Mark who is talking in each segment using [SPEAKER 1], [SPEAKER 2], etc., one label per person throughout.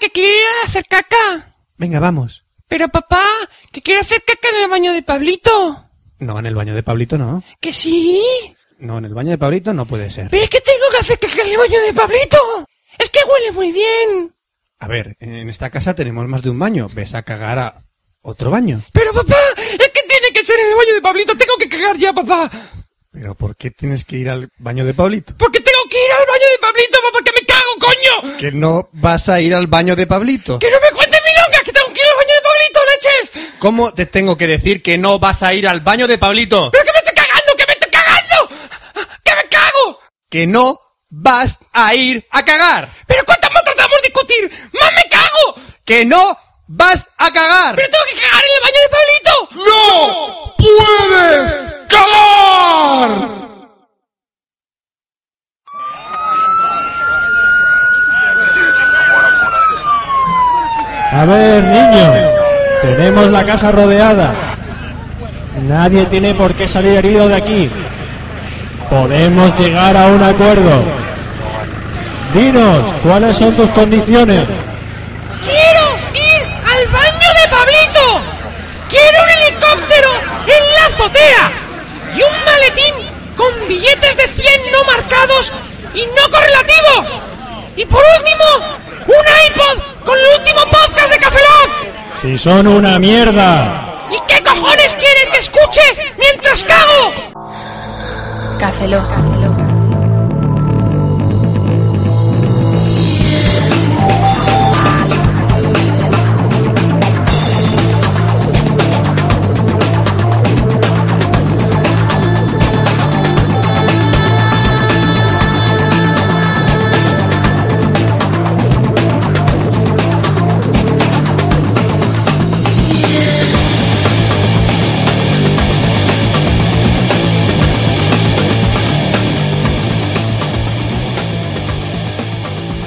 [SPEAKER 1] que quiero ir a hacer caca.
[SPEAKER 2] Venga, vamos.
[SPEAKER 1] Pero papá, que quiero hacer caca en el baño de Pablito.
[SPEAKER 2] No, en el baño de Pablito no.
[SPEAKER 1] Que sí.
[SPEAKER 2] No, en el baño de Pablito no puede ser.
[SPEAKER 1] Pero es que tengo que hacer caca en el baño de Pablito. Es que huele muy bien.
[SPEAKER 2] A ver, en esta casa tenemos más de un baño. Ves a cagar a otro baño.
[SPEAKER 1] Pero papá, es que tiene que ser en el baño de Pablito. Tengo que cagar ya, papá.
[SPEAKER 2] Pero ¿por qué tienes que ir al baño de Pablito?
[SPEAKER 1] Porque tengo que ir al baño de Pablito, papá, que me cago, coño.
[SPEAKER 2] Que no vas a ir al baño de Pablito.
[SPEAKER 1] Que no me cuente milongas, que tengo que ir al baño de Pablito, leches.
[SPEAKER 2] ¿Cómo te tengo que decir que no vas a ir al baño de Pablito?
[SPEAKER 1] Pero que me estoy cagando, que me estoy cagando. Que me cago.
[SPEAKER 2] Que no vas a ir a cagar.
[SPEAKER 1] Pero cuántas más tratamos de discutir. Más me cago.
[SPEAKER 2] Que no vas a cagar.
[SPEAKER 1] Pero tengo que cagar en el baño de Pablito.
[SPEAKER 3] ¡No puedes cagar!
[SPEAKER 4] A ver, niños, tenemos la casa rodeada. Nadie tiene por qué salir herido de aquí. Podemos llegar a un acuerdo. Dinos, ¿cuáles son tus condiciones?
[SPEAKER 1] Quiero ir al baño de Pablito. Quiero un helicóptero en la azotea y un maletín con billetes de 100 no marcados y no correlativos. Y por último, un iPod con el último podcast de Café Lock.
[SPEAKER 4] Si son una mierda.
[SPEAKER 1] ¿Y qué cojones quieren que escuche mientras cago?
[SPEAKER 5] Café Lock.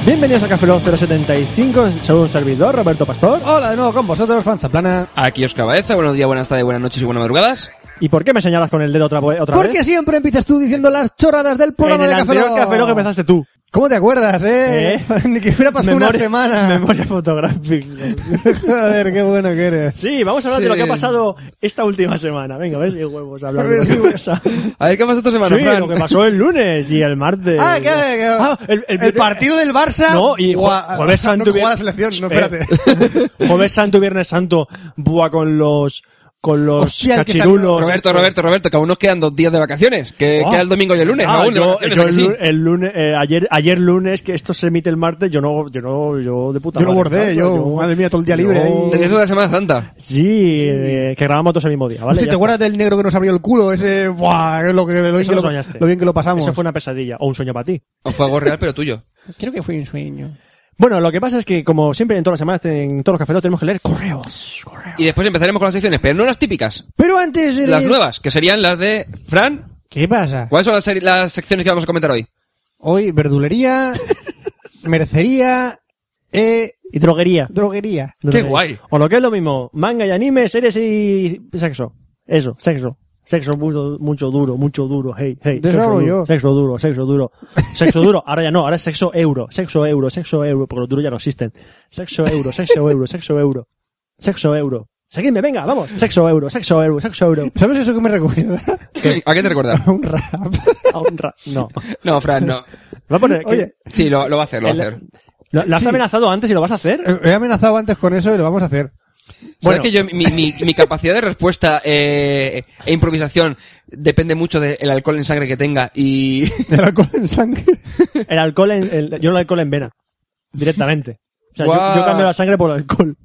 [SPEAKER 6] Bienvenidos a Café Lock 075, soy un servidor, Roberto Pastor.
[SPEAKER 2] Hola de nuevo con vosotros, Franza Plana.
[SPEAKER 7] Aquí Oscar Baeza, buenos días, buenas tardes, buenas noches y buenas madrugadas.
[SPEAKER 6] ¿Y por qué me señalas con el dedo otra, vo- otra
[SPEAKER 2] Porque
[SPEAKER 6] vez?
[SPEAKER 2] siempre empiezas tú diciendo las choradas del programa
[SPEAKER 6] en el
[SPEAKER 2] de Café
[SPEAKER 6] anterior
[SPEAKER 2] Lock.
[SPEAKER 6] Café Lock empezaste tú.
[SPEAKER 2] ¿Cómo te acuerdas, eh?
[SPEAKER 6] ¿Eh?
[SPEAKER 2] Ni que hubiera pasado
[SPEAKER 6] memoria,
[SPEAKER 2] una semana.
[SPEAKER 6] Memoria fotográfica.
[SPEAKER 2] Joder, qué bueno que eres.
[SPEAKER 6] Sí, vamos a hablar de lo que ha pasado esta última semana. Venga, a ver si huevos hablar de lo que pasa.
[SPEAKER 7] A ver qué pasa esta semana,
[SPEAKER 6] Sí,
[SPEAKER 7] Fran?
[SPEAKER 6] lo que pasó el lunes y el martes.
[SPEAKER 2] Ah, que, que-
[SPEAKER 6] Ah, el, el-
[SPEAKER 2] partido del Barça.
[SPEAKER 6] No, y
[SPEAKER 2] Buah,
[SPEAKER 6] jue- jueves santo...
[SPEAKER 2] no
[SPEAKER 6] y vier-
[SPEAKER 2] jugó a la selección, no,
[SPEAKER 6] Eh,
[SPEAKER 2] espérate.
[SPEAKER 6] Jueves santo y viernes santo. Buah, con los... Con los
[SPEAKER 2] Hostia, el que salió-
[SPEAKER 6] cachirulos.
[SPEAKER 7] Roberto, Roberto, Roberto, que aún nos quedan dos días de vacaciones. Que
[SPEAKER 6] Ah.
[SPEAKER 7] queda el domingo y el lunes.
[SPEAKER 6] Ah,
[SPEAKER 7] aún de
[SPEAKER 6] yo,
[SPEAKER 7] vacaciones,
[SPEAKER 6] yo
[SPEAKER 7] ¿a que
[SPEAKER 6] el,
[SPEAKER 7] sí?
[SPEAKER 6] lu- el lunes, eh, ayer, ayer lunes, que esto se emite el martes, yo no, yo no, yo de puta
[SPEAKER 2] Yo lo
[SPEAKER 6] madre,
[SPEAKER 2] bordé,
[SPEAKER 6] claro,
[SPEAKER 2] yo, madre mía, todo el día libre ahí.
[SPEAKER 7] Regreso de la Semana Santa.
[SPEAKER 6] Sí, eh, que grabamos todos el mismo día, ¿vale?
[SPEAKER 2] Hostia,
[SPEAKER 6] Ya
[SPEAKER 2] ¿te
[SPEAKER 6] está.
[SPEAKER 2] acuerdas del negro que nos abrió el culo? Ese, buah, lo, que, lo, bien
[SPEAKER 6] Eso
[SPEAKER 2] que
[SPEAKER 6] lo
[SPEAKER 2] lo,
[SPEAKER 6] soñaste.
[SPEAKER 2] lo bien que lo pasamos.
[SPEAKER 6] Eso fue una pesadilla, o un sueño para ti.
[SPEAKER 7] O fue algo real, pero tuyo.
[SPEAKER 2] Creo que fue un sueño.
[SPEAKER 6] Bueno, lo que pasa es que, como siempre, en todas las semanas, en todos los cafés tenemos que leer correos. correos.
[SPEAKER 7] Y después empezaremos con las secciones, pero no las típicas.
[SPEAKER 2] Pero antes de
[SPEAKER 7] Las
[SPEAKER 2] leer-
[SPEAKER 7] nuevas, que serían las de Fran.
[SPEAKER 2] ¿Qué pasa?
[SPEAKER 7] ¿Cuáles son las, seri- las secciones que vamos a comentar hoy?
[SPEAKER 2] Hoy verdulería, mercería, eh,
[SPEAKER 6] Y droguería.
[SPEAKER 2] droguería.
[SPEAKER 7] Qué
[SPEAKER 6] Droguería.
[SPEAKER 7] guay.
[SPEAKER 6] O lo que es lo mismo, manga y anime, series y sexo. Eso, sexo. Sexo mucho, mucho duro, mucho duro, hey, hey.
[SPEAKER 2] De eso
[SPEAKER 6] sexo
[SPEAKER 2] hablo
[SPEAKER 6] duro,
[SPEAKER 2] yo.
[SPEAKER 6] Sexo duro, sexo duro. Sexo duro, ahora ya no, ahora es sexo euro, sexo euro, sexo euro, porque los duros ya no existen. Sexo euro, sexo euro, sexo euro, sexo euro. Seguidme, venga, vamos. Sexo euro, sexo euro, sexo euro.
[SPEAKER 2] ¿Sabes eso que me recuerda?
[SPEAKER 7] ¿A qué te recuerdas?
[SPEAKER 2] A un rap.
[SPEAKER 6] A un ra- No.
[SPEAKER 7] No, Fran, no.
[SPEAKER 6] Va a poner que-
[SPEAKER 2] Oye,
[SPEAKER 7] Sí, lo, lo va a hacer, lo va a
[SPEAKER 6] El-
[SPEAKER 7] hacer.
[SPEAKER 6] ¿Lo, lo has
[SPEAKER 2] sí.
[SPEAKER 6] amenazado antes y lo vas a hacer?
[SPEAKER 2] eh, he amenazado antes con eso y lo vamos a hacer.
[SPEAKER 7] Bueno,
[SPEAKER 6] Bueno.
[SPEAKER 7] que yo, mi, mi- mi capacidad de respuesta eh, e improvisación depende mucho del alcohol en sangre que tenga y...
[SPEAKER 2] El alcohol en sangre. Eh.
[SPEAKER 6] El alcohol en, el- yo el alcohol en vena. Directamente. O sea, yo-
[SPEAKER 7] Guau.
[SPEAKER 6] yo, cambio la sangre por alcohol.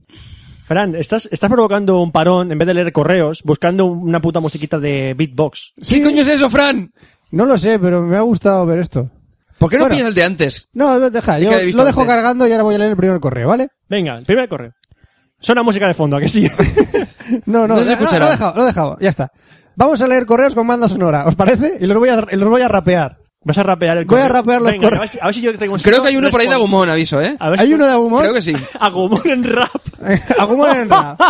[SPEAKER 6] Fran, estás, estás provocando un parón en vez de leer correos, buscando una puta musiquita de beatbox.
[SPEAKER 7] ¿Qué coño es eso, Fran?
[SPEAKER 2] No lo sé, pero me ha gustado ver esto.
[SPEAKER 7] ¿Por qué no
[SPEAKER 2] Bueno.
[SPEAKER 7] pillas el de antes?
[SPEAKER 2] No, deja, yo
[SPEAKER 7] que he visto
[SPEAKER 2] lo dejo
[SPEAKER 7] antes.
[SPEAKER 2] cargando y ahora voy a leer el primer correo, ¿vale?
[SPEAKER 6] Venga, el primer correo. Suena música de fondo, ¿a que sí?
[SPEAKER 2] No, no,
[SPEAKER 7] No se
[SPEAKER 2] no,
[SPEAKER 7] escuchará.
[SPEAKER 2] lo he dejado, lo he dejado, ya está. Vamos a leer correos con banda sonora, ¿os parece? Y los voy a, los voy a rapear.
[SPEAKER 6] Vas a rapear el
[SPEAKER 2] Voy
[SPEAKER 6] correo.
[SPEAKER 2] a rapear los
[SPEAKER 6] Venga,
[SPEAKER 2] correos.
[SPEAKER 6] A ver, si, a ver si yo tengo
[SPEAKER 7] Creo que hay uno por ahí de Agumón, aviso, ¿eh?
[SPEAKER 6] A ver
[SPEAKER 2] ¿Hay
[SPEAKER 6] si-
[SPEAKER 2] uno de Agumon?
[SPEAKER 7] Creo que sí.
[SPEAKER 6] Agumon en rap.
[SPEAKER 2] Agumon en rap.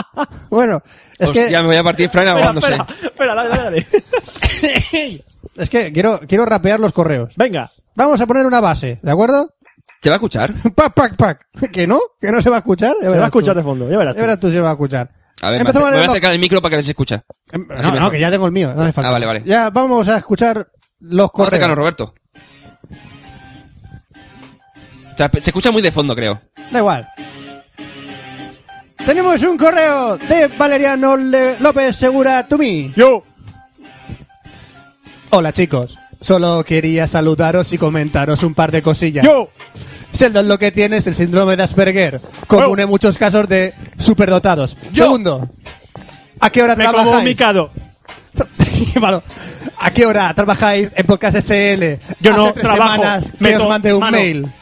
[SPEAKER 2] Bueno, es
[SPEAKER 7] Hostia,
[SPEAKER 2] que,
[SPEAKER 7] me voy a partir Fran
[SPEAKER 6] Espera,
[SPEAKER 7] ahogándose.
[SPEAKER 6] espera, espera, dale, dale. dale.
[SPEAKER 2] es que quiero, quiero rapear los correos.
[SPEAKER 6] Venga,
[SPEAKER 2] Vamos a poner una base, ¿de acuerdo?
[SPEAKER 1] ¿Se va a escuchar?
[SPEAKER 2] ¡Pac, pac, pac! ¿Que no? ¿Que no se va a escuchar? Ya
[SPEAKER 6] Se va a
[SPEAKER 2] verás tú.
[SPEAKER 6] escuchar de fondo, ya verás. tú.
[SPEAKER 2] Ya verás tú si se va a escuchar.
[SPEAKER 1] A ver, me ace-
[SPEAKER 2] Empezamos
[SPEAKER 1] me voy a
[SPEAKER 2] leyendo-
[SPEAKER 1] acercar el micro para que a ver si se escucha.
[SPEAKER 2] Em-
[SPEAKER 1] Así
[SPEAKER 2] No, no,
[SPEAKER 1] mejor.
[SPEAKER 2] que ya tengo el mío, no
[SPEAKER 6] Ah,
[SPEAKER 2] hace falta.
[SPEAKER 1] vale, vale.
[SPEAKER 2] Ya vamos a escuchar los
[SPEAKER 1] Vamos a
[SPEAKER 2] correos.
[SPEAKER 1] acercarnos, Roberto. O sea, se escucha muy de fondo, creo.
[SPEAKER 2] Da igual. Tenemos un correo de Valeriano Le- López Segura Tumí.
[SPEAKER 6] Yo.
[SPEAKER 2] Hola chicos, solo quería saludaros y comentaros un par de cosillas.
[SPEAKER 6] Yo.
[SPEAKER 2] Sheldon lo que tiene es el síndrome de Asperger, común en muchos casos de superdotados.
[SPEAKER 6] Yo.
[SPEAKER 2] Segundo, ¿a qué hora
[SPEAKER 6] Me como un
[SPEAKER 2] trabajáis?
[SPEAKER 6] micado.
[SPEAKER 2] Qué malo. ¿A qué hora trabajáis en Podcast SL?
[SPEAKER 6] Yo
[SPEAKER 2] Hace
[SPEAKER 6] no
[SPEAKER 2] tres
[SPEAKER 6] trabajo,
[SPEAKER 2] semanas que
[SPEAKER 6] meto
[SPEAKER 2] os mandé un
[SPEAKER 6] mano.
[SPEAKER 2] mail.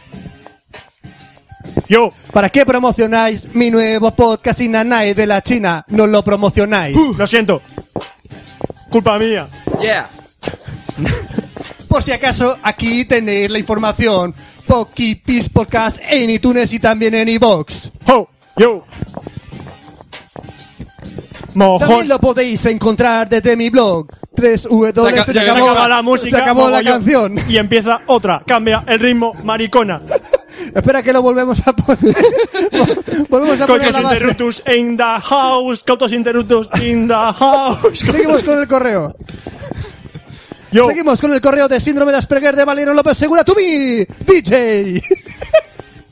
[SPEAKER 6] Yo.
[SPEAKER 2] ¿Para qué promocionáis mi nuevo podcast Inanai de la China? No lo promocionáis.
[SPEAKER 6] Lo siento. Culpa mía.
[SPEAKER 1] Yeah.
[SPEAKER 2] Por si acaso, aquí tenéis la información. Pocky Peace Podcast en iTunes y también en iVoox.
[SPEAKER 6] Ho. Yo.
[SPEAKER 2] También
[SPEAKER 6] Mojón.
[SPEAKER 2] lo podéis encontrar desde mi blog. 3 w
[SPEAKER 1] Se aca-
[SPEAKER 2] se
[SPEAKER 1] ya
[SPEAKER 6] Se
[SPEAKER 2] acabó,
[SPEAKER 6] acaba la música.
[SPEAKER 2] se acabó la
[SPEAKER 6] mogollón,
[SPEAKER 2] canción.
[SPEAKER 6] Y empieza otra. Cambia el ritmo, maricona.
[SPEAKER 2] Espera que lo volvemos a poner. Vol- volvemos a poner
[SPEAKER 6] Coitus
[SPEAKER 2] la base.
[SPEAKER 6] interruptus in the house. Coitus interruptus in the house.
[SPEAKER 2] Seguimos con el correo.
[SPEAKER 6] Yo.
[SPEAKER 2] Seguimos con el correo de síndrome de Asperger de Valero López Segura. ¡Tú mi DJ!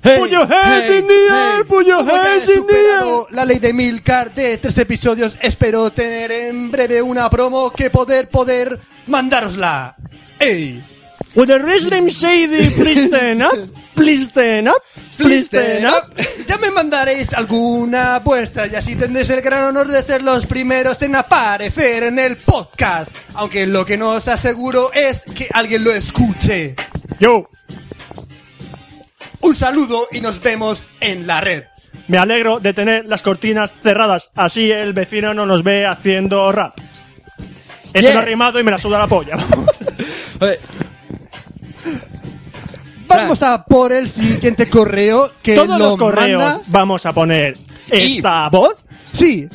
[SPEAKER 6] Put your hands in the air. Put your
[SPEAKER 2] Como que he
[SPEAKER 6] hands in the air.
[SPEAKER 2] superado La ley de Milcar de tres episodios. Espero tener en breve una promo que poder, poder mandárosla. ¡Ey!
[SPEAKER 6] With the Wrestling Shady, please stand up, please stand up, please stand up.
[SPEAKER 2] Ya me mandaréis alguna vuestra y así tendréis el gran honor de ser los primeros en aparecer en el podcast. Aunque lo que no os aseguro es que alguien lo escuche.
[SPEAKER 6] Yo,
[SPEAKER 2] Un saludo y nos vemos en la red.
[SPEAKER 6] me alegro de tener las cortinas cerradas, así el vecino no nos ve haciendo rap. Eso
[SPEAKER 1] Yeah.
[SPEAKER 6] no ha rimado y me la suda la polla.
[SPEAKER 1] Oye,
[SPEAKER 2] Vamos a por el siguiente correo que
[SPEAKER 6] Todos
[SPEAKER 2] lo
[SPEAKER 6] los correos
[SPEAKER 2] manda-
[SPEAKER 6] vamos a poner
[SPEAKER 1] Y-
[SPEAKER 6] esta voz
[SPEAKER 2] Sí,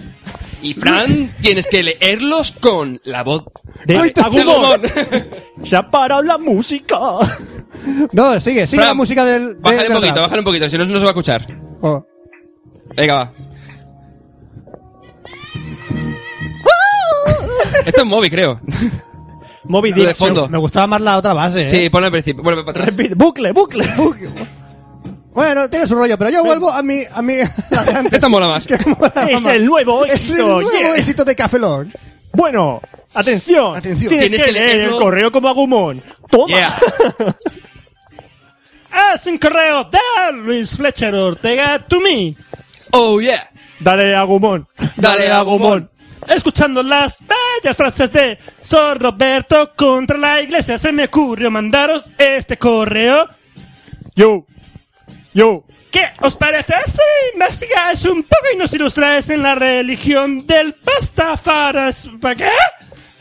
[SPEAKER 1] Y Fran, tienes que leerlos con la voz
[SPEAKER 6] de
[SPEAKER 2] Uy, tú-
[SPEAKER 1] este
[SPEAKER 6] Agumon. Se ha parado la música.
[SPEAKER 2] No, sigue, sigue
[SPEAKER 1] Fran,
[SPEAKER 2] la música del. del-
[SPEAKER 1] Bájale
[SPEAKER 2] del
[SPEAKER 1] un poquito,
[SPEAKER 2] rap.
[SPEAKER 1] bájale un poquito, si no, no se va a escuchar.
[SPEAKER 2] Oh.
[SPEAKER 1] Venga, va. Esto es móvil, creo.
[SPEAKER 6] Moby
[SPEAKER 1] Lo de
[SPEAKER 6] Dick.
[SPEAKER 1] fondo.
[SPEAKER 2] Oh, Me gustaba más la otra base. ¿eh?
[SPEAKER 1] Sí, ponlo al principio. Vuelve para atrás.
[SPEAKER 6] Repite, bucle, bucle.
[SPEAKER 2] Bueno, tiene su rollo, pero yo vuelvo a mi. A mi la de antes,
[SPEAKER 1] Esta mola más.
[SPEAKER 2] que me molaba
[SPEAKER 6] Es
[SPEAKER 2] más.
[SPEAKER 6] el nuevo
[SPEAKER 2] Es el
[SPEAKER 6] éxito,
[SPEAKER 2] nuevo
[SPEAKER 6] yeah.
[SPEAKER 2] éxito de Café Lock.
[SPEAKER 6] Bueno, atención.
[SPEAKER 2] Atención.
[SPEAKER 6] Tienes,
[SPEAKER 1] Tienes
[SPEAKER 6] que,
[SPEAKER 1] que
[SPEAKER 6] leer el
[SPEAKER 1] leerlo.
[SPEAKER 6] correo como Agumon. Toma.
[SPEAKER 1] Yeah.
[SPEAKER 8] Es un correo de Luis Fletcher Ortega to me.
[SPEAKER 1] Oh, yeah.
[SPEAKER 6] Dale Agumon.
[SPEAKER 1] Dale a Gumón.
[SPEAKER 8] Escuchando las bellas frases de Sor Roberto contra la iglesia, se me ocurrió mandaros este correo.
[SPEAKER 6] Yo. Yo.
[SPEAKER 8] ¿Qué os parece si investigáis un poco y nos ilustráis en la religión del pastafaras? ¿Para qué?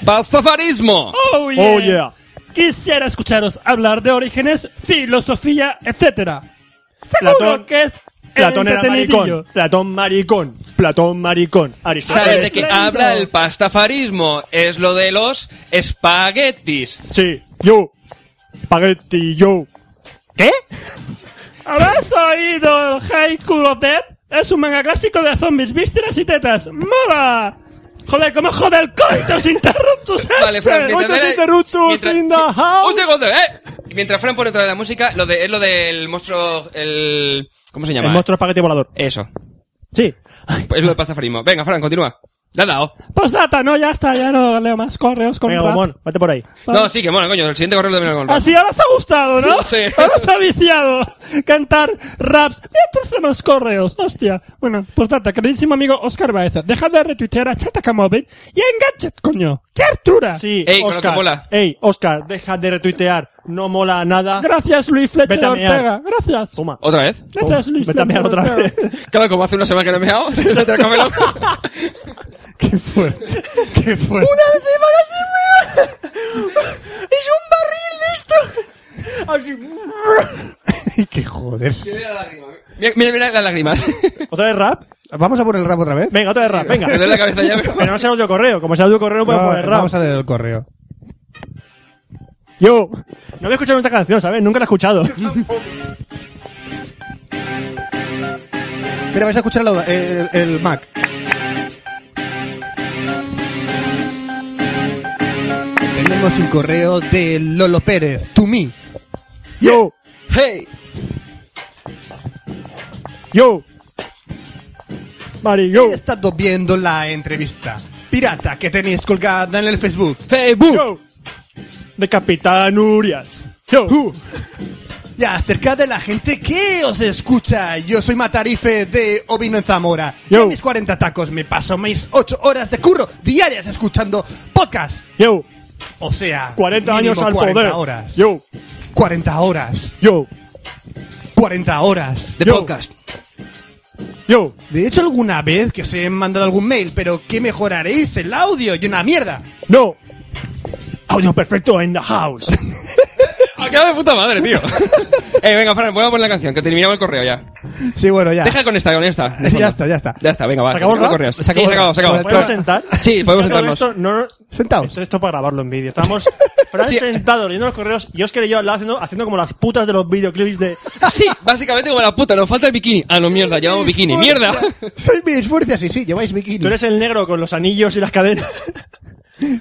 [SPEAKER 1] Pastafarismo.
[SPEAKER 8] Oh yeah.
[SPEAKER 6] Oh, yeah.
[SPEAKER 8] Quisiera escucharos hablar de orígenes, filosofía, etcétera. Seguro
[SPEAKER 6] Platón-
[SPEAKER 8] que es
[SPEAKER 6] Platón era
[SPEAKER 8] entretenidillo.
[SPEAKER 6] maricón. Platón maricón. Platón maricón.
[SPEAKER 1] ¿Sabe
[SPEAKER 6] Aristóteles.
[SPEAKER 1] de qué
[SPEAKER 8] Adelante.
[SPEAKER 1] habla el pastafarismo? Es lo de los espaguetis.
[SPEAKER 6] Sí. Yo. Spaghetti yo. ¿Qué?
[SPEAKER 8] ¿Habéis oído el Haiku of Death? Es un manga clásico de zombies, vísceras y tetas. ¡Mola! Joder, cómo jode el coitus interruptus este.
[SPEAKER 1] Vale, Fran, mientras...
[SPEAKER 6] Coitus
[SPEAKER 1] dale-
[SPEAKER 6] interruptus in the
[SPEAKER 1] sí,
[SPEAKER 6] house.
[SPEAKER 1] Un segundo, eh. Y Mientras Fran pone otra vez la música, lo de, es lo del monstruo... El... ¿Cómo se llama?
[SPEAKER 6] El monstruo espagueti volador.
[SPEAKER 1] Eso.
[SPEAKER 6] Sí.
[SPEAKER 1] Es lo de pastafarismo. Venga, Fran, continúa. Le has dado.
[SPEAKER 6] Ah.
[SPEAKER 8] Postdata, no, ya está, ya no leo más correos con
[SPEAKER 6] Venga,
[SPEAKER 8] rap.
[SPEAKER 6] Agumon, vete por ahí.
[SPEAKER 1] No, sí, que mola, coño. El siguiente correo lo termino con
[SPEAKER 6] Ah,
[SPEAKER 8] Así ahora os ha gustado, ¿no?
[SPEAKER 1] Sí.
[SPEAKER 8] Ahora os ha viciado cantar raps mientras hacemos correos. Hostia. Bueno, pues data, queridísimo amigo Oscar Baeza. Dejad de retuitear a Chataca Móvil y a Engadget, coño. ¡Qué hartura!
[SPEAKER 6] Sí,
[SPEAKER 1] Ey, con lo que
[SPEAKER 6] Oscar.
[SPEAKER 1] mola.
[SPEAKER 6] Ey, Oscar, deja de retuitear. No mola nada.
[SPEAKER 8] Gracias, Luis Fletcher
[SPEAKER 6] Vete a mear.
[SPEAKER 8] Ortega. Gracias.
[SPEAKER 6] Toma.
[SPEAKER 1] ¿Otra vez?
[SPEAKER 8] Gracias,
[SPEAKER 6] Toma,
[SPEAKER 8] Luis
[SPEAKER 6] Vete a mear
[SPEAKER 8] Fletcher
[SPEAKER 6] otra
[SPEAKER 8] Ortega.
[SPEAKER 6] vez.
[SPEAKER 1] Claro, como hace una semana que no he meado. no te lo come loco.
[SPEAKER 2] Qué fuerte. Qué fuerte. Una semana sin Es un barril de esto. Así. Qué joder.
[SPEAKER 1] Mira, mira, mira las lágrimas.
[SPEAKER 6] ¿Otra vez rap?
[SPEAKER 2] Vamos a poner el rap otra vez.
[SPEAKER 6] Venga, otra vez rap, venga.
[SPEAKER 1] Me duele la cabeza ya, pero...
[SPEAKER 6] Pero no sea audio correo. Como sea audio correo, puedo
[SPEAKER 2] No,
[SPEAKER 6] poner rap.
[SPEAKER 2] vamos a leer el correo.
[SPEAKER 6] Yo. No había escuchado esta canción, ¿sabes? Nunca la he escuchado.
[SPEAKER 2] Mira, vais a escuchar la- el, el Mac. Tenemos un correo de Lolo Pérez, to me.
[SPEAKER 6] Yo,
[SPEAKER 1] ¡Hey!
[SPEAKER 6] yo. Mari, yo,
[SPEAKER 2] He estado viendo la entrevista pirata que tenéis colgada en el Facebook.
[SPEAKER 1] ¡Facebook!
[SPEAKER 6] yo. De Capitán Urias. Yo,
[SPEAKER 2] Ya, acerca de la gente que os escucha. Yo soy Matarife de Ovino en Zamora.
[SPEAKER 6] Yo.
[SPEAKER 2] Y en mis 40 tacos me paso mis 8 horas de curro diarias escuchando podcast.
[SPEAKER 6] yo.
[SPEAKER 2] O sea,
[SPEAKER 6] 40
[SPEAKER 2] mínimo
[SPEAKER 6] años al
[SPEAKER 2] 40
[SPEAKER 6] poder.
[SPEAKER 2] horas.
[SPEAKER 6] Yo,
[SPEAKER 2] 40 horas.
[SPEAKER 6] yo,
[SPEAKER 2] 40 horas.
[SPEAKER 1] De
[SPEAKER 6] Yo.
[SPEAKER 1] podcast.
[SPEAKER 6] yo.
[SPEAKER 2] De hecho, alguna vez que os he mandado algún mail, pero ¿qué mejoraréis? El audio y una mierda.
[SPEAKER 6] No. Audio perfecto en the house.
[SPEAKER 1] Acaba Ah, de puta madre, tío. eh, venga, Fran, voy a poner la canción, que terminamos el correo ya.
[SPEAKER 2] Sí, bueno, ya.
[SPEAKER 1] Deja con esta, con esta. de fondo.
[SPEAKER 2] Ah. Ya está, ya está.
[SPEAKER 1] Ya está, venga, va.
[SPEAKER 6] ¿Se acabó el
[SPEAKER 1] terminamos
[SPEAKER 6] rap?
[SPEAKER 1] correos.
[SPEAKER 6] Se
[SPEAKER 1] Sí, se
[SPEAKER 6] acabó el
[SPEAKER 1] acabó, se acabó.
[SPEAKER 6] ¿Me puedo sentar?
[SPEAKER 1] Sí, podemos
[SPEAKER 6] Ya todo
[SPEAKER 1] sentarnos.
[SPEAKER 6] Esto, no,
[SPEAKER 2] Sentaos.
[SPEAKER 6] esto, esto es para grabarlo en vídeo. Estamos Fran
[SPEAKER 1] Sí.
[SPEAKER 6] sentado leyendo los correos y Oscar y yo al lado haciendo, haciendo como las putas de los videoclips de.
[SPEAKER 1] Sí, básicamente como la puta, nos falta el bikini. Ah, no, mierda, llevamos bikini, mierda.
[SPEAKER 2] Sois mis fuerzas, sí, sí, lleváis bikini.
[SPEAKER 6] Tú eres el negro con los anillos y las cadenas.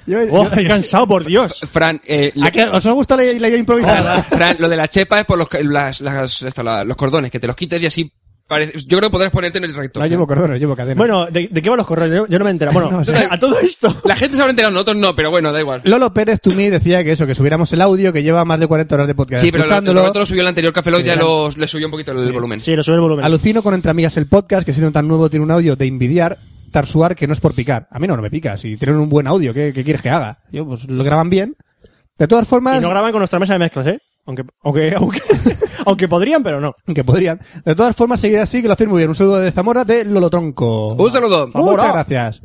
[SPEAKER 2] Lleváis-
[SPEAKER 6] ¡Oh, qué cansado, por Dios!
[SPEAKER 1] Fran, eh, lo-
[SPEAKER 2] ¿A qué? ¿Os ha gustado la, la idea
[SPEAKER 6] Oh,
[SPEAKER 2] improvisada?
[SPEAKER 1] Fran, lo de la chepa es por los, las, las- esto, la- los cordones, que te los quites y así. parece- yo creo que podrás ponerte en el recto.
[SPEAKER 2] no llevo cordones, llevo cadena.
[SPEAKER 6] Bueno, ¿de, de qué van los correos? Yo, yo no me entero. Bueno,
[SPEAKER 2] No, sí.
[SPEAKER 6] a todo esto.
[SPEAKER 1] La gente se habrá enterado, nosotros no, pero bueno, da igual.
[SPEAKER 2] Lolo Pérez to me decía que eso, que subiéramos el audio que lleva más de 40 horas de podcast.
[SPEAKER 1] Sí, pero lo,
[SPEAKER 2] escuchándolo.
[SPEAKER 1] otro lo subió el anterior Café Lock, ya los- le subió un poquito el, volumen.
[SPEAKER 6] Sí, lo sube el volumen.
[SPEAKER 2] Alucino con Entre Amigas el podcast, que siendo tan nuevo tiene un audio de envidiar, tarsuar, que no es por picar. A mí no, no me pica. Si tienen un buen audio, ¿qué, qué quieres que haga? Yo, pues lo graban bien. De todas
[SPEAKER 6] Y
[SPEAKER 2] formas,
[SPEAKER 6] no graban con nuestra mesa de mezclas, ¿eh? Aunque, aunque, aunque, aunque podrían, pero no.
[SPEAKER 2] que podrían. De todas formas, seguir así, que lo hacéis muy bien. Un saludo de Zamora de Lolotronco.
[SPEAKER 1] Un saludo.
[SPEAKER 2] Muchas gracias.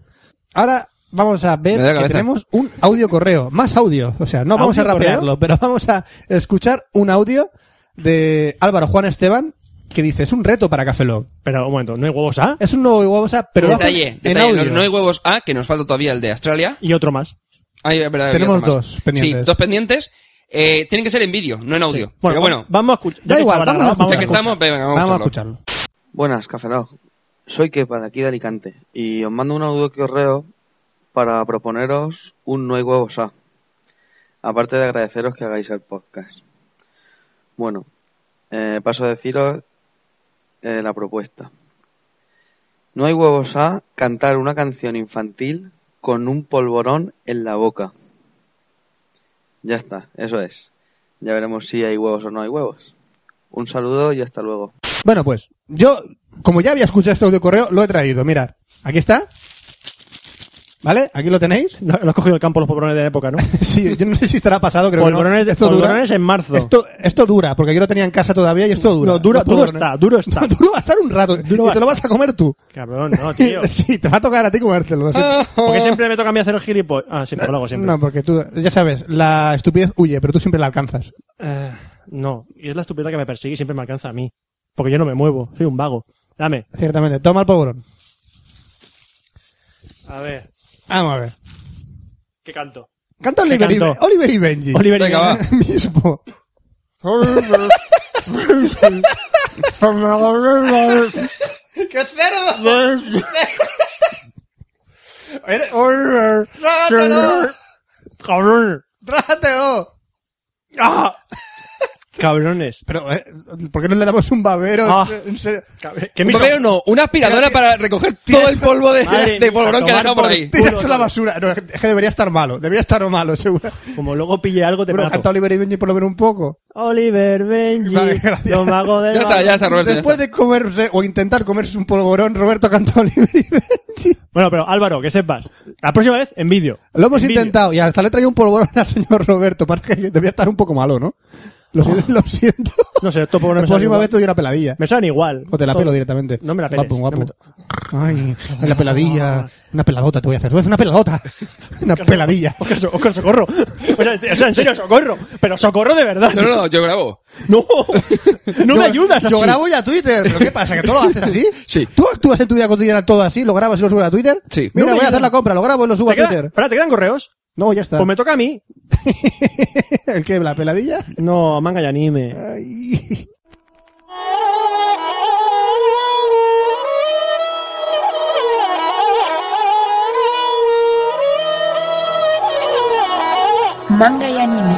[SPEAKER 2] Ahora vamos a ver
[SPEAKER 1] Me da la
[SPEAKER 2] que
[SPEAKER 1] cabeza.
[SPEAKER 2] tenemos un audio correo. Más audio. O sea, no vamos a
[SPEAKER 6] ¿Audio correo?
[SPEAKER 2] rapearlo, pero vamos a escuchar un audio de Álvaro Juan Esteban que dice, es un reto para Café Lock.
[SPEAKER 6] Pero un momento, no hay huevos A
[SPEAKER 2] Es un nuevo Guabosa, pero lo hacen
[SPEAKER 1] Detalle,
[SPEAKER 2] en
[SPEAKER 1] detalle,
[SPEAKER 2] audio.
[SPEAKER 1] no, no hay huevos A, que nos falta todavía el de Australia.
[SPEAKER 6] y otro más.
[SPEAKER 1] Ay, es verdad, había
[SPEAKER 2] Tenemos
[SPEAKER 1] otro más.
[SPEAKER 2] dos pendientes.
[SPEAKER 1] Sí, dos pendientes. Eh, tienen que ser en vídeo, no en audio. Pero bueno,
[SPEAKER 6] vamos a escuchar.
[SPEAKER 2] Da igual, vamos a
[SPEAKER 1] ya
[SPEAKER 2] escuchar.
[SPEAKER 1] que estamos, venga, vamos,
[SPEAKER 2] Vamos a
[SPEAKER 1] a escucharlo.
[SPEAKER 2] escucharlo.
[SPEAKER 9] Buenas, Cafelog. Soy Kepa, de aquí de Alicante, y os mando un audio correo para proponeros un No hay huevos A. Aparte de agradeceros que hagáis el podcast. Bueno, eh, paso a deciros eh, la propuesta. No hay huevos A cantar una canción infantil con un polvorón en la boca. Ya está, eso es. Ya veremos si hay huevos o no hay huevos. Un saludo y hasta luego.
[SPEAKER 2] Bueno, pues yo, como ya había escuchado este audio correo, lo he traído. Mirad, aquí está. ¿Vale? Aquí lo tenéis.
[SPEAKER 6] No, lo has cogido el campo los polvorones de la época, ¿no?
[SPEAKER 2] Sí, yo no sé si estará pasado, creo
[SPEAKER 6] polvorones,
[SPEAKER 2] que no.
[SPEAKER 6] polvorones en marzo.
[SPEAKER 2] Esto, esto dura, porque yo lo tenía en casa todavía y esto dura.
[SPEAKER 6] no, dura,
[SPEAKER 2] Los
[SPEAKER 6] duro
[SPEAKER 2] polvorones.
[SPEAKER 6] está, duro está.
[SPEAKER 2] No, duro va a estar un rato. y
[SPEAKER 6] va a
[SPEAKER 2] te lo vas a comer tú.
[SPEAKER 6] Cabrón, no, tío. Ah.
[SPEAKER 2] sí, te va a tocar a ti comértelo. lo siento.
[SPEAKER 6] Porque siempre me toca a mí hacer el gilipollas. Ah, siempre lo hago siempre.
[SPEAKER 2] No, porque tú, ya sabes, la estupidez huye, pero tú siempre la alcanzas.
[SPEAKER 6] Eh, no, y es la estupidez que me persigue y siempre me alcanza a mí. Porque yo no me muevo, soy un vago. Dame.
[SPEAKER 2] Ciertamente. Toma el polvorón.
[SPEAKER 6] A ver,
[SPEAKER 2] Vamos a ver.
[SPEAKER 6] ¿qué canto?
[SPEAKER 2] Canta Oliver,
[SPEAKER 6] ¿Qué
[SPEAKER 2] y,
[SPEAKER 6] canto?
[SPEAKER 2] Oliver y Benji.
[SPEAKER 6] Oliver y
[SPEAKER 1] Venga, va.
[SPEAKER 2] mismo. ¡Qué cerdo! Eres- ¡Trátelo!
[SPEAKER 6] Cabrón.
[SPEAKER 2] ¡Trátelo!
[SPEAKER 6] ¡Ah! Cabrones.
[SPEAKER 2] Pero, eh, ¿por qué no le damos un babero?
[SPEAKER 6] Ah.
[SPEAKER 2] En serio.
[SPEAKER 6] Cabre- ¿Qué
[SPEAKER 1] Un
[SPEAKER 6] me hizo?
[SPEAKER 1] papel o Pues no, una aspiradora para recoger todo el polvo de,
[SPEAKER 6] Madre
[SPEAKER 1] de
[SPEAKER 6] mía,
[SPEAKER 1] polvorón que ha
[SPEAKER 6] tomar
[SPEAKER 1] dejado por
[SPEAKER 6] por
[SPEAKER 1] ahí.
[SPEAKER 6] culo,
[SPEAKER 2] Tiras a la
[SPEAKER 6] no.
[SPEAKER 2] basura. No, es que debería estar malo. Debería estar malo, seguro.
[SPEAKER 6] Como luego pille algo, te
[SPEAKER 2] Bueno,
[SPEAKER 6] mato.
[SPEAKER 2] canta Oliver y Benji por lo menos un poco.
[SPEAKER 6] Oliver Benji,
[SPEAKER 2] Vale, gracias.
[SPEAKER 6] los magos del
[SPEAKER 1] Ya está,
[SPEAKER 6] barrio.
[SPEAKER 1] ya está, Roberto. ya
[SPEAKER 2] Después
[SPEAKER 1] está.
[SPEAKER 2] de comerse o intentar comerse un polvorón, Roberto canta Oliver y Benji.
[SPEAKER 6] Bueno, pero Álvaro, que sepas. La próxima vez, en vídeo.
[SPEAKER 2] Lo hemos
[SPEAKER 6] En vídeo.
[SPEAKER 2] intentado y hasta le he traído un polvorón al señor Roberto. Parece que debía estar un poco malo, ¿no? Lo, si- lo siento.
[SPEAKER 6] Ah. No sé, esto por
[SPEAKER 2] La
[SPEAKER 6] me sale
[SPEAKER 2] próxima
[SPEAKER 6] igual.
[SPEAKER 2] vez te doy una peladilla.
[SPEAKER 6] Me suenan igual.
[SPEAKER 2] O te la
[SPEAKER 6] Todo.
[SPEAKER 2] pelo directamente.
[SPEAKER 6] No me la peles.
[SPEAKER 2] Guapo, guapo.
[SPEAKER 6] No me to-
[SPEAKER 2] Ay, la peladilla. Una peladota te voy a hacer. Te voy a hacer una peladota. Una peladilla.
[SPEAKER 6] Oscar, so- Oscar, socorro. O sea, o sea, en serio, socorro. Pero socorro de verdad.
[SPEAKER 1] No, no, no, yo grabo.
[SPEAKER 6] No, no me
[SPEAKER 2] Yo-
[SPEAKER 6] ayudas así.
[SPEAKER 2] Yo grabo ya Twitter. ¿Pero qué pasa? ¿Que todo lo haces así?
[SPEAKER 1] Sí.
[SPEAKER 2] ¿Tú actúas en tu vida cotidiana todo así? ¿Lo grabas y lo subes a Twitter?
[SPEAKER 1] Sí.
[SPEAKER 2] Mira,
[SPEAKER 6] No
[SPEAKER 2] voy
[SPEAKER 6] me
[SPEAKER 2] a
[SPEAKER 6] ayuda.
[SPEAKER 2] hacer la compra. Lo grabo y lo subo a
[SPEAKER 6] ¿Te queda-
[SPEAKER 2] Twitter. Ah.
[SPEAKER 6] espera, ¿te quedan correos?
[SPEAKER 2] No, ya está.
[SPEAKER 6] Pues me toca a mí.
[SPEAKER 2] ¿El qué? ¿La peladilla?
[SPEAKER 6] No, manga y anime.
[SPEAKER 2] Ay.
[SPEAKER 5] Manga y anime.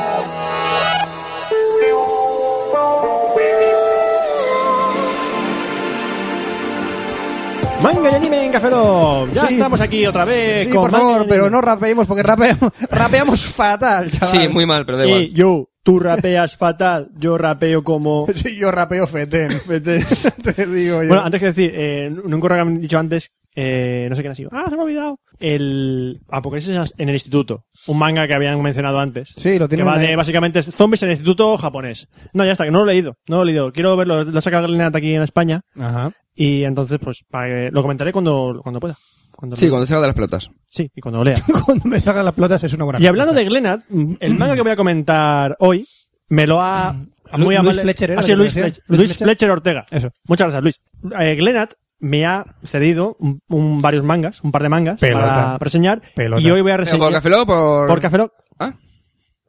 [SPEAKER 6] Manga y anime en Café Lock. Ya
[SPEAKER 2] Sí.
[SPEAKER 6] estamos aquí otra vez
[SPEAKER 2] Sí,
[SPEAKER 6] Eh, con
[SPEAKER 2] por
[SPEAKER 6] Manga y
[SPEAKER 2] favor,
[SPEAKER 6] anime.
[SPEAKER 2] pero no rapeemos porque rapeamos, rapeamos fatal, chaval.
[SPEAKER 1] Sí, muy mal, pero da
[SPEAKER 6] Eh,
[SPEAKER 1] igual.
[SPEAKER 6] yo, tú rapeas fatal, yo rapeo como...
[SPEAKER 2] Sí, yo rapeo fetén.
[SPEAKER 6] Vete.
[SPEAKER 2] Te digo yo.
[SPEAKER 6] Bueno, antes que decir, eh, en un correo que han dicho antes, eh, no sé quién ha sido. Ah, se me ha olvidado. El Apocalipsis en el instituto. Un manga que habían mencionado antes.
[SPEAKER 2] Sí, lo
[SPEAKER 6] Que
[SPEAKER 2] tienen
[SPEAKER 6] va
[SPEAKER 2] ahí.
[SPEAKER 6] de, básicamente, es zombies en el instituto japonés. No, ya está, que no lo he leído. No lo he leído. Quiero verlo. Lo saca Glenat aquí en España.
[SPEAKER 2] Ajá.
[SPEAKER 6] Y entonces, pues, para que- lo comentaré cuando, cuando pueda. Cuando
[SPEAKER 1] Sí,
[SPEAKER 6] lo-
[SPEAKER 1] cuando salga de las pelotas.
[SPEAKER 6] sí, y cuando lo lea.
[SPEAKER 2] Cuando me salgan las pelotas es una buena
[SPEAKER 6] y hablando
[SPEAKER 2] respuesta.
[SPEAKER 6] de Glenat, el manga que voy a comentar hoy me lo ha...
[SPEAKER 2] Lu- Luis
[SPEAKER 6] amable-
[SPEAKER 2] Fletcher, ¿era
[SPEAKER 6] ha sido
[SPEAKER 2] lo que
[SPEAKER 6] Luis,
[SPEAKER 2] me decías?
[SPEAKER 6] Fletch-
[SPEAKER 2] Luis
[SPEAKER 6] Luis
[SPEAKER 2] Fletcher.
[SPEAKER 6] Fletcher Ortega.
[SPEAKER 2] Eso.
[SPEAKER 6] Muchas gracias, Luis. Eh, Glenat me ha cedido un, un- varios mangas, un par de mangas
[SPEAKER 2] Pelota.
[SPEAKER 6] para reseñar.
[SPEAKER 2] Pelota.
[SPEAKER 6] Y hoy voy a
[SPEAKER 1] Pero
[SPEAKER 6] reseñar.
[SPEAKER 1] ¿Por Café Lock por...?
[SPEAKER 6] Por Café Lock.
[SPEAKER 1] Ah.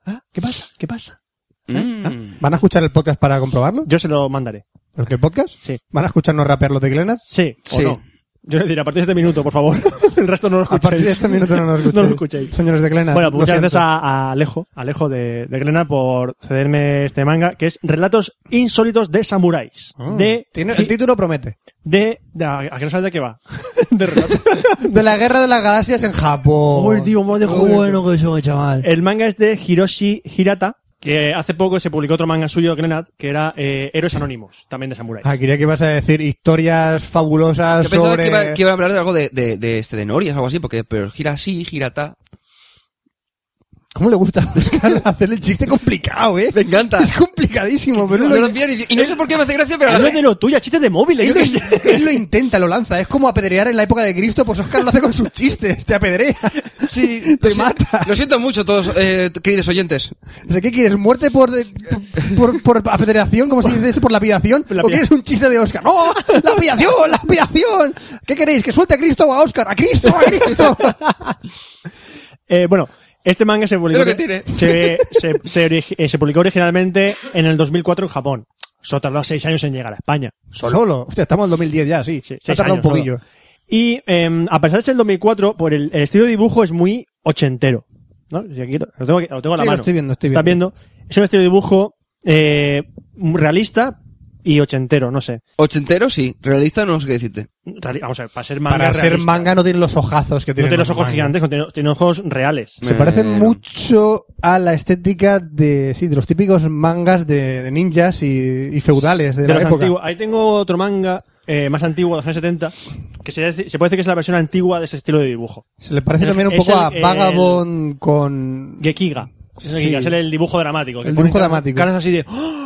[SPEAKER 6] Ah, ¿Qué pasa? ¿Qué pasa?
[SPEAKER 1] Mm.
[SPEAKER 2] ¿Van a escuchar el podcast para comprobarlo?
[SPEAKER 6] Yo se lo mandaré.
[SPEAKER 2] ¿El que el podcast?
[SPEAKER 6] Sí.
[SPEAKER 2] ¿Van a escucharnos rapear los de Glenat?
[SPEAKER 6] Sí,
[SPEAKER 1] Sí.
[SPEAKER 6] o no. Yo le diré, a partir de este minuto, por favor. el resto no lo
[SPEAKER 2] A
[SPEAKER 6] escuchéis.
[SPEAKER 2] partir de este minuto no nos escuchéis.
[SPEAKER 6] No lo escuchéis.
[SPEAKER 2] Señores de Glenat.
[SPEAKER 6] Bueno,
[SPEAKER 2] lo
[SPEAKER 6] pues muchas gracias
[SPEAKER 2] siento.
[SPEAKER 6] a, a Alejo, a Alejo de, de Grenad por cederme este manga, que es Relatos Insólitos de Samuráis.
[SPEAKER 2] Oh.
[SPEAKER 6] De,
[SPEAKER 2] Tiene- el título promete.
[SPEAKER 6] de, de- a, a que no sabes de qué va. de relatos.
[SPEAKER 2] De la guerra de las galaxias en Japón.
[SPEAKER 6] Joder, tío, madre,
[SPEAKER 2] Qué
[SPEAKER 6] joder. Eh,
[SPEAKER 2] bueno que soy, chaval.
[SPEAKER 6] El manga es de Hiroshi Hirata, que hace poco se publicó otro manga suyo, Grenad, que era eh, Héroes Anónimos, también de Samuráis.
[SPEAKER 2] Ah, quería que ibas a decir historias fabulosas
[SPEAKER 1] Yo pensaba
[SPEAKER 2] sobre...
[SPEAKER 1] que, iba, que iba a hablar de algo de, de, de este, de Norias o algo así, porque pero gira así, gira ta.
[SPEAKER 2] ¿Cómo le gusta buscar hacer el chiste complicado, eh?
[SPEAKER 1] Me encanta.
[SPEAKER 2] Es complicadísimo, pero él
[SPEAKER 1] No
[SPEAKER 2] lo,
[SPEAKER 1] lo pillo ni- y no sé por qué me hace gracia, pero... a la
[SPEAKER 6] Habla
[SPEAKER 1] vez-
[SPEAKER 6] de lo tuyo, chiste de móvil, ¿eh?
[SPEAKER 2] él
[SPEAKER 6] Yo
[SPEAKER 2] lo-
[SPEAKER 6] qué sé.
[SPEAKER 2] él lo intenta, lo lanza. Es como apedrear en la época de Cristo, pues Oscar lo hace con sus chistes, te apedrea. Sí, te
[SPEAKER 1] lo si-
[SPEAKER 2] mata.
[SPEAKER 1] Lo siento mucho todos, eh, queridos oyentes.
[SPEAKER 2] O sea, ¿qué quieres? ¿Muerte por, de- por, por apedreación? ¿Cómo se dice eso? ¿Por lapidación?
[SPEAKER 6] La
[SPEAKER 2] ¿O quieres un chiste de Oscar? ¡No! ¡Lapidación! ¡Lapidación! ¿Qué queréis? ¿Que suelte a Cristo o a Oscar? ¡A Cristo! ¡A Cristo!
[SPEAKER 6] Eh, bueno, este manga se publicó,
[SPEAKER 1] Es lo que tiene.
[SPEAKER 6] Se, se- se origi- eh, se publicó originalmente en el 2004 en Japón. Solo tardó seis años en llegar a España.
[SPEAKER 2] Solo. Hostia, estamos en 2010 ya, sí.
[SPEAKER 6] Sí,
[SPEAKER 2] Se ha
[SPEAKER 6] seis
[SPEAKER 2] tardado un
[SPEAKER 6] años
[SPEAKER 2] poquillo.
[SPEAKER 6] solo. Y eh, a pesar de ser el 2004, por el, el estilo de dibujo es muy ochentero. ¿no? Si aquí lo, lo tengo, aquí- lo tengo a la
[SPEAKER 2] Sí, lo
[SPEAKER 6] mano.
[SPEAKER 2] estoy viendo, estoy
[SPEAKER 6] ¿Estás
[SPEAKER 2] viendo.
[SPEAKER 6] viendo? Es un estilo de dibujo eh, realista y ochentero, no sé.
[SPEAKER 1] Ochentero, sí. Realista, no sé qué decirte.
[SPEAKER 6] Reali- Vamos a ver, para ser manga
[SPEAKER 2] Para ser
[SPEAKER 6] realista.
[SPEAKER 2] manga no tiene los ojazos que
[SPEAKER 6] no
[SPEAKER 2] tiene.
[SPEAKER 6] tiene los ojos gigantes, no tiene, tiene ojos reales.
[SPEAKER 2] Se
[SPEAKER 1] Eh,
[SPEAKER 2] parece
[SPEAKER 1] no.
[SPEAKER 2] mucho a la estética de, sí, de los típicos mangas de, de ninjas y, y feudales de,
[SPEAKER 6] De
[SPEAKER 2] la
[SPEAKER 6] los
[SPEAKER 2] época.
[SPEAKER 6] antiguos. Ahí tengo otro manga eh, más antiguo, de los años 70, que se, dice- se puede decir que es la versión antigua de ese estilo de dibujo.
[SPEAKER 2] Se le parece
[SPEAKER 6] Es-
[SPEAKER 2] también un
[SPEAKER 6] es
[SPEAKER 2] poco a
[SPEAKER 6] el- el-
[SPEAKER 2] Vagabond con...
[SPEAKER 6] Gekiga. Es el
[SPEAKER 2] Sí.
[SPEAKER 6] Gekiga, es el dibujo dramático. que
[SPEAKER 2] El
[SPEAKER 6] ponen
[SPEAKER 2] dibujo
[SPEAKER 6] caras-
[SPEAKER 2] dramático.
[SPEAKER 6] Caras así de... ¡Oh!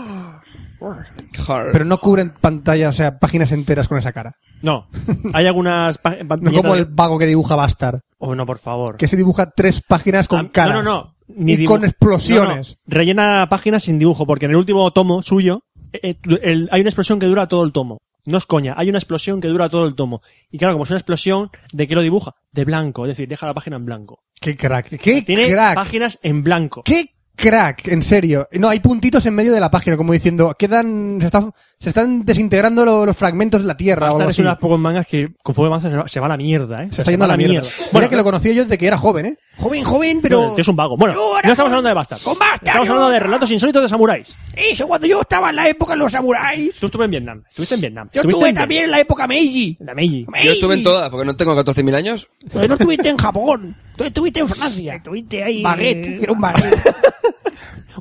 [SPEAKER 1] Jar.
[SPEAKER 2] Pero no cubren pantalla, o sea, páginas enteras con esa cara.
[SPEAKER 6] No. Hay algunas... pa- pa-
[SPEAKER 2] No como
[SPEAKER 6] viñetas
[SPEAKER 2] el
[SPEAKER 6] de-
[SPEAKER 2] vago que dibuja Bastard,
[SPEAKER 6] Oh, no, por favor.
[SPEAKER 2] que se dibuja tres páginas con
[SPEAKER 6] Ah,
[SPEAKER 2] caras.
[SPEAKER 6] No, no, no.
[SPEAKER 2] y
[SPEAKER 6] dibujo-
[SPEAKER 2] con explosiones.
[SPEAKER 6] No, no. Rellena páginas sin dibujo, porque en el último tomo suyo eh, eh, el- hay una explosión que dura todo el tomo. No es coña, hay una explosión que dura todo el tomo. Y claro, como es una explosión, ¿de qué lo dibuja? De blanco, es decir, deja la página en blanco.
[SPEAKER 2] Qué crack, qué
[SPEAKER 6] Tiene
[SPEAKER 2] crack,
[SPEAKER 6] páginas en blanco.
[SPEAKER 2] qué crack, en serio. No, hay puntitos en medio de la página, como diciendo, quedan, se, está- se están desintegrando lo- los fragmentos de la tierra o
[SPEAKER 6] Bastard
[SPEAKER 2] algo
[SPEAKER 6] es
[SPEAKER 2] así.
[SPEAKER 6] uno de los pocos mangas que conforme avanza se va- se va a la mierda, ¿eh?
[SPEAKER 2] Se está yendo a
[SPEAKER 6] va
[SPEAKER 2] la mierda. Mira
[SPEAKER 6] Bueno,
[SPEAKER 2] que lo conocí yo desde que era joven, ¿eh? Joven, joven, pero...
[SPEAKER 6] Es un vago. Bueno,
[SPEAKER 8] Yo era
[SPEAKER 6] no estamos
[SPEAKER 8] con-
[SPEAKER 6] hablando de Bastard.
[SPEAKER 8] con Bastard,
[SPEAKER 6] Estamos
[SPEAKER 8] yo-
[SPEAKER 6] hablando de relatos insólitos de samuráis.
[SPEAKER 8] Eso cuando yo estaba en la época de los samuráis.
[SPEAKER 6] Tú estuviste en Vietnam. Estuviste en Vietnam.
[SPEAKER 8] Yo
[SPEAKER 6] Estuviste
[SPEAKER 8] estuve
[SPEAKER 6] en
[SPEAKER 8] también en la época Meiji.
[SPEAKER 6] Vietnam. En la Meiji.
[SPEAKER 1] Yo estuve en todas, porque no tengo 14.000 años.
[SPEAKER 8] Pero no estuviste en Japón. Tú estuviste en Francia. Estuviste ahí. Baguette. Era un baguette.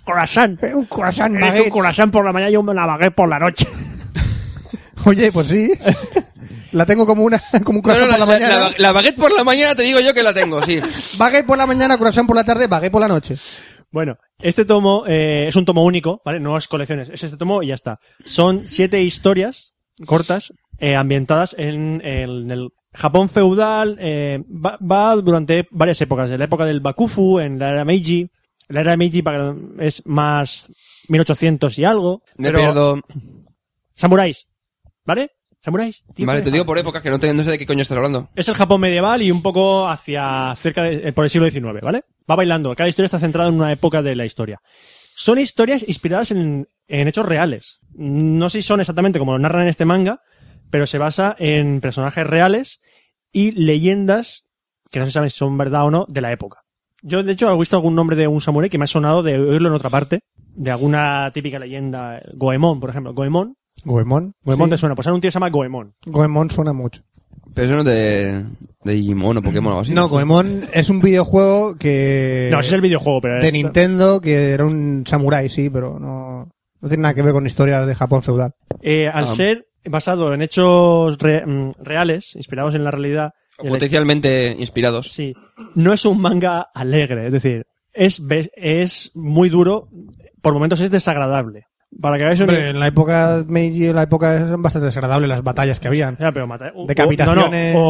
[SPEAKER 6] Corazán.
[SPEAKER 8] Era un croissant
[SPEAKER 2] ¿eh?
[SPEAKER 6] Eres un
[SPEAKER 8] baguette.
[SPEAKER 6] corazón por la mañana y un lavagué por la noche.
[SPEAKER 2] Oye, pues sí. la tengo como una como un croissant
[SPEAKER 1] No, no,
[SPEAKER 2] por la, mañana.
[SPEAKER 1] la- la baguette por la mañana te digo yo que la tengo, sí.
[SPEAKER 2] Baguette por la mañana, croissant por la tarde, baguette por la noche.
[SPEAKER 6] Bueno, este tomo eh, es un tomo único, ¿vale? No es colecciones, es este tomo y ya está. Son siete historias cortas eh, ambientadas en, el- en el Japón feudal. eh, va, va durante varias épocas. En la época del Bakufu, en la era Meiji. La era Meiji para- es más 1800 y algo.
[SPEAKER 1] Me
[SPEAKER 6] pero-
[SPEAKER 1] pierdo.
[SPEAKER 6] Samuráis, ¿vale? Samuráis. tío,
[SPEAKER 1] Vale, te
[SPEAKER 6] deja.
[SPEAKER 1] digo por épocas que no, te, no sé de qué coño estás hablando.
[SPEAKER 6] Es el Japón medieval y un poco hacia cerca de- eh, por el siglo XIX, ¿vale? Va bailando. Cada historia está centrada en una época de la historia. Son historias inspiradas en, en hechos reales. No sé si son exactamente como lo narran en este manga, pero se basa en personajes reales y leyendas que no se sabe si son verdad o no de la época. Yo, de hecho, he visto algún nombre de un samurái que me ha sonado de oírlo en otra parte, de alguna típica leyenda. Goemon, por ejemplo. Goemon.
[SPEAKER 2] Goemon.
[SPEAKER 6] Goemon te suena. Pues era un tío que se llama Goemon.
[SPEAKER 2] Goemon suena mucho.
[SPEAKER 1] Pero eso no es de, de Digimon o Pokémon o algo así.
[SPEAKER 2] No, Goemon es un videojuego que...
[SPEAKER 6] No, ese es el este. videojuego, pero...
[SPEAKER 2] Eh, De
[SPEAKER 6] es-
[SPEAKER 2] Nintendo, que era un samurái, sí, pero no, no tiene nada que ver con historias de Japón feudal.
[SPEAKER 6] Eh, al
[SPEAKER 1] Ah.
[SPEAKER 6] ser basado en hechos re- mm, reales, inspirados en la realidad,
[SPEAKER 1] O
[SPEAKER 6] el est-
[SPEAKER 1] Potencialmente inspirados.
[SPEAKER 6] sí, no es un manga alegre, es decir, es, ve- es muy duro, por momentos es desagradable. Para que hagáis un...
[SPEAKER 2] Hombre, en la época Meiji, en la época es bastante desagradable las batallas que habían.
[SPEAKER 6] Ya, pero mata- o-
[SPEAKER 2] Decapitaciones.
[SPEAKER 6] o- no, no,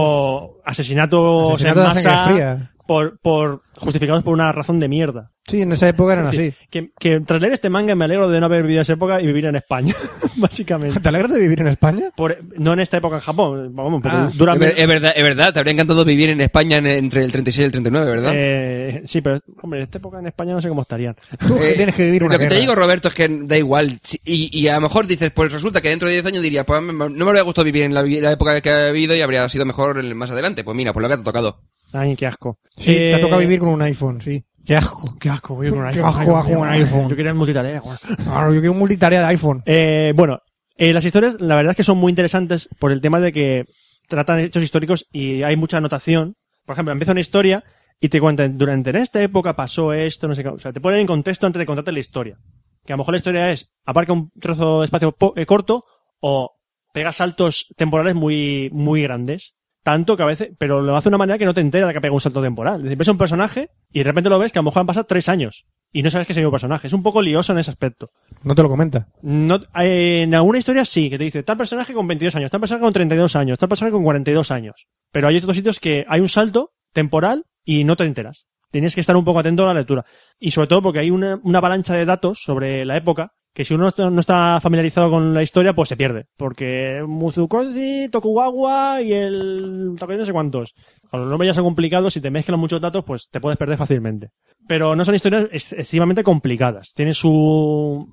[SPEAKER 6] o asesinatos
[SPEAKER 2] Asesinatos
[SPEAKER 6] en
[SPEAKER 2] a sangre
[SPEAKER 6] masa
[SPEAKER 2] fría.
[SPEAKER 6] Por, por justificados por una razón de mierda.
[SPEAKER 2] Sí, en esa época eran
[SPEAKER 6] Es
[SPEAKER 2] así.
[SPEAKER 6] decir, que, que tras leer este manga me alegro de no haber vivido esa época y vivir en España, básicamente.
[SPEAKER 2] ¿Te alegras de vivir en España?
[SPEAKER 6] Por- no en esta época en Japón, vamos, porque
[SPEAKER 2] Ah.
[SPEAKER 6] dura
[SPEAKER 1] Es, ver- es verdad, es verdad, te habría encantado vivir en España en- entre el 36 y el 39, ¿verdad?
[SPEAKER 6] Eh, sí, pero hombre, en esta época en España no sé cómo estarían.
[SPEAKER 2] Tú que
[SPEAKER 1] Eh,
[SPEAKER 2] tienes que vivir una
[SPEAKER 1] Lo que te
[SPEAKER 2] guerra.
[SPEAKER 1] digo, Roberto, es que da igual. Si- Y, y a lo mejor dices, pues resulta que dentro de 10 años diría, pues me- no me habría gustado vivir en la, vi- la época que ha habido y habría sido mejor el- más adelante. Pues mira, pues lo que te ha tocado.
[SPEAKER 6] Ay, qué asco.
[SPEAKER 2] Sí, te ha
[SPEAKER 6] Eh,
[SPEAKER 2] tocado vivir con un iPhone, sí. Qué asco.
[SPEAKER 6] Qué asco, voy con un
[SPEAKER 2] Qué
[SPEAKER 6] iPhone.
[SPEAKER 2] asco,
[SPEAKER 6] Ay, Dios
[SPEAKER 2] asco,
[SPEAKER 6] mío.
[SPEAKER 2] un iPhone.
[SPEAKER 6] Yo quería el multitarea. bueno.
[SPEAKER 2] Claro, yo quiero un multitarea de iPhone.
[SPEAKER 6] Eh, bueno, eh, las historias, la verdad es que son muy interesantes por el tema de que tratan hechos históricos y hay mucha anotación. Por ejemplo, empieza una historia y te cuentan, durante en esta época pasó esto, no sé qué. O sea, te ponen en contexto antes de contarte la historia. Que a lo mejor la historia es, aparca un trozo de espacio po- eh, corto o pega saltos temporales muy, muy grandes. Tanto que a veces, pero lo hace de una manera que no te entera de que pega un salto temporal. Es decir, ves a un personaje y de repente lo ves que a lo mejor han pasado tres años y no sabes que es el mismo personaje. Es un poco lioso en ese aspecto.
[SPEAKER 2] No te lo comenta.
[SPEAKER 6] No, eh, en alguna historia sí, que te dice tal personaje con 22 años, tal personaje con 32 años, tal personaje con 42 años. Pero hay otros sitios que hay un salto temporal y no te enteras. Tienes que estar un poco atento a la lectura. Y sobre todo porque hay una, una avalancha de datos sobre la época que si uno no está- no está familiarizado con la historia, pues se pierde. Porque Muzukoshi, Tokugawa y el... Takeshi no sé cuántos. Con los nombres ya son complicados, si te mezclan muchos datos, pues te puedes perder fácilmente. Pero no son historias ex- excesivamente complicadas. Tiene su,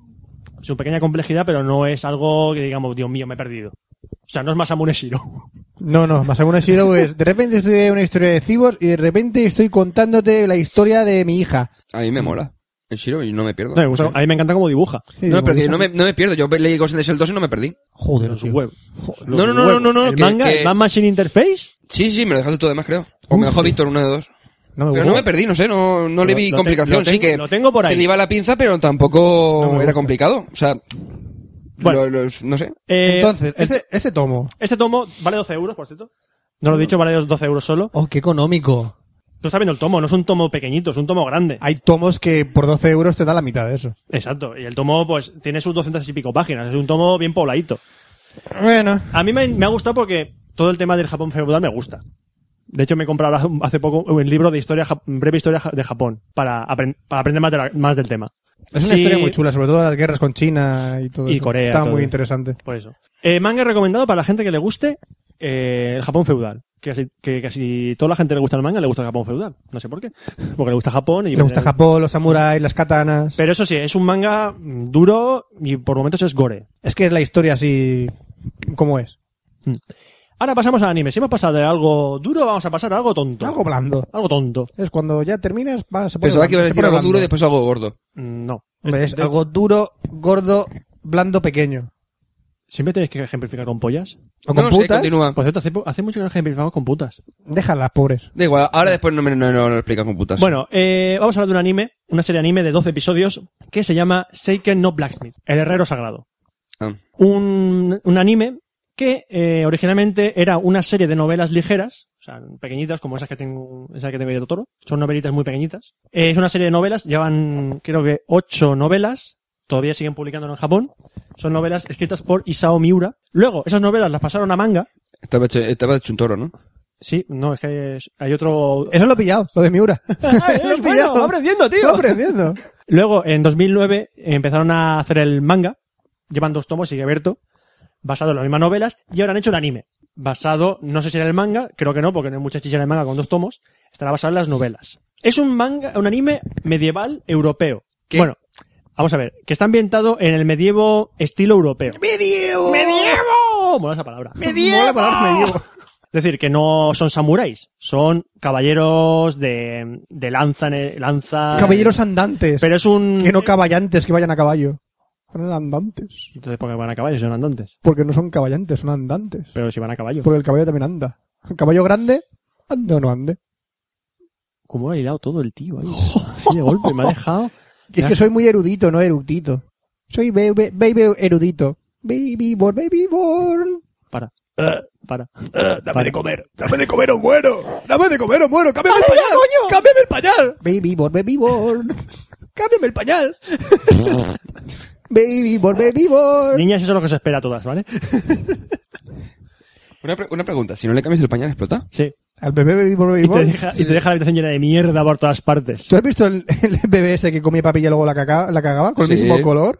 [SPEAKER 6] su pequeña complejidad, pero no es algo que digamos, Dios mío, me he perdido. O sea, no es Masamune Shiro.
[SPEAKER 2] No, no, más aún ha sido pues, de repente estoy en una historia de cibos y de repente estoy contándote la historia de mi hija.
[SPEAKER 1] A mí me mola. El Shiro y no me pierdo.
[SPEAKER 6] No, me gusta-
[SPEAKER 1] Sí.
[SPEAKER 6] a mí me encanta cómo dibuja.
[SPEAKER 1] No,
[SPEAKER 2] Sí, digo,
[SPEAKER 1] pero que
[SPEAKER 2] hija,
[SPEAKER 1] no me, no me pierdo. Yo leí Ghost in the Shell 2 y no me perdí.
[SPEAKER 2] Joder,
[SPEAKER 6] Los
[SPEAKER 2] tío.
[SPEAKER 6] huevos.
[SPEAKER 1] No, no, no, no, no, no,
[SPEAKER 6] El
[SPEAKER 1] que-
[SPEAKER 6] manga,
[SPEAKER 1] que-
[SPEAKER 6] el Man Machine Interface.
[SPEAKER 1] Sí, sí, me lo dejaste tú además, creo. O me
[SPEAKER 2] Uf.
[SPEAKER 1] dejó Víctor, una de dos.
[SPEAKER 2] No me
[SPEAKER 1] Pero
[SPEAKER 2] gusta.
[SPEAKER 1] no me perdí, no sé, no, no le
[SPEAKER 6] Lo-
[SPEAKER 1] vi
[SPEAKER 6] lo te-
[SPEAKER 1] complicación.
[SPEAKER 6] lo ten-
[SPEAKER 1] sí que
[SPEAKER 6] lo tengo por
[SPEAKER 1] se
[SPEAKER 6] ahí.
[SPEAKER 1] le iba la pinza, pero tampoco
[SPEAKER 2] No me gusta.
[SPEAKER 1] era complicado. O sea,
[SPEAKER 6] Bueno.
[SPEAKER 1] lo- los- no sé.
[SPEAKER 6] Eh,
[SPEAKER 2] Entonces, este, este tomo.
[SPEAKER 6] este tomo vale 12 euros, por cierto. No lo he dicho, vale 12 euros solo.
[SPEAKER 2] Oh, qué económico.
[SPEAKER 6] Tú estás viendo el tomo, no es un tomo pequeñito, es un tomo grande.
[SPEAKER 2] Hay tomos que por 12 euros te da la mitad de eso.
[SPEAKER 6] Exacto. Y el tomo, pues, tiene sus 200 y pico páginas. Es un tomo bien pobladito.
[SPEAKER 2] Bueno,
[SPEAKER 6] A mí me, me ha gustado porque todo el tema del Japón feudal me gusta. De hecho, me he comprado ahora un- hace poco un libro de historia, ja- breve historia ja- de Japón, para, apren- para aprender más, de la- más del tema.
[SPEAKER 2] es una
[SPEAKER 6] Sí,
[SPEAKER 2] historia muy chula, sobre todo las guerras con China y todo
[SPEAKER 6] Y
[SPEAKER 2] eso.
[SPEAKER 6] Corea,
[SPEAKER 2] Está
[SPEAKER 6] todo
[SPEAKER 2] muy
[SPEAKER 6] eso.
[SPEAKER 2] interesante.
[SPEAKER 6] Por eso. Eh, manga recomendado para la gente que le guste eh, el Japón feudal. Que casi, que casi toda la gente le gusta el manga, le gusta el Japón feudal. No sé por qué. Porque le gusta Japón y
[SPEAKER 2] Le gusta Japón, los samuráis, las katanas.
[SPEAKER 6] Pero eso sí, es un manga mm, duro y por momentos es gore.
[SPEAKER 2] Es que es la historia así como es.
[SPEAKER 6] Ahora pasamos al anime. Si hemos pasado de algo duro, vamos a pasar a algo tonto.
[SPEAKER 2] Algo blando.
[SPEAKER 6] Algo tonto.
[SPEAKER 2] Es cuando ya terminas, va, se pone
[SPEAKER 1] Pensaba que
[SPEAKER 2] blando,
[SPEAKER 1] iba a
[SPEAKER 2] se
[SPEAKER 1] decir
[SPEAKER 2] pone
[SPEAKER 1] algo
[SPEAKER 2] blando.
[SPEAKER 1] duro y después algo gordo.
[SPEAKER 6] Mm, No.
[SPEAKER 2] Hombre, es
[SPEAKER 6] De-
[SPEAKER 2] algo duro, gordo, blando, pequeño.
[SPEAKER 6] ¿Siempre tenéis que ejemplificar con pollas?
[SPEAKER 2] O
[SPEAKER 1] no
[SPEAKER 2] con
[SPEAKER 1] lo sé,
[SPEAKER 2] putas.
[SPEAKER 1] continúa.
[SPEAKER 6] Por cierto, hace, po- hace mucho que no ejemplificamos con putas.
[SPEAKER 2] Déjalas, pobres.
[SPEAKER 1] Da igual, ahora después no me no, no lo explicas con putas.
[SPEAKER 6] Bueno, eh, vamos a hablar de un anime, una serie anime de 12 episodios que se llama Seiken no Blacksmith, El Herrero Sagrado.
[SPEAKER 1] Ah.
[SPEAKER 6] Un, un anime que eh, originalmente era una serie de novelas ligeras, o sea, pequeñitas como esas que tengo, esas que tengo yo de Totoro. Son novelitas muy pequeñitas. Eh, es una serie de novelas, llevan creo que 8 novelas, todavía siguen publicándolo en Japón. Son novelas escritas por Isao Miura. Luego, esas novelas las pasaron a manga.
[SPEAKER 1] Estaba hecho, estaba hecho un toro, ¿no?
[SPEAKER 6] Sí, no, es que es- hay otro...
[SPEAKER 2] Eso lo he pillado, lo de Miura.
[SPEAKER 6] Ah,
[SPEAKER 2] Lo he
[SPEAKER 6] es bueno,
[SPEAKER 2] pillado.
[SPEAKER 6] va aprendiendo, tío.
[SPEAKER 2] Va aprendiendo.
[SPEAKER 6] Luego, en 2009, empezaron a hacer el manga. Llevan dos tomos, sigue abierto, basado en las mismas novelas. Y ahora han hecho el anime. Basado, no sé si en el manga, creo que no, porque no hay mucha chicha en el manga con dos tomos. Estará basado en las novelas. Es un manga, un anime medieval europeo.
[SPEAKER 1] ¿Qué?
[SPEAKER 6] Bueno, vamos a ver, que está ambientado en el medievo estilo europeo.
[SPEAKER 2] ¡Medievo!
[SPEAKER 6] ¡Medievo! Mola esa palabra.
[SPEAKER 2] Mola palabra medievo.
[SPEAKER 6] De Es decir, que no son samuráis, son caballeros de, de lanza, ne- lanza...
[SPEAKER 2] Caballeros andantes.
[SPEAKER 6] Pero es un...
[SPEAKER 2] Que no caballantes, que vayan a caballo. Son andantes.
[SPEAKER 6] Entonces, ¿por qué van a caballo? Son andantes.
[SPEAKER 2] Porque no son caballantes, son andantes.
[SPEAKER 6] Pero si van a caballo.
[SPEAKER 2] Porque el caballo también anda. El caballo grande, ande o no ande.
[SPEAKER 6] ¿Cómo ha hilado todo el tío ahí? Así de golpe, me ha dejado...
[SPEAKER 2] Y es
[SPEAKER 6] me ha-
[SPEAKER 2] que soy muy erudito, no erudito. Soy baby, baby erudito. Baby born, baby born.
[SPEAKER 6] Para, para.
[SPEAKER 2] Ah, dame
[SPEAKER 6] para.
[SPEAKER 2] de comer, dame de comer o muero. Dame de comer o muero, cámbiame el
[SPEAKER 10] ¡Vale,
[SPEAKER 2] pañal. Cámbiame el pañal. Baby born, baby born. cámbiame el pañal. baby born, baby born.
[SPEAKER 6] Niñas, eso es lo que se espera a todas, ¿vale?
[SPEAKER 1] Una, pre- una pregunta, si no le cambias el pañal, ¿explota?
[SPEAKER 6] Sí.
[SPEAKER 2] Al bebé baby born, baby
[SPEAKER 6] Y te
[SPEAKER 2] born.
[SPEAKER 6] deja, y te deja la habitación llena de mierda por todas partes.
[SPEAKER 2] ¿Tú has visto el, el bebé ese que comía papilla y luego la, caca- la cagaba con el
[SPEAKER 1] Sí.
[SPEAKER 2] mismo color?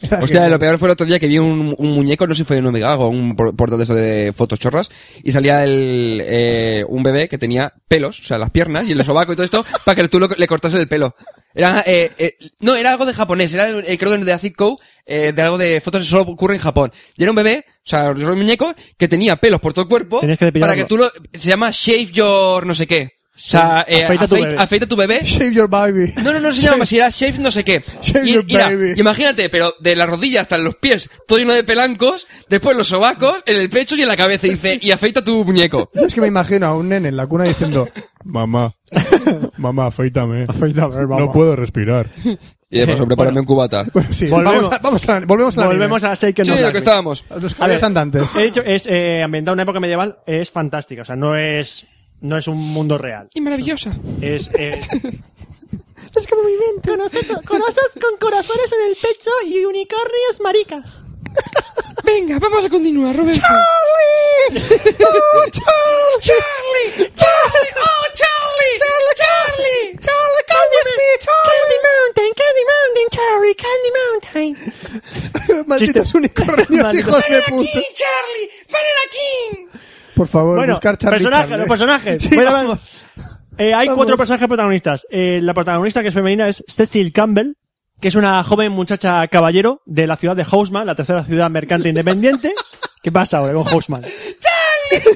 [SPEAKER 1] Hostia, lo peor fue el otro día que vi un, un muñeco, no sé si fue en Omega o un por- portal de eso de fotochorras, y salía el, eh, un bebé que tenía pelos, o sea, las piernas y el sobaco y todo esto, para que tú lo- le cortases el pelo. Era, eh, eh, no, era algo de japonés, era, eh, creo que de Acid Co, eh, de algo de fotos que solo ocurre en Japón. Y era un bebé, o sea, era un muñeco que tenía pelos por todo el cuerpo,
[SPEAKER 6] Tenías que
[SPEAKER 1] para que tú lo,
[SPEAKER 6] depilarlo.
[SPEAKER 1] se llama shave your no sé qué. O sea, eh,
[SPEAKER 6] Afeita tu
[SPEAKER 1] afeit-
[SPEAKER 6] bebé.
[SPEAKER 1] afeita tu bebé
[SPEAKER 2] Shave your baby.
[SPEAKER 1] no, no, no se llama si era shave no sé qué.
[SPEAKER 2] Shave
[SPEAKER 1] Y-
[SPEAKER 2] your
[SPEAKER 1] y era-
[SPEAKER 2] baby.
[SPEAKER 1] imagínate, pero de la rodilla hasta los pies, todo lleno de pelancos, después los sobacos, en el pecho y en la cabeza, y dice, y afeita tu muñeco.
[SPEAKER 2] Yo es que me imagino a un nene en la cuna diciendo, mamá, mamá, afeítame.
[SPEAKER 6] Afeítame, mamá".
[SPEAKER 2] No puedo respirar.
[SPEAKER 1] Y de paso, prepárame un cubata.
[SPEAKER 2] Bueno, sí,
[SPEAKER 6] Volvemos-
[SPEAKER 2] vamos, a, vamos a, volvemos a la
[SPEAKER 6] Volvemos a Seiken
[SPEAKER 1] Sí,
[SPEAKER 6] no
[SPEAKER 1] lo
[SPEAKER 6] Darling.
[SPEAKER 1] que estábamos.
[SPEAKER 2] Los caballos
[SPEAKER 6] A ver.
[SPEAKER 2] andantes.
[SPEAKER 6] He dicho, es eh, ambientado en una época medieval, es fantástica, o sea, no es no es un mundo real.
[SPEAKER 1] Y maravillosa.
[SPEAKER 6] Es eh,
[SPEAKER 11] Es como mi mente. Con osas, con osas con corazones en el pecho y unicornios maricas.
[SPEAKER 1] Venga, vamos a continuar, Roberto.
[SPEAKER 8] Oh,
[SPEAKER 12] ¡Charlie! ¡Charlie! ¡Oh, Charlie! ¡Charlie! ¡Charlie!
[SPEAKER 11] Candy Mountain, Candy Mountain, Charlie, Candy Mountain.
[SPEAKER 2] Malditos
[SPEAKER 6] Chiste.
[SPEAKER 2] unicornios,
[SPEAKER 6] Maldito-
[SPEAKER 2] hijos de
[SPEAKER 12] ¡Charlie!
[SPEAKER 2] puta.
[SPEAKER 12] ¡Aquí, Charlie! ¡Valen aquí!
[SPEAKER 2] Por favor,
[SPEAKER 6] bueno,
[SPEAKER 2] buscar Charlie
[SPEAKER 6] personajes,
[SPEAKER 2] Charlie.
[SPEAKER 6] los personajes.
[SPEAKER 2] Sí,
[SPEAKER 6] Bueno,
[SPEAKER 2] vamos.
[SPEAKER 6] eh, hay
[SPEAKER 2] Vamos.
[SPEAKER 6] cuatro personajes protagonistas. Eh, la protagonista que es femenina es Cecil Campbell, que es una joven muchacha caballero de la ciudad de Houseman, la tercera ciudad mercante independiente. ¿Qué pasa ahora con Houseman?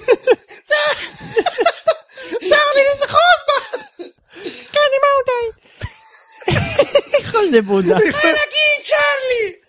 [SPEAKER 12] ¡Charlie es the husband!
[SPEAKER 11] Candy Mountain.
[SPEAKER 6] Hijos de puta.
[SPEAKER 12] ¡Valen aquí, Charlie!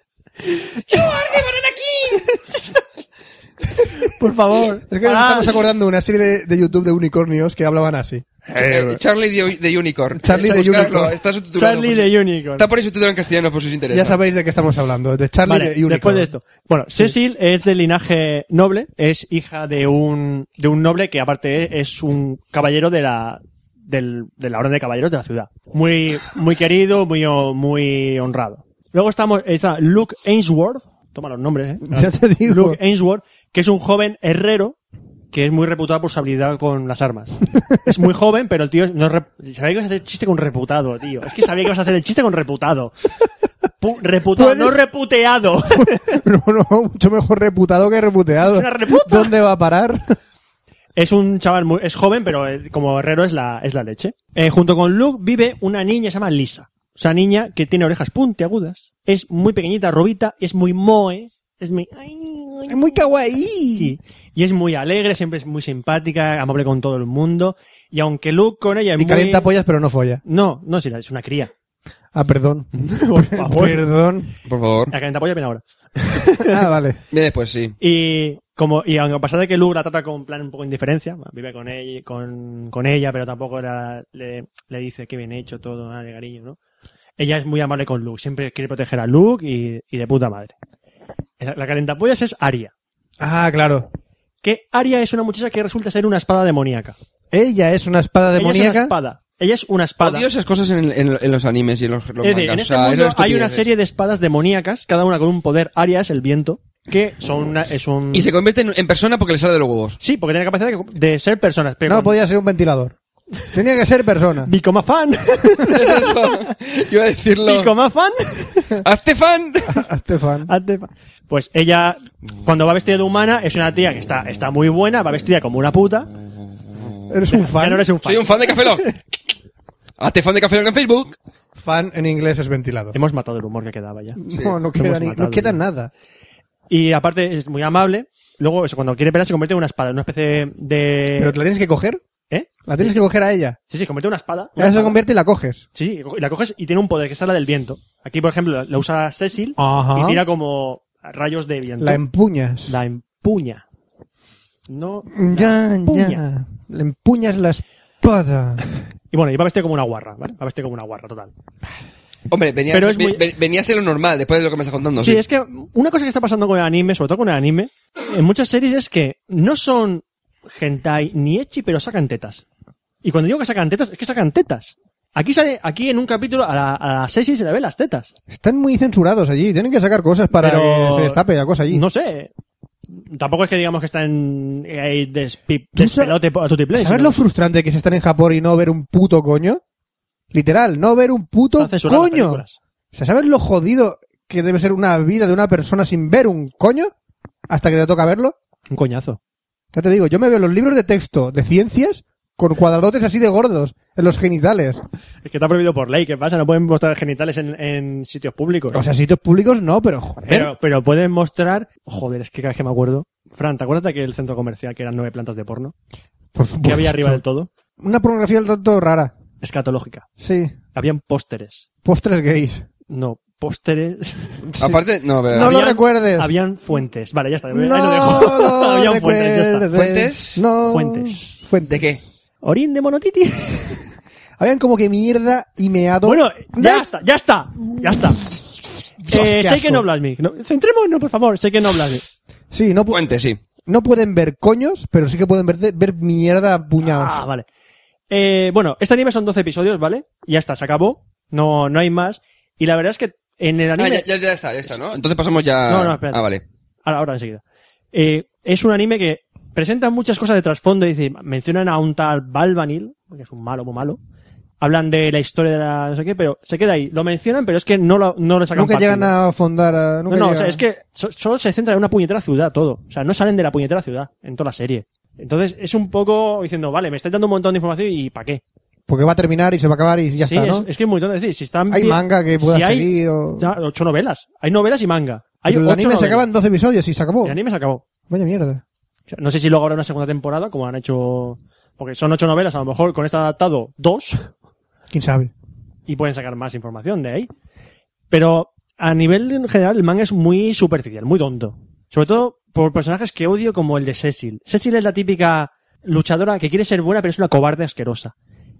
[SPEAKER 6] Eh,
[SPEAKER 12] ¡You are the banana king!
[SPEAKER 6] Por favor.
[SPEAKER 2] Es que nos
[SPEAKER 6] Ah,
[SPEAKER 2] estamos acordando de una serie de, de YouTube de unicornios que hablaban así.
[SPEAKER 1] Eh, Charlie de, de Unicorn.
[SPEAKER 2] Charlie
[SPEAKER 1] Eh,
[SPEAKER 2] de
[SPEAKER 1] buscarlo,
[SPEAKER 2] Unicorn.
[SPEAKER 1] Está subtitulado.
[SPEAKER 6] Charlie
[SPEAKER 1] por si-
[SPEAKER 6] de Unicorn.
[SPEAKER 1] Está por ahí subtitulado en castellano por si os interesa.
[SPEAKER 2] Ya sabéis de qué estamos hablando, de Charlie
[SPEAKER 6] Vale,
[SPEAKER 2] y unicornio.
[SPEAKER 6] después de esto. Bueno, Cecil es de linaje noble, es hija de un, de un noble que aparte es un caballero de la, del, de la orden de caballeros de la ciudad. Muy, muy querido, muy, ho- muy honrado. Luego estamos, está Luke Ainsworth, toma los nombres, eh.
[SPEAKER 2] Ya te digo.
[SPEAKER 6] Luke Ainsworth, que es un joven herrero que es muy reputado por su habilidad con las armas. Es muy joven, pero el tío no es rep- sabía que ibas a hacer el chiste con reputado, tío. Es que sabía que ibas a hacer el chiste con reputado. Pu- reputado,
[SPEAKER 2] Puedes-
[SPEAKER 6] no reputeado.
[SPEAKER 2] No, no, mucho mejor reputado que reputeado.
[SPEAKER 6] Es una reputa.
[SPEAKER 2] ¿Dónde va a parar?
[SPEAKER 6] Es un chaval muy, es joven, pero eh, como herrero es la, es la leche. Eh, junto con Luke vive una niña que se llama Lisa. O sea, niña que tiene orejas puntiagudas, es muy pequeñita, robita, es muy moe, es muy... ay,
[SPEAKER 2] Es muy kawaii.
[SPEAKER 6] Sí. Y es muy alegre, siempre es muy simpática, amable con todo el mundo. Y aunque Luke con ella es
[SPEAKER 2] Y
[SPEAKER 6] muy...
[SPEAKER 2] calienta pollas pero no folla.
[SPEAKER 6] No, no, si la- es una cría.
[SPEAKER 2] Ah, perdón.
[SPEAKER 6] Por favor.
[SPEAKER 2] Perdón.
[SPEAKER 1] Por favor.
[SPEAKER 6] La calientapolla viene ahora.
[SPEAKER 2] Ah, vale.
[SPEAKER 1] Bien después, sí.
[SPEAKER 6] Y como, y aunque a pesar de que Luke la trata con plan un poco de indiferencia, vive con ella, con, con ella, pero tampoco era- le, le dice que bien hecho todo, nada de cariño, ¿no? Ella es muy amable con Luke, siempre quiere proteger a Luke y, y de puta madre. La la calentapollas es Aria.
[SPEAKER 2] Ah, claro.
[SPEAKER 6] Que Aria es una muchacha que resulta ser una espada demoníaca.
[SPEAKER 2] Ella es una espada
[SPEAKER 6] Ella es
[SPEAKER 2] demoníaca.
[SPEAKER 6] una espada. Ella es una espada.
[SPEAKER 1] Odio esas cosas en, en- en los animes y en los, los
[SPEAKER 6] Es decir,
[SPEAKER 1] mangas.
[SPEAKER 6] en
[SPEAKER 1] O
[SPEAKER 6] este
[SPEAKER 1] sea,
[SPEAKER 6] mundo
[SPEAKER 1] esas
[SPEAKER 6] hay una
[SPEAKER 1] estupideces.
[SPEAKER 6] serie de espadas demoníacas, cada una con un poder. Aria es el viento, que son una- es un...
[SPEAKER 1] Y se convierte en, en persona porque le sale de los huevos.
[SPEAKER 6] Sí, porque tiene capacidad de, de ser personas. Pero
[SPEAKER 2] No
[SPEAKER 6] con-
[SPEAKER 2] podía ser un ventilador. Tenía que ser persona.
[SPEAKER 6] Become a fan.
[SPEAKER 1] Es eso. Yo iba a decirlo.
[SPEAKER 6] Become a fan.
[SPEAKER 1] ¡Hazte fan!
[SPEAKER 2] Ah, Estefan.
[SPEAKER 6] Hazte fan. Pues ella, cuando va vestida de humana, es una tía que está, está muy buena, va vestida como una puta.
[SPEAKER 2] Eres un
[SPEAKER 6] Ya
[SPEAKER 2] fan.
[SPEAKER 6] no eres un fan.
[SPEAKER 1] Soy un fan de Café Lock. Hazte fan de Café Lock en Facebook.
[SPEAKER 2] Fan en inglés es ventilador.
[SPEAKER 6] Hemos matado el humor que quedaba ya.
[SPEAKER 2] No, no
[SPEAKER 6] Hemos
[SPEAKER 2] queda, ni- no
[SPEAKER 6] matado.
[SPEAKER 2] queda nada.
[SPEAKER 6] Y aparte es muy amable. luego eso, cuando quiere pelear se convierte en una espada, en una especie de...
[SPEAKER 2] ¿Pero te la tienes que coger?
[SPEAKER 6] ¿Eh?
[SPEAKER 2] La tienes que coger a ella.
[SPEAKER 6] Sí, sí, convierte en una espada. una
[SPEAKER 2] Ella se
[SPEAKER 6] espada.
[SPEAKER 2] convierte y la coges.
[SPEAKER 6] Sí, sí, y la coges y tiene un poder, que es la del viento. Aquí, por ejemplo, la- la usa Cecil
[SPEAKER 2] Ajá.
[SPEAKER 6] y tira como rayos de viento.
[SPEAKER 2] La em- empuñas.
[SPEAKER 6] La empuña. No.
[SPEAKER 2] Ya,
[SPEAKER 6] empuña.
[SPEAKER 2] ya. Le empuñas la espada.
[SPEAKER 6] Y bueno, y va a vestir como una guarra, ¿vale? Va a vestir como una guarra, total.
[SPEAKER 1] Hombre, venía,
[SPEAKER 6] Pero es
[SPEAKER 1] ve-
[SPEAKER 6] muy-
[SPEAKER 1] ve- venía a ser lo normal después de lo que me estás contando.
[SPEAKER 6] sí, es que una cosa que está pasando con el anime, sobre todo con el anime, en muchas series es que no son hentai ni echi, pero sacan tetas. Y cuando digo que sacan tetas, es que sacan tetas. Aquí sale, aquí en un capítulo, a la, a la Ceci se le ven las tetas.
[SPEAKER 2] Están muy censurados allí. Tienen que sacar cosas para
[SPEAKER 6] Pero-
[SPEAKER 2] que se destape la cosa allí.
[SPEAKER 6] No sé. Tampoco es que digamos que están eh, ahí despi- despelote a tu tiplay.
[SPEAKER 2] ¿Sabes lo frustrante que es estar en Japón y no ver un puto coño? Literal, no ver un puto coño. O sea, ¿sabes lo jodido que debe ser una vida de una persona sin ver un coño? Hasta que te toca verlo.
[SPEAKER 6] Un coñazo.
[SPEAKER 2] Ya te digo, yo me veo los libros de texto de ciencias con cuadradotes así de gordos en los genitales.
[SPEAKER 6] Es que está prohibido por ley. ¿Qué pasa? No pueden mostrar genitales en, en sitios públicos.
[SPEAKER 2] O sea, sitios públicos no, pero joder.
[SPEAKER 6] Pero, pero pueden mostrar. Joder, es que cada vez que me acuerdo. Fran, ¿te acuerdas de aquel centro comercial que eran nueve plantas de porno?
[SPEAKER 2] Por
[SPEAKER 6] ¿Qué
[SPEAKER 2] supuesto.
[SPEAKER 6] había arriba del todo?
[SPEAKER 2] Una pornografía del tanto rara.
[SPEAKER 6] Escatológica.
[SPEAKER 2] Sí.
[SPEAKER 6] Habían pósteres.
[SPEAKER 2] Postres gays.
[SPEAKER 6] No, pósteres.
[SPEAKER 1] Aparte, no, pero...
[SPEAKER 2] No lo
[SPEAKER 6] Habían-
[SPEAKER 2] recuerdes.
[SPEAKER 6] Habían fuentes. Vale, ya está. ahí
[SPEAKER 2] No
[SPEAKER 6] lo dejo.
[SPEAKER 2] lo
[SPEAKER 6] habían fuentes, ya está.
[SPEAKER 2] recuerdes.
[SPEAKER 1] ¿Fuentes?
[SPEAKER 2] No.
[SPEAKER 6] Fuentes.
[SPEAKER 2] Fuentes.
[SPEAKER 1] ¿De qué?
[SPEAKER 6] Orín de monotiti.
[SPEAKER 2] Habían como que mierda y meado.
[SPEAKER 6] Bueno, ya
[SPEAKER 2] ¿De?
[SPEAKER 6] está, ya está, ya está. Eh,
[SPEAKER 2] qué
[SPEAKER 6] sé que
[SPEAKER 2] asco.
[SPEAKER 6] no blasmic. No, centrémonos, no, por favor, sé que no blasmic.
[SPEAKER 2] Sí, no, pu-
[SPEAKER 1] Puente, sí.
[SPEAKER 2] no pueden ver coños, pero sí que pueden ver, ver mierda a puñados.
[SPEAKER 6] Ah, vale. Eh, bueno, este anime son 12 episodios, ¿vale? Y Ya está, se acabó. No, no hay más. Y la verdad es que en el
[SPEAKER 1] Ah,
[SPEAKER 6] anime...
[SPEAKER 1] ya, ya- ya está, ya está, ¿no? Entonces pasamos ya...
[SPEAKER 6] No, no, espérate.
[SPEAKER 1] Ah, vale.
[SPEAKER 6] Ahora, ahora enseguida. Eh, es un anime que presenta muchas cosas de trasfondo. Es decir, mencionan a un tal Balvanil, que es un malo, muy malo. Hablan de la historia de la no sé qué, pero se queda ahí. Lo mencionan, pero es que no, lo, no le sacan
[SPEAKER 2] Nunca llegan
[SPEAKER 6] partido.
[SPEAKER 2] a fondar a...
[SPEAKER 6] No,
[SPEAKER 2] Nunca
[SPEAKER 6] no, o
[SPEAKER 2] llegan
[SPEAKER 6] sea,
[SPEAKER 2] a-
[SPEAKER 6] es que so- solo se centra en una puñetera ciudad todo. O sea, no salen de la puñetera ciudad en toda la serie. Entonces es un poco diciendo, vale, me estáis dando un montón de información y ¿para qué?
[SPEAKER 2] Porque va a terminar y se va a acabar y ya
[SPEAKER 6] sí,
[SPEAKER 2] está,
[SPEAKER 6] es,
[SPEAKER 2] ¿no?
[SPEAKER 6] es que es muy tonto decir, si están
[SPEAKER 2] Hay
[SPEAKER 6] bien-
[SPEAKER 2] manga que pueda
[SPEAKER 6] si hay-
[SPEAKER 2] seguir o...
[SPEAKER 6] ya, ocho novelas. Hay novelas y manga. Hay
[SPEAKER 2] Pero el
[SPEAKER 6] ocho
[SPEAKER 2] anime se
[SPEAKER 6] novelas.
[SPEAKER 2] acaba en 12 episodios y se acabó.
[SPEAKER 6] El anime se acabó.
[SPEAKER 2] Vaya mierda.
[SPEAKER 6] O sea, no sé si luego habrá una segunda temporada, como han hecho... Porque son ocho novelas, a lo mejor con esta han adaptado dos
[SPEAKER 2] ¿Quién sabe?
[SPEAKER 6] y pueden sacar más información de ahí. Pero a nivel general el manga es muy superficial, muy tonto. Sobre todo por personajes que odio como el de Cecil. Cecil es la típica luchadora que quiere ser buena pero es una cobarde asquerosa.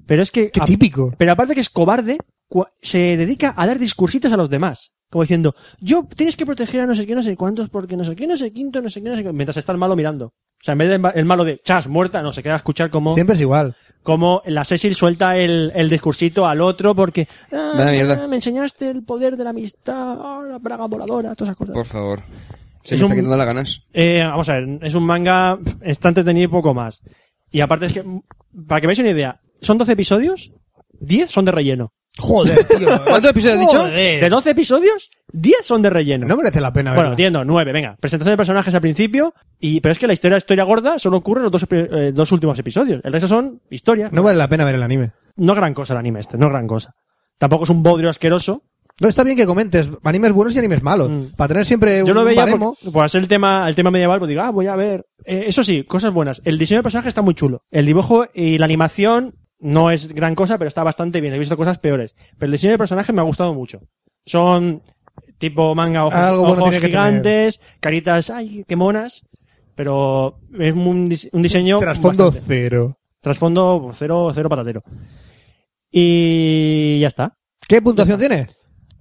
[SPEAKER 6] Pero es que...
[SPEAKER 2] Qué
[SPEAKER 6] a-
[SPEAKER 2] típico.
[SPEAKER 6] pero aparte que es cobarde, cua- se dedica a dar discursitos a los demás. Como diciendo, yo tienes que proteger a no sé qué, no sé cuántos, porque no sé qué, no sé quinto, no sé qué, no sé qué. Mientras está el malo mirando. O sea, en vez del el malo de, chas, muerta, no, se queda a escuchar como,
[SPEAKER 2] Siempre es igual.
[SPEAKER 6] como la Cecil suelta el, el discursito al otro porque, "Ah,
[SPEAKER 1] Vaya mierda.
[SPEAKER 6] me enseñaste el poder de la amistad, ah, la braga voladora, todas esas cosas.
[SPEAKER 1] Por favor. Se
[SPEAKER 6] Es
[SPEAKER 1] me
[SPEAKER 6] un-
[SPEAKER 1] está quitando las ganas.
[SPEAKER 6] Eh, vamos a ver, es un manga, pff, está entretenido y poco más. Y aparte es que, mm, para que veáis una idea, son 12 episodios, 10 son de relleno.
[SPEAKER 2] Joder, tío.
[SPEAKER 1] ¿Cuántos episodios has dicho?
[SPEAKER 2] Eh.
[SPEAKER 6] De 12 episodios, 10 son de relleno.
[SPEAKER 2] No merece la pena
[SPEAKER 6] bueno,
[SPEAKER 2] verlo.
[SPEAKER 6] entiendo, 9, venga. Presentación de personajes al principio, y pero es que la historia, historia gorda solo ocurre en los dos, epi- eh, dos últimos episodios. El resto son historias.
[SPEAKER 2] No vale la pena ver el anime.
[SPEAKER 6] No es gran cosa el anime este, no es gran cosa. Tampoco es un bodrio asqueroso.
[SPEAKER 2] No está bien que comentes animes buenos y animes malos.
[SPEAKER 6] Mm.
[SPEAKER 2] Para tener siempre
[SPEAKER 6] Yo
[SPEAKER 2] un
[SPEAKER 6] lo veía
[SPEAKER 2] baremo.
[SPEAKER 6] por, por hacer el tema, el tema medieval, pues digo, ah, voy a ver. Eh, eso sí, cosas buenas. El diseño de personaje está muy chulo. El dibujo y la animación no es gran cosa, pero está bastante bien. He visto cosas peores. Pero el diseño de personaje me ha gustado mucho. Son tipo manga, ojos,
[SPEAKER 2] Algo bueno
[SPEAKER 6] ojos
[SPEAKER 2] tiene que
[SPEAKER 6] gigantes, caritas, ay, qué monas. Pero es un, dis- un diseño.
[SPEAKER 2] Trasfondo
[SPEAKER 6] bastante-
[SPEAKER 2] cero.
[SPEAKER 6] Trasfondo cero, cero patatero. Y ya está.
[SPEAKER 2] ¿Qué puntuación tiene?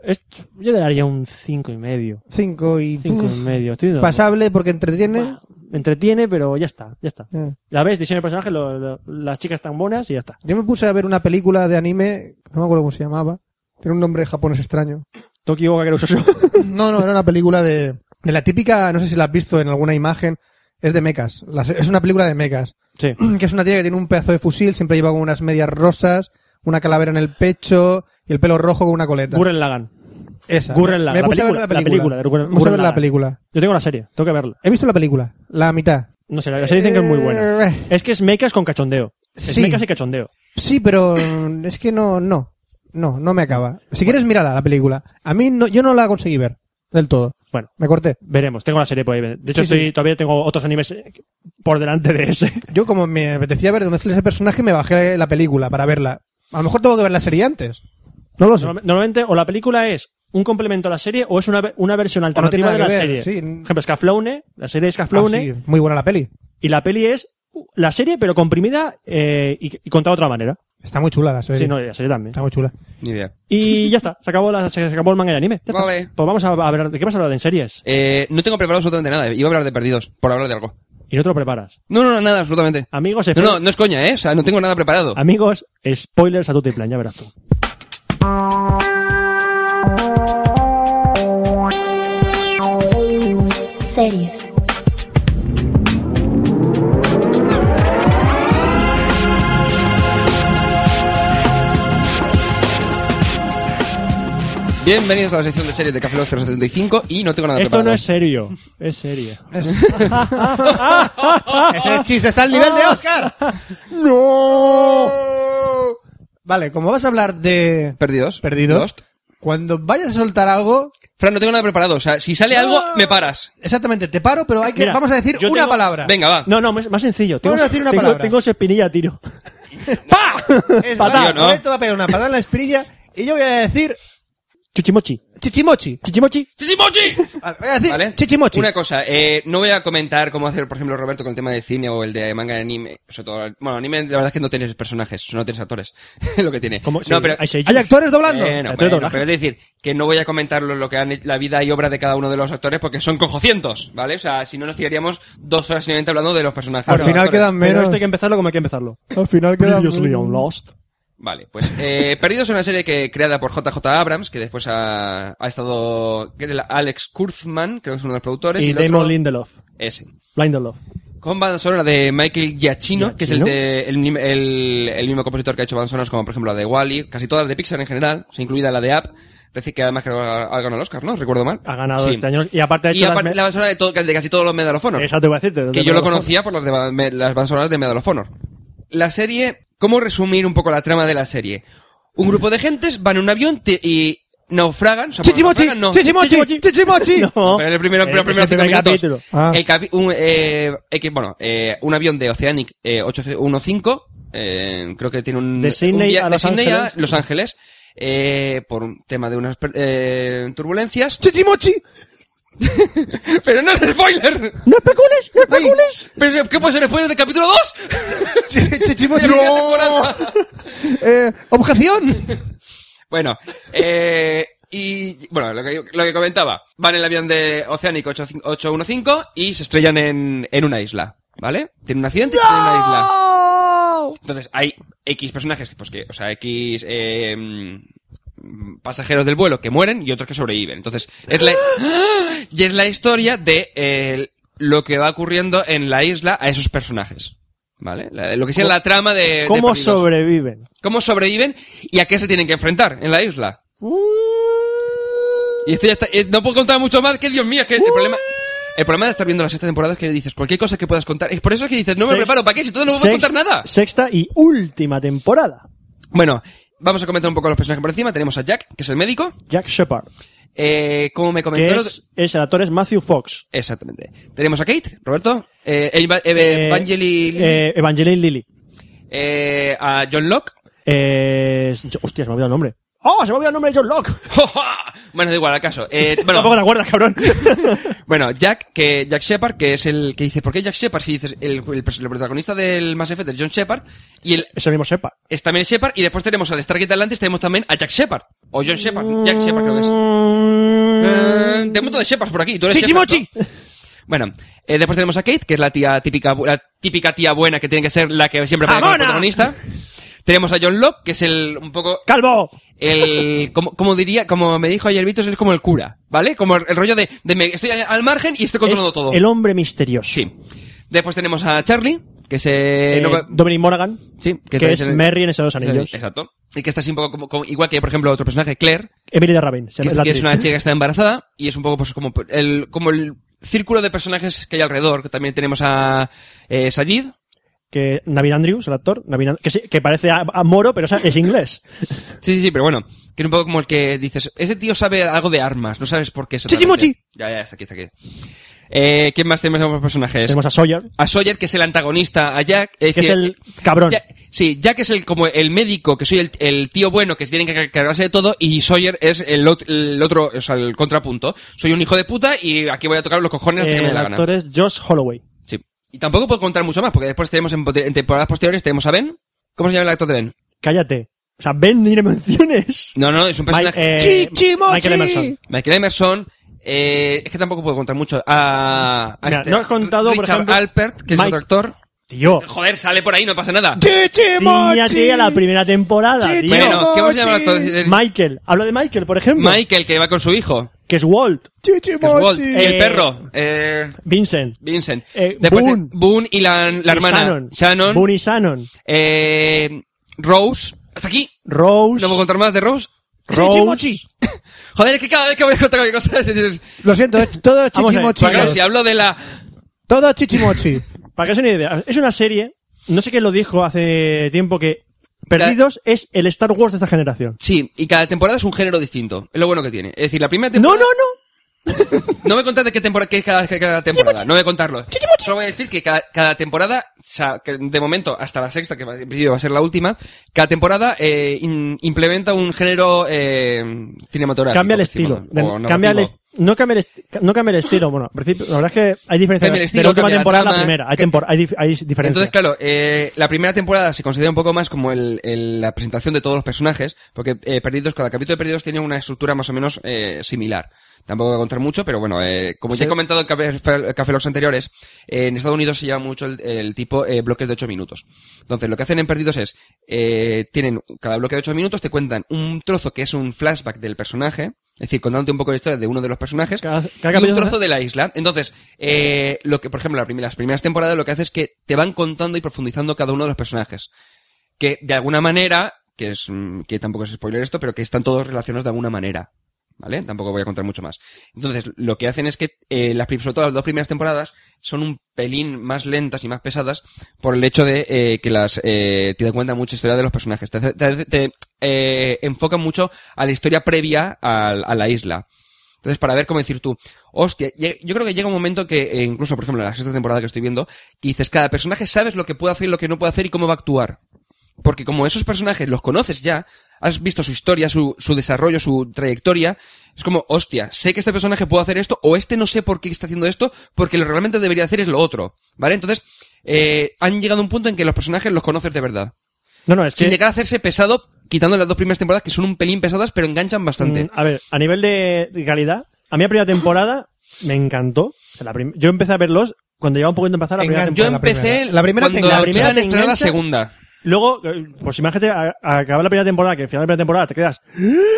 [SPEAKER 6] Es- yo le daría un cinco y medio.
[SPEAKER 2] Cinco y...
[SPEAKER 6] Cinco y
[SPEAKER 2] Uf.
[SPEAKER 6] medio. Estoy dando-
[SPEAKER 2] Pasable porque entretiene.
[SPEAKER 6] Bah, me entretiene, pero ya está, ya está.
[SPEAKER 2] Eh.
[SPEAKER 6] La ves, diseño de personaje, lo- lo- las chicas están buenas y ya está.
[SPEAKER 2] Yo me puse a ver una película de anime, no me acuerdo cómo se llamaba. Tiene un nombre japonés extraño.
[SPEAKER 6] Tokio Gakero Shoshu.
[SPEAKER 2] No, no, era una película de, de la típica, no sé si la has visto en alguna imagen, es de mechas. Las- es una película de mechas.
[SPEAKER 6] Sí.
[SPEAKER 2] Que es una tía que tiene un pedazo de fusil, siempre lleva como unas medias rosas, una calavera en el pecho y el pelo rojo con una coleta.
[SPEAKER 6] Gurren Lagan.
[SPEAKER 2] Esa.
[SPEAKER 6] Gurren Lagann,
[SPEAKER 2] Me
[SPEAKER 6] la
[SPEAKER 2] puse a ver
[SPEAKER 6] película,
[SPEAKER 2] la
[SPEAKER 6] la
[SPEAKER 2] película.
[SPEAKER 6] película de Gurren-
[SPEAKER 2] Me puse a ver
[SPEAKER 6] Gurren
[SPEAKER 2] la
[SPEAKER 6] Lagann.
[SPEAKER 2] película.
[SPEAKER 6] Yo tengo la serie, tengo que verla.
[SPEAKER 2] He visto la película, la mitad.
[SPEAKER 6] No sé, la la serie dicen que es muy buena.
[SPEAKER 2] Eh,
[SPEAKER 6] Es que es mechas con cachondeo. Es
[SPEAKER 2] Sí.
[SPEAKER 6] mechas y cachondeo.
[SPEAKER 2] Sí, pero mm, es que no, no. No, no me acaba. Si quieres, mírala, la película. A mí no, yo no la conseguí ver del todo.
[SPEAKER 6] Bueno.
[SPEAKER 2] Me corté.
[SPEAKER 6] Veremos, tengo la serie por ahí. De hecho,
[SPEAKER 2] Sí, sí.
[SPEAKER 6] estoy, todavía tengo otros animes eh, por delante de ese.
[SPEAKER 2] Yo, como me apetecía ver dónde sale ese personaje, me bajé la película para verla. A lo mejor tengo que ver la serie antes. No lo sé.
[SPEAKER 6] Norma- Normalmente, o la película es un complemento a la serie o es una, ve- una versión
[SPEAKER 2] no tiene
[SPEAKER 6] alternativa de
[SPEAKER 2] nada
[SPEAKER 6] la
[SPEAKER 2] que ver,
[SPEAKER 6] serie.
[SPEAKER 2] sí.
[SPEAKER 6] Por ejemplo, Scaflowne, la serie es Scaflowne
[SPEAKER 2] Ah, sí, Muy buena la peli.
[SPEAKER 6] y la peli es la serie pero comprimida eh, y, y contada de otra manera.
[SPEAKER 2] Está muy chula la serie.
[SPEAKER 6] Sí, no, la serie también.
[SPEAKER 2] Está muy chula.
[SPEAKER 1] Ni idea.
[SPEAKER 6] Y ya está, se acabó, la, se acabó el manga y el anime. Ya está.
[SPEAKER 1] Vale.
[SPEAKER 6] Pues vamos a, a ver, ¿de qué vas a hablar? ¿De en series?
[SPEAKER 1] Eh, no tengo preparado absolutamente nada. Iba a hablar de perdidos, por hablar de algo.
[SPEAKER 6] Y no te lo preparas.
[SPEAKER 1] No, no, no, nada, absolutamente.
[SPEAKER 6] Amigos,
[SPEAKER 1] No,
[SPEAKER 6] Ah, espero- Ah.
[SPEAKER 1] no, no es coña, ¿eh? O sea, no tengo nada preparado.
[SPEAKER 6] Amigos, spoilers a tu plan, ya verás tú.
[SPEAKER 13] Series.
[SPEAKER 1] Bienvenidos a la sección de series de Café Lock 075 y no tengo nada
[SPEAKER 6] Esto no
[SPEAKER 1] preparado.
[SPEAKER 6] es serio, es serie.
[SPEAKER 2] Ese chiste está al nivel de Oscar. ¡No! Vale, como vas a hablar de
[SPEAKER 1] Perdidos.
[SPEAKER 2] perdidos,
[SPEAKER 1] Lost.
[SPEAKER 2] cuando vayas a soltar algo,
[SPEAKER 1] Fran, no tengo nada preparado. O sea, si sale algo, me paras.
[SPEAKER 2] exactamente, te paro, pero hay que,
[SPEAKER 6] Mira,
[SPEAKER 2] vamos a decir
[SPEAKER 6] yo
[SPEAKER 2] una
[SPEAKER 6] tengo-
[SPEAKER 2] palabra.
[SPEAKER 1] Venga, va.
[SPEAKER 6] No, no, más, más sencillo. Tengo,
[SPEAKER 2] Vamos a decir una
[SPEAKER 6] tengo,
[SPEAKER 2] palabra.
[SPEAKER 6] tengo esa espinilla a tiro. ¡Pa!
[SPEAKER 2] Es
[SPEAKER 6] Patada,
[SPEAKER 2] más,
[SPEAKER 1] ¿no?
[SPEAKER 2] Roberto va a pegar una patada en la espinilla y yo voy a decir
[SPEAKER 6] Chuchimochi.
[SPEAKER 2] chichimochi.
[SPEAKER 6] Chichimochi.
[SPEAKER 1] ¡Chichimochi!
[SPEAKER 2] Vale, voy a decir
[SPEAKER 1] ¿Vale?
[SPEAKER 2] chichimochi.
[SPEAKER 1] Una cosa, eh, no voy a comentar cómo hacer, por ejemplo, Roberto con el tema de cine o el de manga y anime. Sobre todo, bueno, anime, la verdad es que no tienes personajes, no tienes actores. lo que tiene.
[SPEAKER 6] Como-
[SPEAKER 1] no,
[SPEAKER 6] sí,
[SPEAKER 1] pero.
[SPEAKER 6] hay seiyus.
[SPEAKER 2] ¿Hay actores doblando?
[SPEAKER 1] Eh, no,
[SPEAKER 6] Actores de
[SPEAKER 1] bueno,
[SPEAKER 6] doblaje.
[SPEAKER 1] pero es decir, que no voy a comentar lo, lo que han, la vida y obra de cada uno de los actores porque son cojocientos, ¿vale? O sea, si no nos tiraríamos dos horas simplemente hablando de los personajes.
[SPEAKER 2] Al
[SPEAKER 1] de los
[SPEAKER 2] final
[SPEAKER 1] actores.
[SPEAKER 2] quedan
[SPEAKER 6] Pero
[SPEAKER 2] menos.
[SPEAKER 6] esto hay que empezarlo como hay que empezarlo.
[SPEAKER 2] Al final quedan
[SPEAKER 6] Previously on Lost.
[SPEAKER 1] Vale, pues eh, Perdidos es una serie que creada por JJ Abrams, que después ha, ha estado que era Alex Kurtzman, creo que es uno de los productores.
[SPEAKER 6] Y
[SPEAKER 1] el otro-
[SPEAKER 6] Damon Lindelof.
[SPEAKER 1] Ese.
[SPEAKER 6] Lindelof.
[SPEAKER 1] Con banda sonora de Michael Giacchino, que es el,
[SPEAKER 6] Giacchino.
[SPEAKER 1] de, el, nim- el- el mismo compositor que ha hecho bandas sonoras como por ejemplo la de Wally, casi todas las de Pixar en general, o sea, incluida la de App. Decir que además que ha ha ganado el Oscar, ¿no? Recuerdo mal.
[SPEAKER 6] Ha ganado
[SPEAKER 1] Sí.
[SPEAKER 6] este año. Y aparte ha hecho
[SPEAKER 1] Y
[SPEAKER 6] las
[SPEAKER 1] aparte
[SPEAKER 6] me-
[SPEAKER 1] la banda sonora de, todo- de casi todos los medalofonos.
[SPEAKER 6] Esa te voy a decirte.
[SPEAKER 1] que yo lo conocía por las, de, ba- me- las bandas sonoras de Medal of Honor. La serie, ¿cómo resumir un poco la trama de la serie? Un grupo de gentes van en un avión te- y naufragan. o sea, por
[SPEAKER 2] Chichimochi,
[SPEAKER 1] naufragan, no.
[SPEAKER 2] chichimochi,
[SPEAKER 6] Chichimochi.
[SPEAKER 2] chichimochi.
[SPEAKER 6] No.
[SPEAKER 1] Pero en el primero,
[SPEAKER 6] Eh,
[SPEAKER 1] pero
[SPEAKER 6] es el
[SPEAKER 1] primero cinco
[SPEAKER 6] primer
[SPEAKER 1] minutos.
[SPEAKER 6] capítulo.
[SPEAKER 2] Ah.
[SPEAKER 1] El capi- un, eh, eh, que, bueno, eh, un avión de Oceanic eh, 815, eh, creo que tiene un...
[SPEAKER 6] De Sydney
[SPEAKER 1] un via-
[SPEAKER 6] a
[SPEAKER 1] de
[SPEAKER 6] Los
[SPEAKER 1] Sydney a
[SPEAKER 6] Ángeles.
[SPEAKER 1] Los Ángeles, eh, por un tema de unas per- eh, turbulencias.
[SPEAKER 2] Chichimochi.
[SPEAKER 1] pero no es spoiler.
[SPEAKER 2] No especules, no especules.
[SPEAKER 1] ¿Pero qué puede ser spoiler del capítulo 2?
[SPEAKER 2] Chichimochi.
[SPEAKER 1] Primera
[SPEAKER 2] No.
[SPEAKER 1] temporada.
[SPEAKER 2] Eh, objeción.
[SPEAKER 1] Bueno, eh, y bueno, lo que, lo que comentaba, van en el avión de Oceanic 85- 815 y se estrellan en, en una isla, ¿vale? Tienen un accidente y se estrellan en una isla. Entonces hay X personajes, que, pues que, o sea, X eh, mm, pasajeros del vuelo que mueren y otros que sobreviven. Entonces, es la, y es la historia de eh, lo que va ocurriendo en la isla a esos personajes. ¿Vale? La- lo que sea la trama de... de
[SPEAKER 6] ¿Cómo
[SPEAKER 1] Perdidos.
[SPEAKER 6] sobreviven?
[SPEAKER 1] ¿Cómo sobreviven y a qué se tienen que enfrentar en la isla? Y esto ya está- eh, no puedo contar mucho más, que Dios mío, es que el problema... El problema de estar viendo la sexta temporada es que dices cualquier cosa que puedas contar. Es por eso que dices, no me
[SPEAKER 6] Sex-
[SPEAKER 1] preparo, ¿para qué? Si todo no me voy a
[SPEAKER 6] sext-
[SPEAKER 1] contar nada.
[SPEAKER 6] Sexta y última temporada.
[SPEAKER 1] Bueno, vamos a comentar un poco los personajes por encima. Tenemos a Jack, que es el médico.
[SPEAKER 6] Jack Shepard.
[SPEAKER 1] Eh, como me
[SPEAKER 6] Que
[SPEAKER 1] comentó... el otro-
[SPEAKER 6] es, es el actor es Matthew Fox.
[SPEAKER 1] Exactamente. Tenemos a Kate, Roberto. Eh, Eva- Eve-
[SPEAKER 6] Eh,
[SPEAKER 1] Evangeli-
[SPEAKER 6] eh, Evangeline Lilly.
[SPEAKER 1] eh, a John Locke.
[SPEAKER 6] Eh, es- hostia, se me ha olvidado el nombre. ¡Oh! Se me ha olvidado el nombre de John Locke.
[SPEAKER 1] bueno, da igual, acaso. Eh, bueno,
[SPEAKER 6] Tampoco te acuerdas, cabrón.
[SPEAKER 1] bueno, Jack, que Jack Shepard, que es el que dice, ¿por qué Jack Shepard? Si dices, el, el pers- el protagonista del Mass Effect es John Shepard, y el,
[SPEAKER 6] Eso mismo sepa.
[SPEAKER 1] es también Shepard, y después tenemos al Stargate Atlantis, tenemos también a Jack Shepard. O John Shepard, Jack Shepard creo que es.
[SPEAKER 6] Mm.
[SPEAKER 1] Eh, tengo un montón de Shepards por aquí, tú eres
[SPEAKER 2] Chichimochi.
[SPEAKER 1] Shepard, ¿no? Bueno, eh, después tenemos a Kate, que es la tía típica, bu- la típica tía buena que tiene que ser la que siempre pega con el
[SPEAKER 6] ¡Jamona!
[SPEAKER 1] protagonista. Tenemos a John Locke, que es el un poco
[SPEAKER 6] ¡Calvo!
[SPEAKER 1] el como, como diría, como me dijo ayer Vitos, es como el cura, ¿vale? Como el, el rollo de, de me- estoy al margen y estoy controlando
[SPEAKER 6] Es
[SPEAKER 1] todo.
[SPEAKER 6] El hombre misterioso.
[SPEAKER 1] Sí. Después tenemos a Charlie, que se
[SPEAKER 6] Eh, Dominic Morgan.
[SPEAKER 1] sí,
[SPEAKER 6] que, es Merry en esos dos anillos.
[SPEAKER 1] Exacto. Y que está así un poco como, como- igual que por ejemplo otro personaje Claire,
[SPEAKER 6] Emily de Rabin. se-
[SPEAKER 1] que, es-
[SPEAKER 6] la
[SPEAKER 1] que es
[SPEAKER 6] actriz.
[SPEAKER 1] una chica que está embarazada y es un poco pues como el como el círculo de personajes que hay alrededor que también tenemos a eh, Sayid
[SPEAKER 6] que Navin Andrews, el actor, Navin And- que, sí, que parece a, a Moro, pero o sea, es inglés.
[SPEAKER 1] Sí, sí, sí, pero bueno, que es un poco como el que dices, ese tío sabe algo de armas, no sabes por qué. exactamente.
[SPEAKER 6] Chichimochi.
[SPEAKER 1] Ya, ya, está aquí, está aquí. Eh, ¿Quién más tenemos como personajes?
[SPEAKER 6] Tenemos a Sawyer,
[SPEAKER 1] A Sawyer, que eh, es el antagonista, a Jack.
[SPEAKER 6] que es el cabrón.
[SPEAKER 1] Jack- sí, Jack es el como el médico, que soy el, el tío bueno, que se tiene que car- cargarse de todo, y Sawyer es el, ot- el otro, o sea, el contrapunto. Soy un hijo de puta y aquí voy a tocar los cojones hasta que me dé
[SPEAKER 6] Eh, el
[SPEAKER 1] la gana.
[SPEAKER 6] actor es Josh Holloway.
[SPEAKER 1] Sí. Y tampoco puedo contar mucho más, porque después tenemos en, pote- en temporadas posteriores, tenemos a Ben. ¿Cómo se llama el actor de Ben?
[SPEAKER 6] Cállate. O sea, Ben ni le menciones.
[SPEAKER 1] No, no, es un personaje...
[SPEAKER 6] Mike- eh, Chichimochi. Michael Emerson.
[SPEAKER 1] Michael Emerson. eh, es que tampoco puedo contar mucho. A, a
[SPEAKER 6] Mira,
[SPEAKER 1] este-
[SPEAKER 6] no has contado, por
[SPEAKER 1] Richard
[SPEAKER 6] ejemplo,
[SPEAKER 1] Alpert, que es
[SPEAKER 6] Mike-
[SPEAKER 1] otro actor.
[SPEAKER 6] Tío.
[SPEAKER 1] Joder, sale por ahí, no pasa nada.
[SPEAKER 6] Ciñate a la primera temporada. tío.
[SPEAKER 1] Bueno, ¿cómo se llama el actor?
[SPEAKER 6] Michael. Habla de Michael, por ejemplo.
[SPEAKER 1] Michael, que va con su hijo.
[SPEAKER 6] Que es Walt.
[SPEAKER 1] que es Walt. Y el
[SPEAKER 6] Eh,
[SPEAKER 1] perro. Eh,
[SPEAKER 6] Vincent.
[SPEAKER 1] Vincent.
[SPEAKER 6] Eh,
[SPEAKER 1] Después
[SPEAKER 6] Boone.
[SPEAKER 1] de- Boone y la, la
[SPEAKER 6] Y
[SPEAKER 1] hermana.
[SPEAKER 6] Shannon.
[SPEAKER 1] Shannon.
[SPEAKER 6] Boone y Shannon.
[SPEAKER 1] Eh, Rose. Hasta aquí.
[SPEAKER 6] Rose.
[SPEAKER 1] ¿No puedo contar más de Rose?
[SPEAKER 6] Rose. Chichimochi.
[SPEAKER 1] Joder, es que cada vez que voy a contar cualquier cosa... es-
[SPEAKER 2] Lo siento, es-
[SPEAKER 1] Ah,
[SPEAKER 2] todo es
[SPEAKER 6] Vamos a ver,
[SPEAKER 2] chichimochi.
[SPEAKER 1] Claro, si hablo de la...
[SPEAKER 2] Todo es chichimochi.
[SPEAKER 6] Para que os hagáis una idea, es una serie, no sé quién lo dijo hace tiempo, que Perdidos es el Star Wars de esta generación.
[SPEAKER 1] Sí, y cada temporada es un género distinto. Es lo bueno que tiene. Es decir, la primera
[SPEAKER 6] No, no,
[SPEAKER 1] temporada...
[SPEAKER 6] no.
[SPEAKER 1] No me contáis de qué, temporada, qué es cada, cada temporada, no voy a contarlo. Solo voy a decir que cada, cada temporada, o sea, que de momento hasta la sexta, que va- en principio va a ser la última, cada temporada eh, in- implementa un género eh, cinematográfico.
[SPEAKER 6] Cambia el
[SPEAKER 1] decimos,
[SPEAKER 6] estilo. De-
[SPEAKER 1] o narrativo.
[SPEAKER 6] cambia el est- no, cambia el esti- no cambia el estilo. Bueno, en principio, la verdad es que hay diferencias
[SPEAKER 1] Cambia el
[SPEAKER 6] de
[SPEAKER 1] estilo,
[SPEAKER 6] la última
[SPEAKER 1] cambia la
[SPEAKER 6] temporada a la
[SPEAKER 1] trama,
[SPEAKER 6] primera. Hay,
[SPEAKER 1] que-
[SPEAKER 6] tempor- hay, dif- hay diferencias.
[SPEAKER 1] Entonces, claro, eh, la primera temporada se considera un poco más como el, el- la presentación de todos los personajes, porque eh, Perdidos, cada capítulo de Perdidos tiene una estructura más o menos eh, similar. Tampoco voy a contar mucho, pero bueno, eh, como ya he
[SPEAKER 6] Sí.
[SPEAKER 1] comentado en Café, Café Logs anteriores, eh, en Estados Unidos se lleva mucho el, el tipo eh, bloques de 8 minutos. Entonces, lo que hacen en Perdidos es, eh, tienen cada bloque de 8 minutos, te cuentan un trozo que es un flashback del personaje, es decir, contándote un poco la historia de uno de los personajes,
[SPEAKER 6] Cada- cada
[SPEAKER 1] y un
[SPEAKER 6] capítulo-
[SPEAKER 1] trozo de la isla. Entonces, eh, lo que, por ejemplo, la prim- las primeras temporadas lo que hace es que te van contando y profundizando cada uno de los personajes. Que de alguna manera, que es, mm, que tampoco es spoiler esto, pero que están todos relacionados de alguna manera. ¿Vale? Tampoco voy a contar mucho más. Entonces, lo que hacen es que, eh, las, prim- sobre todo las dos primeras temporadas, son un pelín más lentas y más pesadas por el hecho de eh, que las eh, te dan cuenta mucha historia de los personajes. Te, hace- te hace- te, eh, enfocan mucho a la historia previa al- a la isla. Entonces, para ver cómo decir tú, hostia, lle- yo creo que llega un momento que, eh, incluso, por ejemplo, en la sexta temporada que estoy viendo, que dices, cada personaje sabes lo que puede hacer y lo que no puede hacer y cómo va a actuar. Porque como esos personajes los conoces ya, has visto su historia, su, su desarrollo, su trayectoria, es como, hostia, sé que este personaje puede hacer esto, o este no sé por qué está haciendo esto, porque lo realmente debería hacer es lo otro. ¿Vale? Entonces, eh, han llegado a un punto en que los personajes los conoces de verdad.
[SPEAKER 6] No, no, es
[SPEAKER 1] Sin
[SPEAKER 6] que...
[SPEAKER 1] llegar a hacerse pesado, quitando las dos primeras temporadas que son un pelín pesadas, pero enganchan bastante.
[SPEAKER 6] Mm, A ver, a nivel de de calidad, a mí la primera temporada me encantó. O sea, la prim- yo empecé a verlos cuando llevaba un poquito de empezar la primera
[SPEAKER 1] Yo
[SPEAKER 6] temporada.
[SPEAKER 1] empecé
[SPEAKER 2] La primera te
[SPEAKER 1] cuando
[SPEAKER 2] engancha.
[SPEAKER 1] iban a estrenar la
[SPEAKER 6] engancha.
[SPEAKER 1] segunda.
[SPEAKER 6] Luego, eh, pues imagínate, a- a acabar la primera temporada, que al final de la primera temporada te quedas,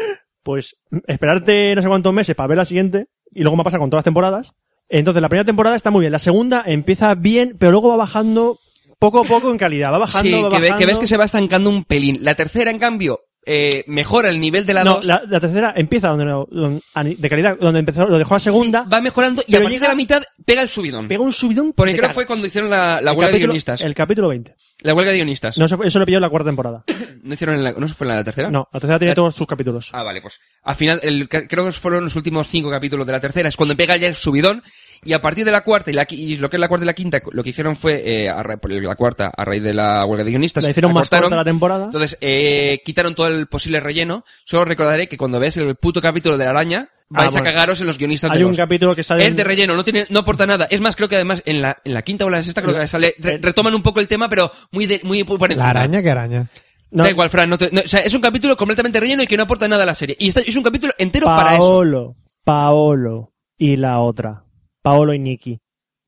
[SPEAKER 6] pues esperarte no sé cuántos meses para ver la siguiente, y luego me pasa con todas las temporadas. Entonces, la primera temporada está muy bien, la segunda empieza bien, pero luego va bajando poco a poco en calidad, va bajando,
[SPEAKER 1] sí,
[SPEAKER 6] va
[SPEAKER 1] que, ve-
[SPEAKER 6] bajando.
[SPEAKER 1] que ves que se va estancando un pelín. La tercera, en cambio, eh, mejora el nivel de la
[SPEAKER 6] No,
[SPEAKER 1] dos.
[SPEAKER 6] la, la tercera empieza donde, no- donde- a ni- de calidad, donde empezó, lo dejó la segunda,
[SPEAKER 1] Sí, va mejorando y a
[SPEAKER 6] pero
[SPEAKER 1] partir de
[SPEAKER 6] llega-
[SPEAKER 1] la mitad pega el subidón.
[SPEAKER 6] pega un subidón.
[SPEAKER 1] Porque
[SPEAKER 6] de
[SPEAKER 1] creo que
[SPEAKER 6] caras.
[SPEAKER 1] fue cuando hicieron la, la
[SPEAKER 6] El
[SPEAKER 1] huelga de
[SPEAKER 6] capítulo-
[SPEAKER 1] guionistas.
[SPEAKER 6] El capítulo 20.
[SPEAKER 1] La huelga de guionistas.
[SPEAKER 6] No, eso, eso lo pilló en la cuarta temporada.
[SPEAKER 1] ¿No, hicieron en la- ¿no fue en la tercera?
[SPEAKER 6] No, la tercera tiene
[SPEAKER 1] La-
[SPEAKER 6] todos sus capítulos.
[SPEAKER 1] Ah, vale, pues. Al final, el- creo que fueron los últimos cinco capítulos de la tercera, es cuando pega ya el subidón. Y a partir de la cuarta, y, la qui- y lo que es la cuarta y la quinta, lo que hicieron fue, eh, a ra- por la cuarta, a raíz de la huelga de guionistas,
[SPEAKER 6] La hicieron más
[SPEAKER 1] acortaron.
[SPEAKER 6] corta la temporada.
[SPEAKER 1] Entonces, eh, quitaron todo el posible relleno. Solo recordaré que cuando ves el puto capítulo de la araña, vais
[SPEAKER 6] Ah, bueno.
[SPEAKER 1] a cagaros en los guionistas de
[SPEAKER 6] Hay un
[SPEAKER 1] los-
[SPEAKER 6] capítulo que sale.
[SPEAKER 1] Es de relleno, no tiene, no aporta nada. Es más, creo que además en la, en la quinta o la sexta creo que sale, re- retoman un poco el tema, pero muy de- muy por encima.
[SPEAKER 2] La araña, que araña.
[SPEAKER 6] No,
[SPEAKER 1] Da igual, Fran. no te- no, o sea, es un capítulo completamente relleno y que no aporta nada a la serie. Y está- es un capítulo entero para eso.
[SPEAKER 6] Paolo. Paolo. Y la otra. Paolo y Nikki.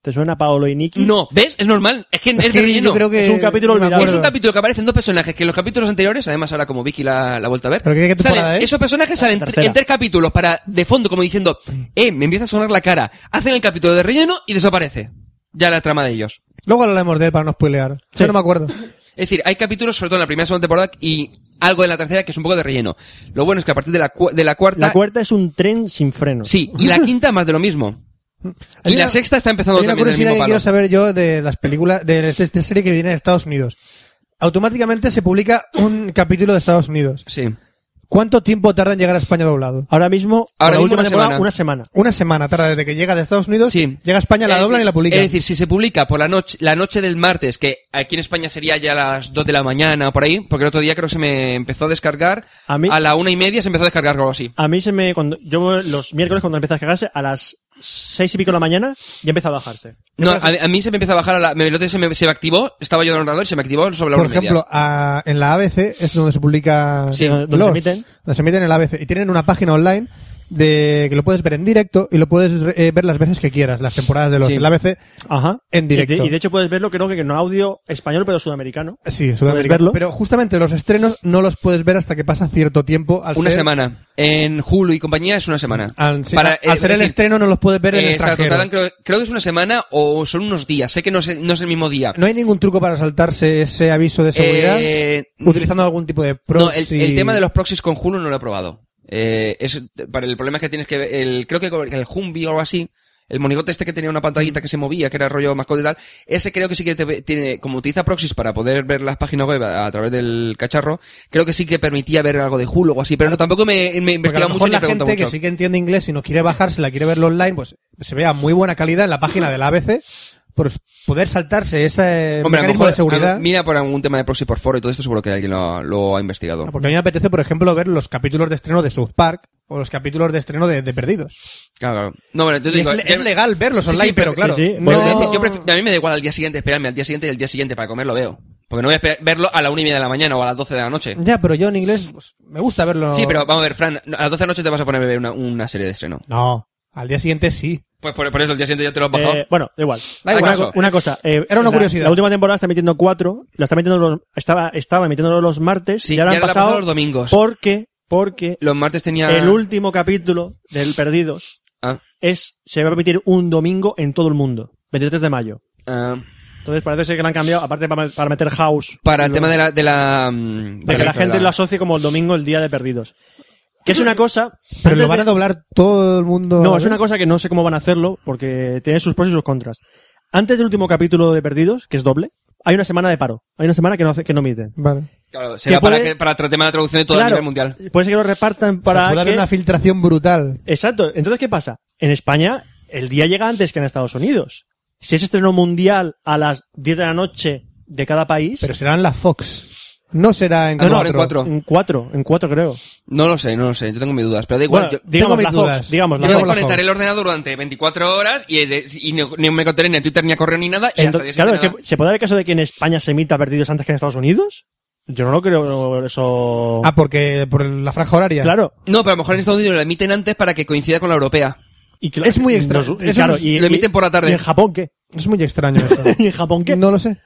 [SPEAKER 6] ¿Te suena Paolo y Nikki?
[SPEAKER 1] No, ¿ves? Es normal. Es que es de relleno.
[SPEAKER 2] Yo creo que
[SPEAKER 6] Es un capítulo
[SPEAKER 2] no me
[SPEAKER 6] olvidado.
[SPEAKER 2] acuerdo.
[SPEAKER 1] Es un capítulo que aparecen dos personajes que en los capítulos anteriores, además ahora como Vicky la, la ha vuelto a ver,
[SPEAKER 2] ¿Pero qué- qué temporada
[SPEAKER 1] salen-
[SPEAKER 2] es?
[SPEAKER 1] esos personajes salen
[SPEAKER 6] La
[SPEAKER 1] tre-
[SPEAKER 6] tercera.
[SPEAKER 1] en tres capítulos para, de fondo, como diciendo, eh, me empieza a sonar la cara. Hacen el capítulo de relleno y desaparece. Ya la trama de ellos.
[SPEAKER 2] Luego hablaremos de él para no spoilear. Yo no me acuerdo.
[SPEAKER 1] Es decir, hay capítulos, sobre todo en la primera y segunda temporada, y algo de la tercera que es un poco de relleno. Lo bueno es que a partir de la, cua- de la cuarta...
[SPEAKER 6] La cuarta es un tren sin freno.
[SPEAKER 1] Sí, y la quinta más de lo mismo. Y la sexta está empezando
[SPEAKER 2] Hay una
[SPEAKER 1] también del
[SPEAKER 2] curiosidad
[SPEAKER 1] mismo
[SPEAKER 2] que
[SPEAKER 1] palo.
[SPEAKER 2] quiero saber yo de las películas, de esta esta serie que viene de Estados Unidos. Automáticamente se publica un capítulo de Estados Unidos.
[SPEAKER 1] Sí.
[SPEAKER 2] ¿Cuánto tiempo tarda en llegar a España doblado?
[SPEAKER 6] Ahora mismo,
[SPEAKER 1] Ahora la mismo última una temporada, semana. una
[SPEAKER 6] semana.
[SPEAKER 2] Una semana tarda desde que llega de Estados Unidos, llega a España, la
[SPEAKER 1] Es
[SPEAKER 2] doblan
[SPEAKER 1] decir-
[SPEAKER 2] y la publican.
[SPEAKER 1] Es decir, si se publica por la noche, la noche del martes, que aquí en España sería ya las 2 de la mañana o por ahí, porque el otro día creo que se me empezó a descargar,
[SPEAKER 6] A
[SPEAKER 1] a,
[SPEAKER 6] mí-
[SPEAKER 1] la una y media se empezó a descargar algo
[SPEAKER 2] Ah,
[SPEAKER 1] así.
[SPEAKER 6] A mí se me. Cuando, yo los miércoles, cuando empieza a cargarse, a las seis y pico de la mañana, ya empieza a bajarse.
[SPEAKER 1] No, a, a mí se me empezó a bajar a la, me, el otro día se me, se me activó, estaba yo en el ordenador y se me activó sobre la
[SPEAKER 2] Por
[SPEAKER 1] una y media.
[SPEAKER 2] ejemplo, a- en la ABC es donde se publica
[SPEAKER 1] Sí, donde-
[SPEAKER 6] donde se
[SPEAKER 2] Lost,
[SPEAKER 6] emiten.
[SPEAKER 2] donde se emiten en la ABC y tienen una página online de que lo puedes ver en directo y lo puedes eh, ver las veces que quieras las temporadas de los
[SPEAKER 6] Sí.
[SPEAKER 2] en la ABC
[SPEAKER 6] Ajá.
[SPEAKER 2] en directo.
[SPEAKER 6] Y de, y de hecho puedes verlo, creo que en audio español, pero sudamericano.
[SPEAKER 1] Eh,
[SPEAKER 2] Sí,
[SPEAKER 6] Puedes
[SPEAKER 2] sudamericano.
[SPEAKER 6] verlo.
[SPEAKER 2] Pero justamente los estrenos no los puedes ver hasta que pasa cierto tiempo. Al
[SPEAKER 1] Una
[SPEAKER 2] ser-
[SPEAKER 1] semana. En Hulu y compañía es una semana.
[SPEAKER 2] Al, ser- al
[SPEAKER 1] eh, es
[SPEAKER 2] ser el
[SPEAKER 1] decir,
[SPEAKER 2] estreno no los puedes ver en el
[SPEAKER 1] eh, exacto,
[SPEAKER 2] extranjero.
[SPEAKER 1] tardan- creo, creo que es una semana o son unos días. Sé que no es, el- no es el mismo día.
[SPEAKER 2] No hay ningún truco para saltarse ese aviso de seguridad
[SPEAKER 1] Eh,
[SPEAKER 2] utilizando algún tipo de
[SPEAKER 1] No, el,
[SPEAKER 2] proxy.
[SPEAKER 1] el tema de los proxies con Hulu no lo he probado. Eh, es, para el problema es que tienes que ver- el, creo que con el Humbi o algo así, el monigote este que tenía una
[SPEAKER 2] Mm.
[SPEAKER 1] pantallita que se movía, que era rollo mascota y tal, ese creo que sí que te ve- tiene, como utiliza proxies para poder ver las páginas web a, a través del cacharro, creo que sí que permitía ver algo de Hulu o así, pero no tampoco me, me he
[SPEAKER 2] Porque a
[SPEAKER 1] investigado
[SPEAKER 2] lo
[SPEAKER 1] mucho
[SPEAKER 2] mejor
[SPEAKER 1] ni he
[SPEAKER 2] la
[SPEAKER 1] preguntado
[SPEAKER 2] gente
[SPEAKER 1] mucho.
[SPEAKER 2] que sí que entiende inglés y nos quiere bajarse, la quiere verlo online, pues se vea muy buena calidad en la página del ABC, por poder saltarse ese
[SPEAKER 1] Hombre, a lo
[SPEAKER 2] mecanismo
[SPEAKER 1] mejor-
[SPEAKER 2] de seguridad.
[SPEAKER 1] a- mira por algún tema de proxy por foro y todo esto, seguro que alguien lo, lo ha investigado.
[SPEAKER 2] porque a mí me apetece, por ejemplo, ver los capítulos de estreno de South Park o los capítulos de estreno de, de Perdidos.
[SPEAKER 1] Claro, claro. No, bueno, yo te
[SPEAKER 2] Y es
[SPEAKER 1] digo,
[SPEAKER 2] le-
[SPEAKER 1] yo-
[SPEAKER 2] es legal verlos online, pero claro,
[SPEAKER 6] Sí, sí,
[SPEAKER 1] Bueno,
[SPEAKER 6] no-
[SPEAKER 1] es decir, yo prefi- a mí me da igual al día siguiente, esperarme al día siguiente y el día siguiente para comer lo veo. Porque no voy a esperar- verlo a la una y media de la mañana o a las 12 de la noche.
[SPEAKER 2] Ya, pero yo en inglés pues, me gusta verlo.
[SPEAKER 1] Sí, pero vamos a ver, Fran, a las 12 de la noche te vas a poner a ver una, una serie de estreno.
[SPEAKER 2] No, al día siguiente sí.
[SPEAKER 1] Pues por, por eso el día siguiente ya te lo has bajado.
[SPEAKER 6] Eh, bueno, da igual.
[SPEAKER 2] Da igual.
[SPEAKER 6] Una, co- una cosa. eh,
[SPEAKER 2] Era una
[SPEAKER 6] la-
[SPEAKER 2] curiosidad.
[SPEAKER 6] La última temporada está emitiendo cuatro. La está metiendo los- estaba, estaba emitiendo los martes.
[SPEAKER 1] sí,
[SPEAKER 6] y ahora han
[SPEAKER 1] la ha
[SPEAKER 6] pasado.
[SPEAKER 1] los domingos.
[SPEAKER 6] Porque, porque
[SPEAKER 1] Los martes tenía...
[SPEAKER 6] el último capítulo del Perdidos
[SPEAKER 1] Ah,
[SPEAKER 6] es, se va a emitir un domingo en todo el mundo. 23 de mayo.
[SPEAKER 1] ah,
[SPEAKER 6] Entonces parece ser que la han cambiado, aparte para, para meter house.
[SPEAKER 1] para el
[SPEAKER 6] Y
[SPEAKER 1] tema
[SPEAKER 6] luego-
[SPEAKER 1] de la... De, la, mm,
[SPEAKER 6] de
[SPEAKER 1] de
[SPEAKER 6] que la gente lo asocie como el domingo, el día de Perdidos. Que es una cosa...
[SPEAKER 2] Pero
[SPEAKER 6] antes
[SPEAKER 2] lo van
[SPEAKER 6] de-
[SPEAKER 2] a doblar todo el mundo.
[SPEAKER 6] No,
[SPEAKER 2] a
[SPEAKER 6] es
[SPEAKER 2] ver.
[SPEAKER 6] una cosa que no sé cómo van a hacerlo porque tiene sus pros y sus contras. Antes del último capítulo de Perdidos, que es doble, hay una semana de paro. Hay una semana que no, hace, que no emiten.
[SPEAKER 2] Vale.
[SPEAKER 1] Claro, será
[SPEAKER 6] que puede-
[SPEAKER 1] para, que- para el tema de la traducción de todo el
[SPEAKER 6] Claro,
[SPEAKER 1] nivel mundial.
[SPEAKER 6] puede ser que lo repartan
[SPEAKER 2] O sea,
[SPEAKER 6] para
[SPEAKER 2] puede haber
[SPEAKER 6] que-
[SPEAKER 2] una filtración brutal.
[SPEAKER 6] Exacto. Entonces, ¿qué pasa? En España, el día llega antes que en Estados Unidos. Si es estreno mundial a las 10 de la noche de cada país...
[SPEAKER 2] Pero será en la Fox. No será en
[SPEAKER 1] A lo mejor
[SPEAKER 2] cuatro.
[SPEAKER 1] en cuatro.
[SPEAKER 6] En cuatro, en cuatro creo.
[SPEAKER 1] No lo sé, no lo sé, yo tengo mis dudas, pero da igual.
[SPEAKER 6] Bueno,
[SPEAKER 1] yo-
[SPEAKER 6] digamos
[SPEAKER 2] mis
[SPEAKER 6] la Fox,
[SPEAKER 2] dudas.
[SPEAKER 6] digamos la
[SPEAKER 1] Yo
[SPEAKER 6] Fox.
[SPEAKER 1] desconectaré el ordenador durante 24 horas y, de- y no- ni me contaré ni a Twitter ni a correo ni nada. Y hasta el día
[SPEAKER 6] Entonces, claro, es
[SPEAKER 1] siguiente
[SPEAKER 6] que ¿se puede dar el caso de que en España se emita Perdidos antes que en Estados Unidos? Yo no lo creo eso...
[SPEAKER 2] Ah, porque por la franja horaria.
[SPEAKER 6] claro.
[SPEAKER 1] nada. No, pero a lo mejor en Estados Unidos lo emiten antes para que coincida con la europea.
[SPEAKER 6] Y cla-
[SPEAKER 2] Es muy extraño.
[SPEAKER 6] nos- y
[SPEAKER 2] Eso
[SPEAKER 6] claro,
[SPEAKER 2] nos-
[SPEAKER 6] y,
[SPEAKER 1] lo
[SPEAKER 6] y-
[SPEAKER 1] emiten por la tarde.
[SPEAKER 6] ¿Y en Japón qué?
[SPEAKER 2] Es muy extraño eso.
[SPEAKER 6] ¿Y en Japón qué?
[SPEAKER 2] no lo sé.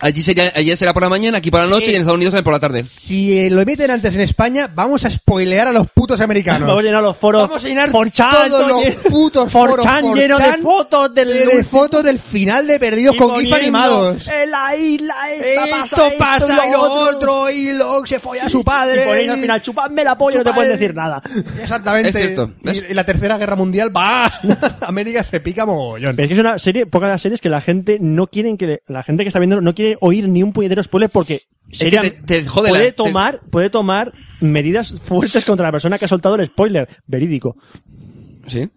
[SPEAKER 1] Allí sería, allí será por la mañana, aquí por la noche y en Estados Unidos será por la tarde.
[SPEAKER 2] Si eh, lo emiten antes en España, vamos a spoilear a los putos americanos.
[SPEAKER 6] Vamos a llenar los foros.
[SPEAKER 2] Vamos a llenar
[SPEAKER 6] 4chan,
[SPEAKER 2] todos
[SPEAKER 6] todo
[SPEAKER 2] los
[SPEAKER 6] lleno-
[SPEAKER 2] putos
[SPEAKER 6] 4chan
[SPEAKER 2] foros,
[SPEAKER 6] lleno de
[SPEAKER 2] 4chan,
[SPEAKER 6] fotos del
[SPEAKER 2] de- de fotos del final de Perdidos
[SPEAKER 6] y
[SPEAKER 2] con gif
[SPEAKER 6] poniendo,
[SPEAKER 2] animados.
[SPEAKER 6] "En la isla esta
[SPEAKER 2] Esto pasa y lo otro.
[SPEAKER 6] otro".
[SPEAKER 2] y lo se folla a su
[SPEAKER 6] Y
[SPEAKER 2] padre.
[SPEAKER 6] ponéis al final, chupadme la polla, no te
[SPEAKER 2] Chupadme".
[SPEAKER 6] pueden decir nada.
[SPEAKER 2] Exactamente.
[SPEAKER 1] Es cierto, ¿ves?
[SPEAKER 2] Y, y la tercera guerra mundial va. América se pica mogollón.
[SPEAKER 6] Pero es que es una serie, pocas de las series que la gente no quieren que, le- la gente que está viendo no quiere oír ni un puñetero spoiler porque sería-
[SPEAKER 1] te- te jode la-
[SPEAKER 6] puede
[SPEAKER 1] te-
[SPEAKER 6] tomar, puede tomar medidas fuertes contra la persona que ha soltado el spoiler. Verídico.
[SPEAKER 1] Sí.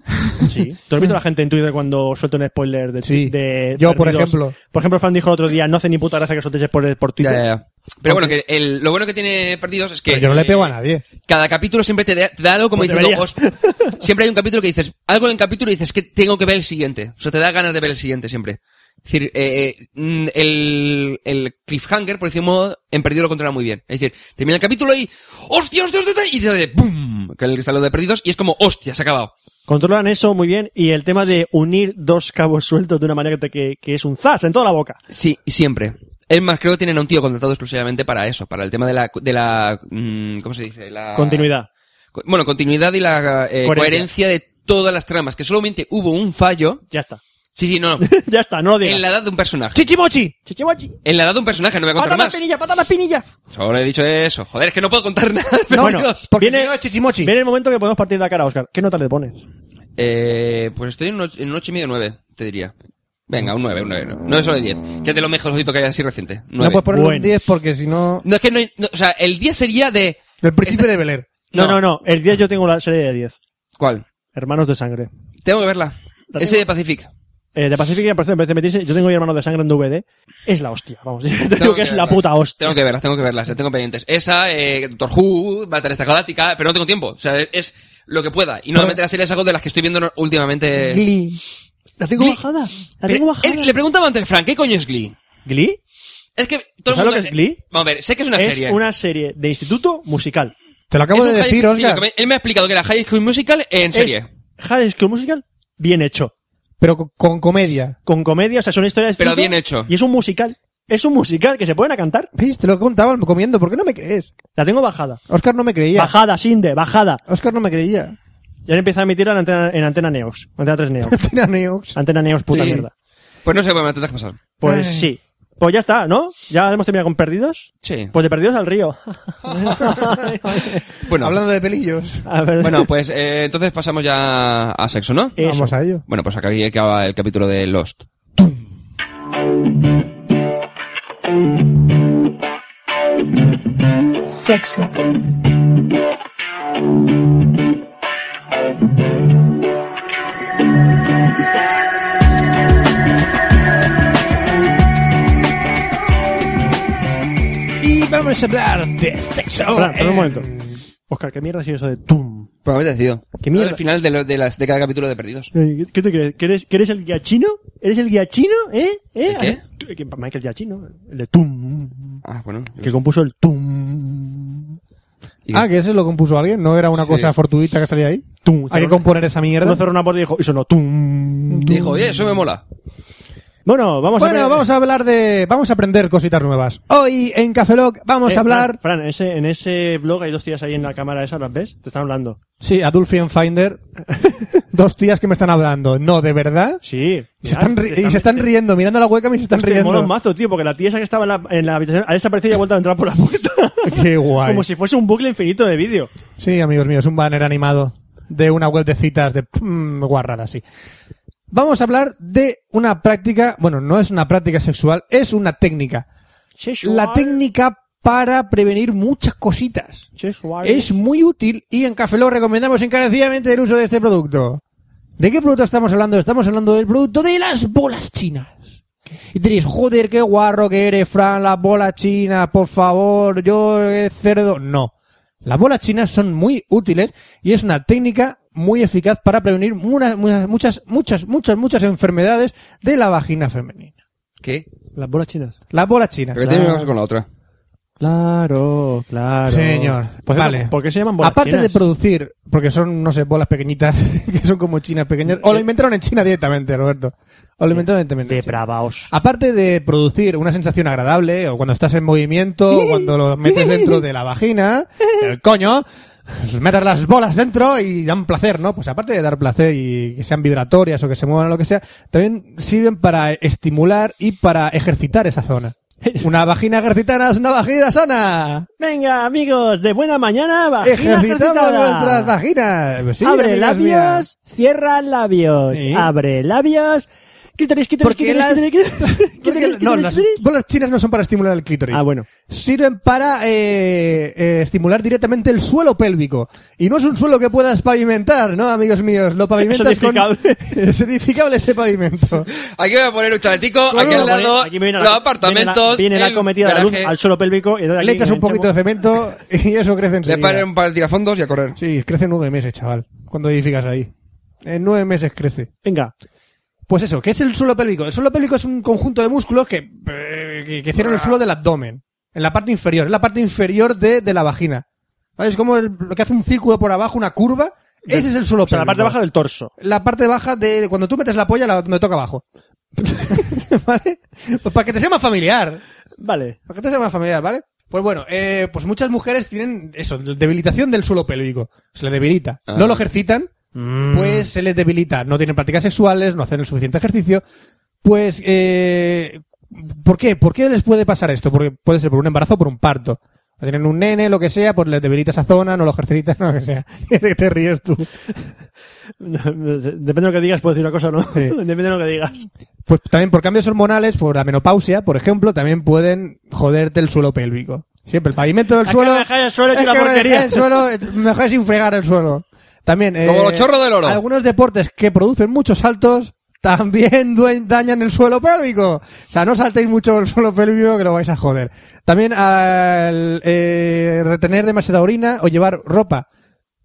[SPEAKER 6] Sí. ¿Tú has visto a la gente en Twitter cuando suelta un spoiler de,
[SPEAKER 2] Sí.
[SPEAKER 6] de
[SPEAKER 2] Yo, por
[SPEAKER 6] Perdidos?
[SPEAKER 2] ejemplo.
[SPEAKER 6] Por ejemplo, Fran dijo el otro día, no hace ni puta gracia que soltéis spoilers por
[SPEAKER 1] Ya,
[SPEAKER 6] Twitter.
[SPEAKER 1] ya, ya. Pero bueno, que el- lo bueno que tiene Perdidos es que.
[SPEAKER 2] Pero yo no le
[SPEAKER 1] eh,
[SPEAKER 2] pego a nadie.
[SPEAKER 1] Cada capítulo siempre te da, te da algo como
[SPEAKER 6] Pues
[SPEAKER 1] diciendo.
[SPEAKER 6] deberías.
[SPEAKER 1] "Os-". siempre hay un capítulo que dices. Algo en el capítulo y dices que tengo que ver el siguiente. O sea, te da ganas de ver el siguiente siempre. Es decir, eh, eh, mm, el, el cliffhanger, por decir un modo, en Perdido lo controla muy bien. Es decir, termina el capítulo y. ¡Hostia, hostia, hostia! Y te da de. ¡Bum! Que es el que salió de Perdidos y es como. ¡Hostia, se ha acabado!
[SPEAKER 6] Controlan eso muy bien y el tema de unir dos cabos sueltos de una manera que, te- que, que es un zas en toda la boca.
[SPEAKER 1] Sí, y siempre. Es más, creo que tienen a un tío contratado exclusivamente para eso, para el tema de la, de la, mm, ¿cómo se dice? La,
[SPEAKER 6] Continuidad.
[SPEAKER 1] Co- Bueno, continuidad y la eh,
[SPEAKER 6] Coherencia.
[SPEAKER 1] coherencia. de todas las tramas, que solamente hubo un fallo.
[SPEAKER 6] Ya está.
[SPEAKER 1] Sí, sí, no, no.
[SPEAKER 6] ya está, no lo digas.
[SPEAKER 1] en la edad de un personaje.
[SPEAKER 2] ¡Chichimochi!
[SPEAKER 6] Chichimochi.
[SPEAKER 1] En la edad de un personaje, no voy a contar
[SPEAKER 6] Pata la
[SPEAKER 1] más.
[SPEAKER 6] pinilla, pata la pinilla.
[SPEAKER 1] Solo he dicho eso. Joder, es que no puedo contar nada.
[SPEAKER 6] Bueno,
[SPEAKER 1] Dios.
[SPEAKER 2] Porque
[SPEAKER 6] Viene-
[SPEAKER 2] si no es chichimochi.
[SPEAKER 6] Viene el momento que podemos partir la cara, Oscar. ¿Qué nota le pones?
[SPEAKER 1] Eh, pues estoy en un, och- en un 8 y medio 9, te diría. Venga, un 9, un 9. No es solo 10. Que es de lo mejorcito que hay así reciente.
[SPEAKER 2] No
[SPEAKER 1] Nueve.
[SPEAKER 6] pues
[SPEAKER 2] puedes ponerle un 10 porque si no.
[SPEAKER 1] No, es que no, hay- no, O sea, el 10 sería de.
[SPEAKER 2] El príncipe
[SPEAKER 1] Este-
[SPEAKER 2] de Beler.
[SPEAKER 6] No, no, no. El 10 yo tengo la serie de 10.
[SPEAKER 1] ¿Cuál?
[SPEAKER 6] Hermanos de sangre.
[SPEAKER 1] Tengo que verla.
[SPEAKER 6] La
[SPEAKER 1] Ese de Pacific.
[SPEAKER 6] Eh, de Pacific me parece, me parece meterse. Yo tengo mi hermano de sangre en DVD. Es la hostia, vamos. Yo te digo que, es la
[SPEAKER 1] verlas.
[SPEAKER 6] puta hostia.
[SPEAKER 1] Tengo que verlas, tengo que verlas, las tengo pendientes. Esa, eh, Doctor Who, Battlestar Galáctica, pero no tengo tiempo. O sea, es lo que pueda. Y normalmente las series hago de las que estoy viendo no- últimamente.
[SPEAKER 11] Glee. La tengo bajada. La
[SPEAKER 1] Pero
[SPEAKER 11] tengo bajada.
[SPEAKER 1] él- le preguntaba antes, Frank, ¿qué coño es Glee?
[SPEAKER 6] ¿Glee?
[SPEAKER 1] Es que todo el
[SPEAKER 6] ¿Sabes
[SPEAKER 1] mundo-
[SPEAKER 6] lo que es Glee?
[SPEAKER 1] Vamos a ver, sé que es una serie.
[SPEAKER 6] Es una serie de instituto musical.
[SPEAKER 2] Te lo
[SPEAKER 1] Es un High School- sí, lo que me- él me ha explicado que era High School Musical en serie.
[SPEAKER 6] High School Musical, bien hecho.
[SPEAKER 2] Pero con, comedia.
[SPEAKER 6] Con comedia, o sea, son historias de
[SPEAKER 2] Pero
[SPEAKER 6] instituto
[SPEAKER 2] bien hecho.
[SPEAKER 6] Y es un musical. Es un musical que se pueden a cantar.
[SPEAKER 2] ¿Veis? Te lo contaba comiendo. ¿Por qué no me crees?
[SPEAKER 6] La tengo bajada.
[SPEAKER 2] Oscar no me creía.
[SPEAKER 6] Bajada, Sinde, bajada.
[SPEAKER 2] Oscar no me creía.
[SPEAKER 6] Ya empieza a emitir en antena, en antena Neox. Antena 3 Neox.
[SPEAKER 2] Antena Neox.
[SPEAKER 6] Antena Neox, puta
[SPEAKER 1] Sí.
[SPEAKER 6] mierda.
[SPEAKER 1] Pues no sé, pues me tendrás que pasar.
[SPEAKER 6] Pues
[SPEAKER 1] Ay.
[SPEAKER 6] sí. Pues ya está, ¿no? ¿Ya hemos terminado con perdidos?
[SPEAKER 1] Sí.
[SPEAKER 6] Pues de perdidos al río.
[SPEAKER 1] Bueno.
[SPEAKER 2] Hablando de pelillos.
[SPEAKER 6] A ver.
[SPEAKER 1] Bueno, pues eh, entonces pasamos ya a sexo, ¿no?
[SPEAKER 2] Eso.
[SPEAKER 6] Eh.
[SPEAKER 2] Vamos a ello.
[SPEAKER 1] Bueno, pues acá aquí acaba el capítulo de Lost.
[SPEAKER 13] Sexo.
[SPEAKER 2] Y vamos a hablar de sexo.
[SPEAKER 6] Espera, espera un momento. Oscar, ¿qué mierda ha sido eso de tum?
[SPEAKER 1] Pues me decidido.
[SPEAKER 6] ¿Qué mierda?
[SPEAKER 1] Al final de, lo- de las, de cada capítulo de Perdidos.
[SPEAKER 6] Eh, ¿Qué te crees? ¿Que eres, que eres el guiachino? ¿Eres el guiachino? ¿Eh? ¿Eh?
[SPEAKER 1] ¿El
[SPEAKER 6] Tú- que- Michael Giacchino, el de tum.
[SPEAKER 1] Ah, bueno.
[SPEAKER 6] Que compuso el tum.
[SPEAKER 2] Ah, que eso lo compuso alguien. No era una
[SPEAKER 6] Sí.
[SPEAKER 2] cosa fortuita que salía ahí.
[SPEAKER 6] tum
[SPEAKER 2] Hay Ah, que componer esa mierda.
[SPEAKER 6] Uno cerró una puerta y dijo, y sonó tum.
[SPEAKER 1] Dijo, oye, eso me mola.
[SPEAKER 6] Bueno, vamos
[SPEAKER 2] bueno,
[SPEAKER 6] a ver-
[SPEAKER 2] vamos a hablar de. Vamos a aprender cositas nuevas. Hoy en Cafeloc vamos
[SPEAKER 6] Eh,
[SPEAKER 2] a hablar.
[SPEAKER 6] Fran, Fran, en ese, en ese blog hay dos tías ahí en la cámara esa, ¿las ves? Te están hablando.
[SPEAKER 2] Sí, Adulfian Finder. Dos tías que me están hablando. No, ¿de verdad?
[SPEAKER 6] Sí.
[SPEAKER 2] Se están ri- y se están riendo, mirando la webcam y se están
[SPEAKER 6] Te mola un
[SPEAKER 2] riendo.
[SPEAKER 6] mazo, tío, porque la tía esa que estaba en la, en la habitación ha desaparecido y ha vuelto a entrar por la puerta.
[SPEAKER 2] Qué guay.
[SPEAKER 6] Como si fuese un bucle infinito de vídeo.
[SPEAKER 2] Sí, amigos míos, un banner animado de una web de citas de mm, guarradas, sí. Vamos a hablar de una práctica, bueno, no es una práctica sexual, es una técnica. La técnica para prevenir muchas cositas. Es muy útil y en Café lo recomendamos encarecidamente el uso de este producto. ¿De qué producto estamos hablando? Estamos hablando del producto de las bolas chinas. Y diréis, joder, qué guarro que eres, Fran, las bolas chinas, por favor, yo, eh, cerdo. No. Las bolas chinas son muy útiles y es una técnica muy eficaz para prevenir muchas, muchas, muchas, muchas, muchas enfermedades de la vagina femenina.
[SPEAKER 1] ¿Qué?
[SPEAKER 6] Las bolas chinas.
[SPEAKER 2] Las bolas chinas.
[SPEAKER 1] Pero que tiene una cosa con la otra.
[SPEAKER 6] Claro, claro.
[SPEAKER 2] Señor,
[SPEAKER 6] Pues
[SPEAKER 2] vale.
[SPEAKER 6] eso, ¿Por qué se llaman bolas
[SPEAKER 2] Aparte
[SPEAKER 6] chinas?
[SPEAKER 2] de producir, porque son, no sé, bolas pequeñitas, que son como chinas pequeñas,
[SPEAKER 6] Eh,
[SPEAKER 2] o lo inventaron en China directamente, Roberto. O lo inventaron directamente.
[SPEAKER 6] Depravaos.
[SPEAKER 2] Aparte de producir una sensación agradable, o cuando estás en movimiento, o cuando lo metes dentro de la vagina, el coño, meter las bolas dentro y dan placer, ¿no? Pues aparte de dar placer y que sean vibratorias o que se muevan o lo que sea, también sirven para estimular y para ejercitar esa zona. Una vagina ejercitada es una vagina sana.
[SPEAKER 6] Venga, amigos, de buena mañana, vagina
[SPEAKER 2] Ejercitamos
[SPEAKER 6] ejercitada.
[SPEAKER 2] nuestras vaginas. Pues sí,
[SPEAKER 6] Abre
[SPEAKER 2] amigas
[SPEAKER 6] labios,
[SPEAKER 2] mías.
[SPEAKER 6] cierra labios,
[SPEAKER 2] Sí.
[SPEAKER 6] abre labios. Clítoris, clítoris,
[SPEAKER 2] Porque
[SPEAKER 6] clítoris,
[SPEAKER 2] las-
[SPEAKER 6] clítoris, clítoris, clítoris,
[SPEAKER 2] No,
[SPEAKER 6] clítoris,
[SPEAKER 2] las
[SPEAKER 6] clítoris.
[SPEAKER 2] bolas chinas no son para estimular el clítoris.
[SPEAKER 6] Ah, bueno.
[SPEAKER 2] Sirven para eh, eh, estimular directamente el suelo pélvico. Y no es un suelo que puedas pavimentar, ¿no, amigos míos? Lo pavimentas
[SPEAKER 6] Es edificable.
[SPEAKER 2] con... es edificable ese pavimento.
[SPEAKER 1] Aquí voy a poner un chaletico, aquí al
[SPEAKER 6] Vamos a poner-
[SPEAKER 1] lado,
[SPEAKER 6] aquí viene la-
[SPEAKER 1] los apartamentos.
[SPEAKER 6] Viene la, viene la
[SPEAKER 1] el
[SPEAKER 6] cometida de la luz
[SPEAKER 1] garaje.
[SPEAKER 6] al suelo pélvico. Y
[SPEAKER 2] Le echas un poquito de cemento y eso crece
[SPEAKER 1] Le ponen
[SPEAKER 2] enseguida.
[SPEAKER 1] un par de tirafondos y a correr.
[SPEAKER 2] Sí, crece en nueve meses, chaval. Cuando edificas ahí. En nueve meses crece.
[SPEAKER 6] Venga.
[SPEAKER 2] Pues eso, ¿qué es el suelo pélvico? El suelo pélvico es un conjunto de músculos que, eh, que, que hicieron el suelo del abdomen. En la parte inferior, es la parte inferior de, de la vagina. ¿Vale? Es como el- lo que hace un círculo por abajo, una curva. Ese es el suelo
[SPEAKER 6] O sea, la
[SPEAKER 2] pélvico.
[SPEAKER 6] parte baja del torso.
[SPEAKER 2] La parte baja de... Cuando tú metes la polla, la, donde toca abajo. ¿Vale? Pues para que te sea más familiar.
[SPEAKER 6] Vale.
[SPEAKER 2] Para que te sea más familiar, ¿vale? Pues bueno, eh, pues muchas mujeres tienen eso, debilitación del suelo pélvico. Se le debilita.
[SPEAKER 1] Ah.
[SPEAKER 2] No lo ejercitan,
[SPEAKER 6] Mm.
[SPEAKER 2] pues se les debilita. No tienen prácticas sexuales, no hacen el suficiente ejercicio. Pues, eh, ¿por qué? ¿Por qué les puede pasar esto? Porque puede ser por un embarazo o por un parto. tienen un nene, lo que sea, pues les debilitas esa zona, no los ejercitas, no lo que sea. Y te, te ríes tú.
[SPEAKER 6] Depende de lo que digas, puedo decir una cosa o no. Depende de lo que digas.
[SPEAKER 2] Pues también por cambios hormonales, por la menopausia, por ejemplo, también pueden joderte el suelo pélvico. Siempre el pavimento del
[SPEAKER 6] Es que
[SPEAKER 2] suelo.
[SPEAKER 6] me dejáis el suelo
[SPEAKER 2] es
[SPEAKER 6] hecho una
[SPEAKER 2] que me
[SPEAKER 6] porquería.
[SPEAKER 2] dejáis el suelo, eh, me dejáis sin fregar el suelo. También. eh,
[SPEAKER 1] Como los chorros del oro.
[SPEAKER 2] Algunos deportes que producen muchos saltos también due- dañan el suelo pélvico. O sea, no saltéis mucho el suelo pélvico que lo vais a joder. También al eh, retener demasiada orina o llevar ropa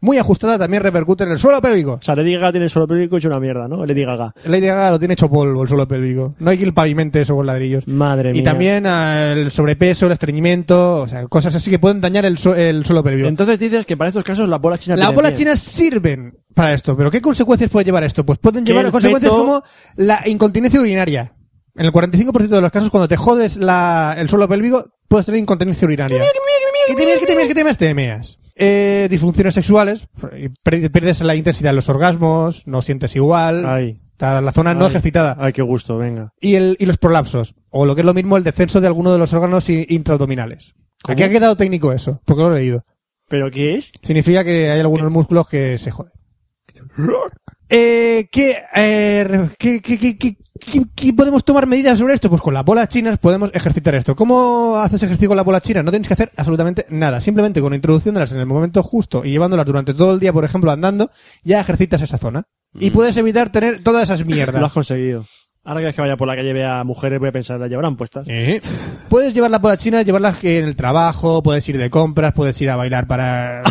[SPEAKER 2] muy ajustada también repercute en el suelo pélvico.
[SPEAKER 6] O sea, Lady Gaga tiene el suelo pélvico hecho una mierda, ¿no? Lady Gaga.
[SPEAKER 2] Lady Gaga lo tiene hecho polvo el suelo pélvico. No hay que ir pavimente eso con ladrillos.
[SPEAKER 6] Madre mía.
[SPEAKER 2] Y también ah, el sobrepeso, el estreñimiento, o sea, cosas así que pueden dañar el, su- el suelo pélvico.
[SPEAKER 6] Entonces dices que para estos casos las bolas chinas
[SPEAKER 2] Las
[SPEAKER 6] vienen
[SPEAKER 2] bolas
[SPEAKER 6] bien.
[SPEAKER 2] chinas sirven para esto, pero ¿qué consecuencias puede llevar esto? Pues pueden
[SPEAKER 6] Que
[SPEAKER 2] llevar
[SPEAKER 6] el
[SPEAKER 2] consecuencias
[SPEAKER 6] feto-
[SPEAKER 2] como la incontinencia urinaria. En el 45% de los casos, cuando te jodes la- el suelo pélvico, puedes tener incontinencia urinaria. ¿Qué te meas, qué te meas, qué te meas? Te meas. Eh, disfunciones sexuales, per- pierdes la intensidad de los orgasmos, no sientes igual,
[SPEAKER 6] Ay.
[SPEAKER 2] ta- la zona no
[SPEAKER 6] Ay.
[SPEAKER 2] ejercitada
[SPEAKER 6] Ay, qué gusto, venga.
[SPEAKER 2] y, el, y los prolapsos, o lo que es lo mismo, el descenso de alguno de los órganos i- intraabdominales.
[SPEAKER 6] ¿Cómo?
[SPEAKER 2] Aquí ha quedado técnico eso, porque lo he leído.
[SPEAKER 6] ¿Pero qué es?
[SPEAKER 2] Significa que hay algunos músculos que se joden. Eh, ¿qué, eh, re- qué- qué- qué- qué- qué- qué podemos tomar medidas sobre esto? Pues con las bolas chinas podemos ejercitar esto. ¿Cómo haces ejercicio con las bolas chinas? No tienes que hacer absolutamente nada. Simplemente con introduciéndolas en el momento justo y llevándolas durante todo el día, por ejemplo, andando, ya ejercitas esa zona. Y puedes evitar tener todas esas mierdas.
[SPEAKER 6] Lo has conseguido. Ahora que es que vaya por la calle y vea mujeres, voy a pensar, ¿las llevarán puestas?
[SPEAKER 2] Puedes llevarla por la China, llevarlas en el trabajo, puedes ir de compras, puedes ir a bailar para...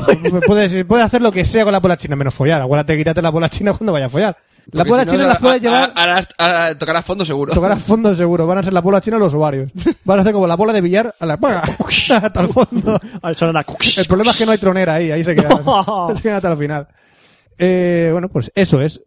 [SPEAKER 2] puedes, puedes hacer lo que sea con la pola china, menos follar. Acuérdate, quítate la pola china cuando vaya a follar. La
[SPEAKER 1] Porque
[SPEAKER 2] pola
[SPEAKER 1] si no,
[SPEAKER 2] china las
[SPEAKER 1] ahora-
[SPEAKER 2] puedes llevar...
[SPEAKER 1] Ahora, ahora- ahora tocará fondo seguro.
[SPEAKER 2] Tocar a fondo seguro, van a ser la pola china los ovarios. Van a hacer como la bola de billar a la paga, hasta el fondo.
[SPEAKER 6] Al sonar
[SPEAKER 2] El problema es que no hay tronera ahí, ahí se queda. se queda hasta el final. Eh, bueno, pues eso es.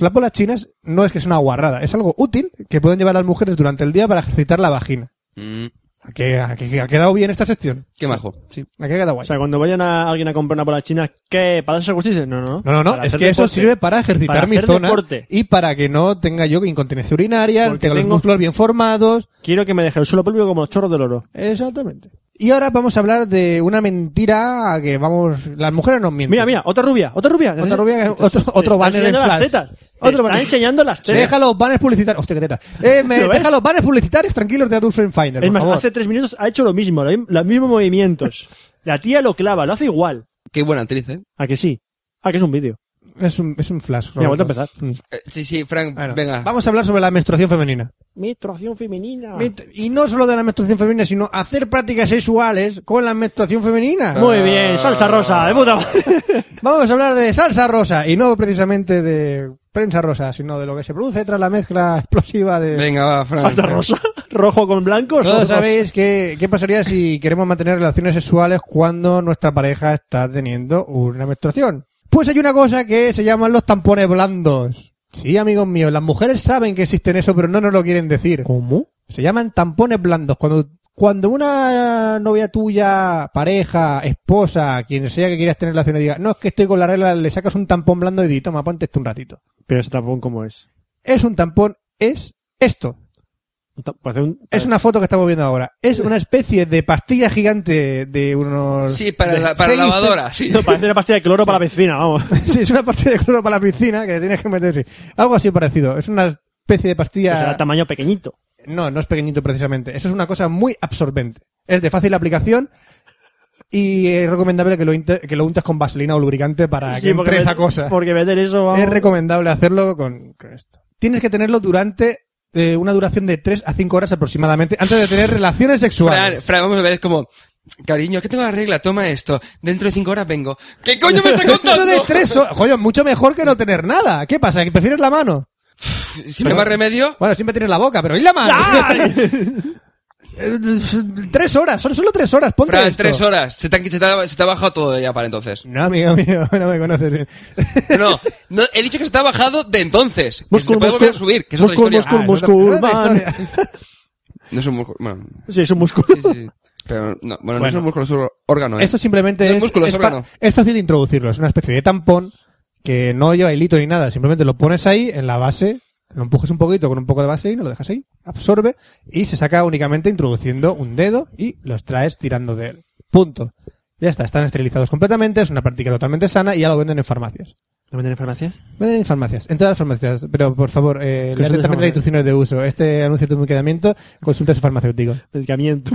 [SPEAKER 2] Las bolas chinas no es que es una guarrada, es algo útil que pueden llevar las mujeres durante el día para ejercitar la vagina.
[SPEAKER 1] Mm,
[SPEAKER 2] Que, que- ha quedado bien esta sección.
[SPEAKER 1] qué majo, sí.
[SPEAKER 2] Aquí ha quedado
[SPEAKER 6] O
[SPEAKER 2] guay.
[SPEAKER 6] sea, cuando vayan a alguien a comprar una bola china, ¿qué? ¿Para darse justicia? No, no.
[SPEAKER 2] No, no, no,
[SPEAKER 6] Para
[SPEAKER 2] es
[SPEAKER 6] hacer
[SPEAKER 2] que eso
[SPEAKER 6] deporte.
[SPEAKER 2] sirve para ejercitar
[SPEAKER 6] Para
[SPEAKER 2] mi
[SPEAKER 6] hacer
[SPEAKER 2] zona
[SPEAKER 6] deporte.
[SPEAKER 2] y para que no tenga yo incontinencia urinaria,
[SPEAKER 6] Porque
[SPEAKER 2] tenga los
[SPEAKER 6] tengo-
[SPEAKER 2] músculos bien formados.
[SPEAKER 6] Quiero que me deje el suelo pélvico como los chorros del oro.
[SPEAKER 2] Exactamente. Y ahora vamos a hablar de una mentira a que vamos, las mujeres nos mienten.
[SPEAKER 6] Mira, mira, otra rubia, otra rubia.
[SPEAKER 2] Otra rubia que-
[SPEAKER 6] Te-
[SPEAKER 2] otro-
[SPEAKER 6] te
[SPEAKER 2] otro
[SPEAKER 6] está
[SPEAKER 2] banner en
[SPEAKER 6] enseñando
[SPEAKER 2] flash.
[SPEAKER 6] Las tetas.
[SPEAKER 2] Otro
[SPEAKER 6] Te está
[SPEAKER 2] banner.
[SPEAKER 6] enseñando las tetas.
[SPEAKER 2] Deja los banners publicitarios. Hostia, qué teta. Eh, me-
[SPEAKER 6] eh. ¿Lo ves?
[SPEAKER 2] deja los banners publicitarios tranquilos de Adult Frame Finder,
[SPEAKER 6] es
[SPEAKER 2] por
[SPEAKER 6] más,
[SPEAKER 2] favor.
[SPEAKER 6] hace tres minutos ha hecho lo mismo, lo mi- los mismos movimientos. La tía lo clava, lo hace igual.
[SPEAKER 1] Qué buena actriz, ¿eh?
[SPEAKER 6] ¿A que sí? ¿A que es un vídeo?
[SPEAKER 2] Es un, es un flash.
[SPEAKER 6] Mira,
[SPEAKER 2] Roberto.
[SPEAKER 6] vuelta a
[SPEAKER 2] Mm.
[SPEAKER 1] Eh, Sí, sí, Frank,
[SPEAKER 2] Bueno,
[SPEAKER 1] venga.
[SPEAKER 2] Vamos a hablar sobre la menstruación femenina.
[SPEAKER 6] Menstruación femenina.
[SPEAKER 2] Y no solo de la menstruación femenina, sino hacer prácticas sexuales con la menstruación femenina.
[SPEAKER 6] Muy bien, salsa rosa, de puta madre.
[SPEAKER 2] Vamos a hablar de salsa rosa y no precisamente de prensa rosa, sino de lo que se produce tras la mezcla explosiva de...
[SPEAKER 1] Venga, va, Frank.
[SPEAKER 6] Salsa rosa, rojo con blanco.
[SPEAKER 2] Todos
[SPEAKER 6] salsa
[SPEAKER 2] sabéis que, qué pasaría si queremos mantener relaciones sexuales cuando nuestra pareja está teniendo una menstruación. Pues hay una cosa que se llaman los tampones blandos. Sí, amigos míos, las mujeres saben que existen eso, pero no nos lo quieren decir.
[SPEAKER 6] rosa. ¿Cómo?
[SPEAKER 2] Se llaman tampones blandos. Cuando, cuando una novia tuya, pareja, esposa, quien sea que quieras tener relaciones, diga, no, es que estoy con la regla, le sacas un tampón blando y di, toma, ponte esto un ratito.
[SPEAKER 6] Pero ese tapón, ¿cómo es?
[SPEAKER 2] Es un tampón, es esto.
[SPEAKER 6] Un ta- parece un-
[SPEAKER 2] Es una foto que estamos viendo ahora. Es una especie de pastilla gigante de unos...
[SPEAKER 1] Sí, para
[SPEAKER 2] de
[SPEAKER 1] la, para
[SPEAKER 2] seis-
[SPEAKER 1] la lavadora, sí.
[SPEAKER 6] No, parece una pastilla de cloro para la vecina, vamos.
[SPEAKER 2] Sí, es una pastilla de cloro para la piscina que le tienes que meter. sí. Algo así parecido. Es una especie de pastilla...
[SPEAKER 6] O sea, tamaño pequeñito.
[SPEAKER 2] No, no es pequeñito precisamente. Eso es una cosa muy absorbente. Es de fácil aplicación y es recomendable que lo, inte- que lo untes con vaselina o lubricante para que entre
[SPEAKER 6] met-
[SPEAKER 2] esa Ah, cosa.
[SPEAKER 6] Porque meter eso, vamos.
[SPEAKER 2] Es recomendable hacerlo con, con esto. Tienes que tenerlo durante eh, una duración de 3 a 5 horas aproximadamente antes de tener relaciones
[SPEAKER 1] Fran,
[SPEAKER 2] sexuales.
[SPEAKER 1] Fran, vamos a ver, es como... Cariño, que tengo la regla, toma esto. Dentro de cinco horas vengo. ¿Qué coño me está contando?
[SPEAKER 2] Dentro de tres horas. Joder, mucho mejor que no tener nada. ¿Qué pasa? ¿Que prefieres la mano?
[SPEAKER 1] Si no hay más remedio...
[SPEAKER 2] Bueno, siempre tienes la boca, pero ¿y la mano? Eh, tres horas, son solo tres horas, ponte
[SPEAKER 1] Fran,
[SPEAKER 2] esto.
[SPEAKER 1] tres horas. Se te, han- se te ha, se te ha bajado todo ya para entonces.
[SPEAKER 2] No, amigo mío, no me conoces bien.
[SPEAKER 1] No, no, he dicho que se te ha bajado de entonces. Que se
[SPEAKER 6] Músculo,
[SPEAKER 1] te puede volver a
[SPEAKER 6] músculo.
[SPEAKER 1] subir, que es
[SPEAKER 6] Músculo,
[SPEAKER 1] otra historia. Ah,
[SPEAKER 6] músculo.
[SPEAKER 2] Ah, es otra-
[SPEAKER 6] Musculman.
[SPEAKER 2] es otra historia.
[SPEAKER 1] No es un músculo... Bueno,
[SPEAKER 6] Sí, es un músculo.
[SPEAKER 1] sí, sí, sí. Pero no, bueno, no es
[SPEAKER 2] Bueno.
[SPEAKER 1] un músculo, es un órgano. ¿eh?
[SPEAKER 2] Esto simplemente
[SPEAKER 1] No es
[SPEAKER 2] es,
[SPEAKER 1] músculo, es
[SPEAKER 2] es fa-
[SPEAKER 1] órgano.
[SPEAKER 2] es fácil de introducirlo. Es una especie de tampón que no lleva hilito ni nada. Simplemente lo pones ahí en la base, lo empujas un poquito con un poco de base y lo dejas ahí. Absorbe y se saca únicamente introduciendo un dedo y los traes tirando de él. Punto. Ya está, están esterilizados completamente, es una práctica totalmente sana y ya lo venden en farmacias.
[SPEAKER 6] ¿Lo venden en farmacias?
[SPEAKER 2] Venden en farmacias, en todas las farmacias. Pero por favor, eh,
[SPEAKER 6] Consulta
[SPEAKER 2] lea atentamente
[SPEAKER 6] farmacéutica.
[SPEAKER 2] las instrucciones de uso. Este anuncio de tu medicamento, consulta a su farmacéutico.
[SPEAKER 6] Medicamento.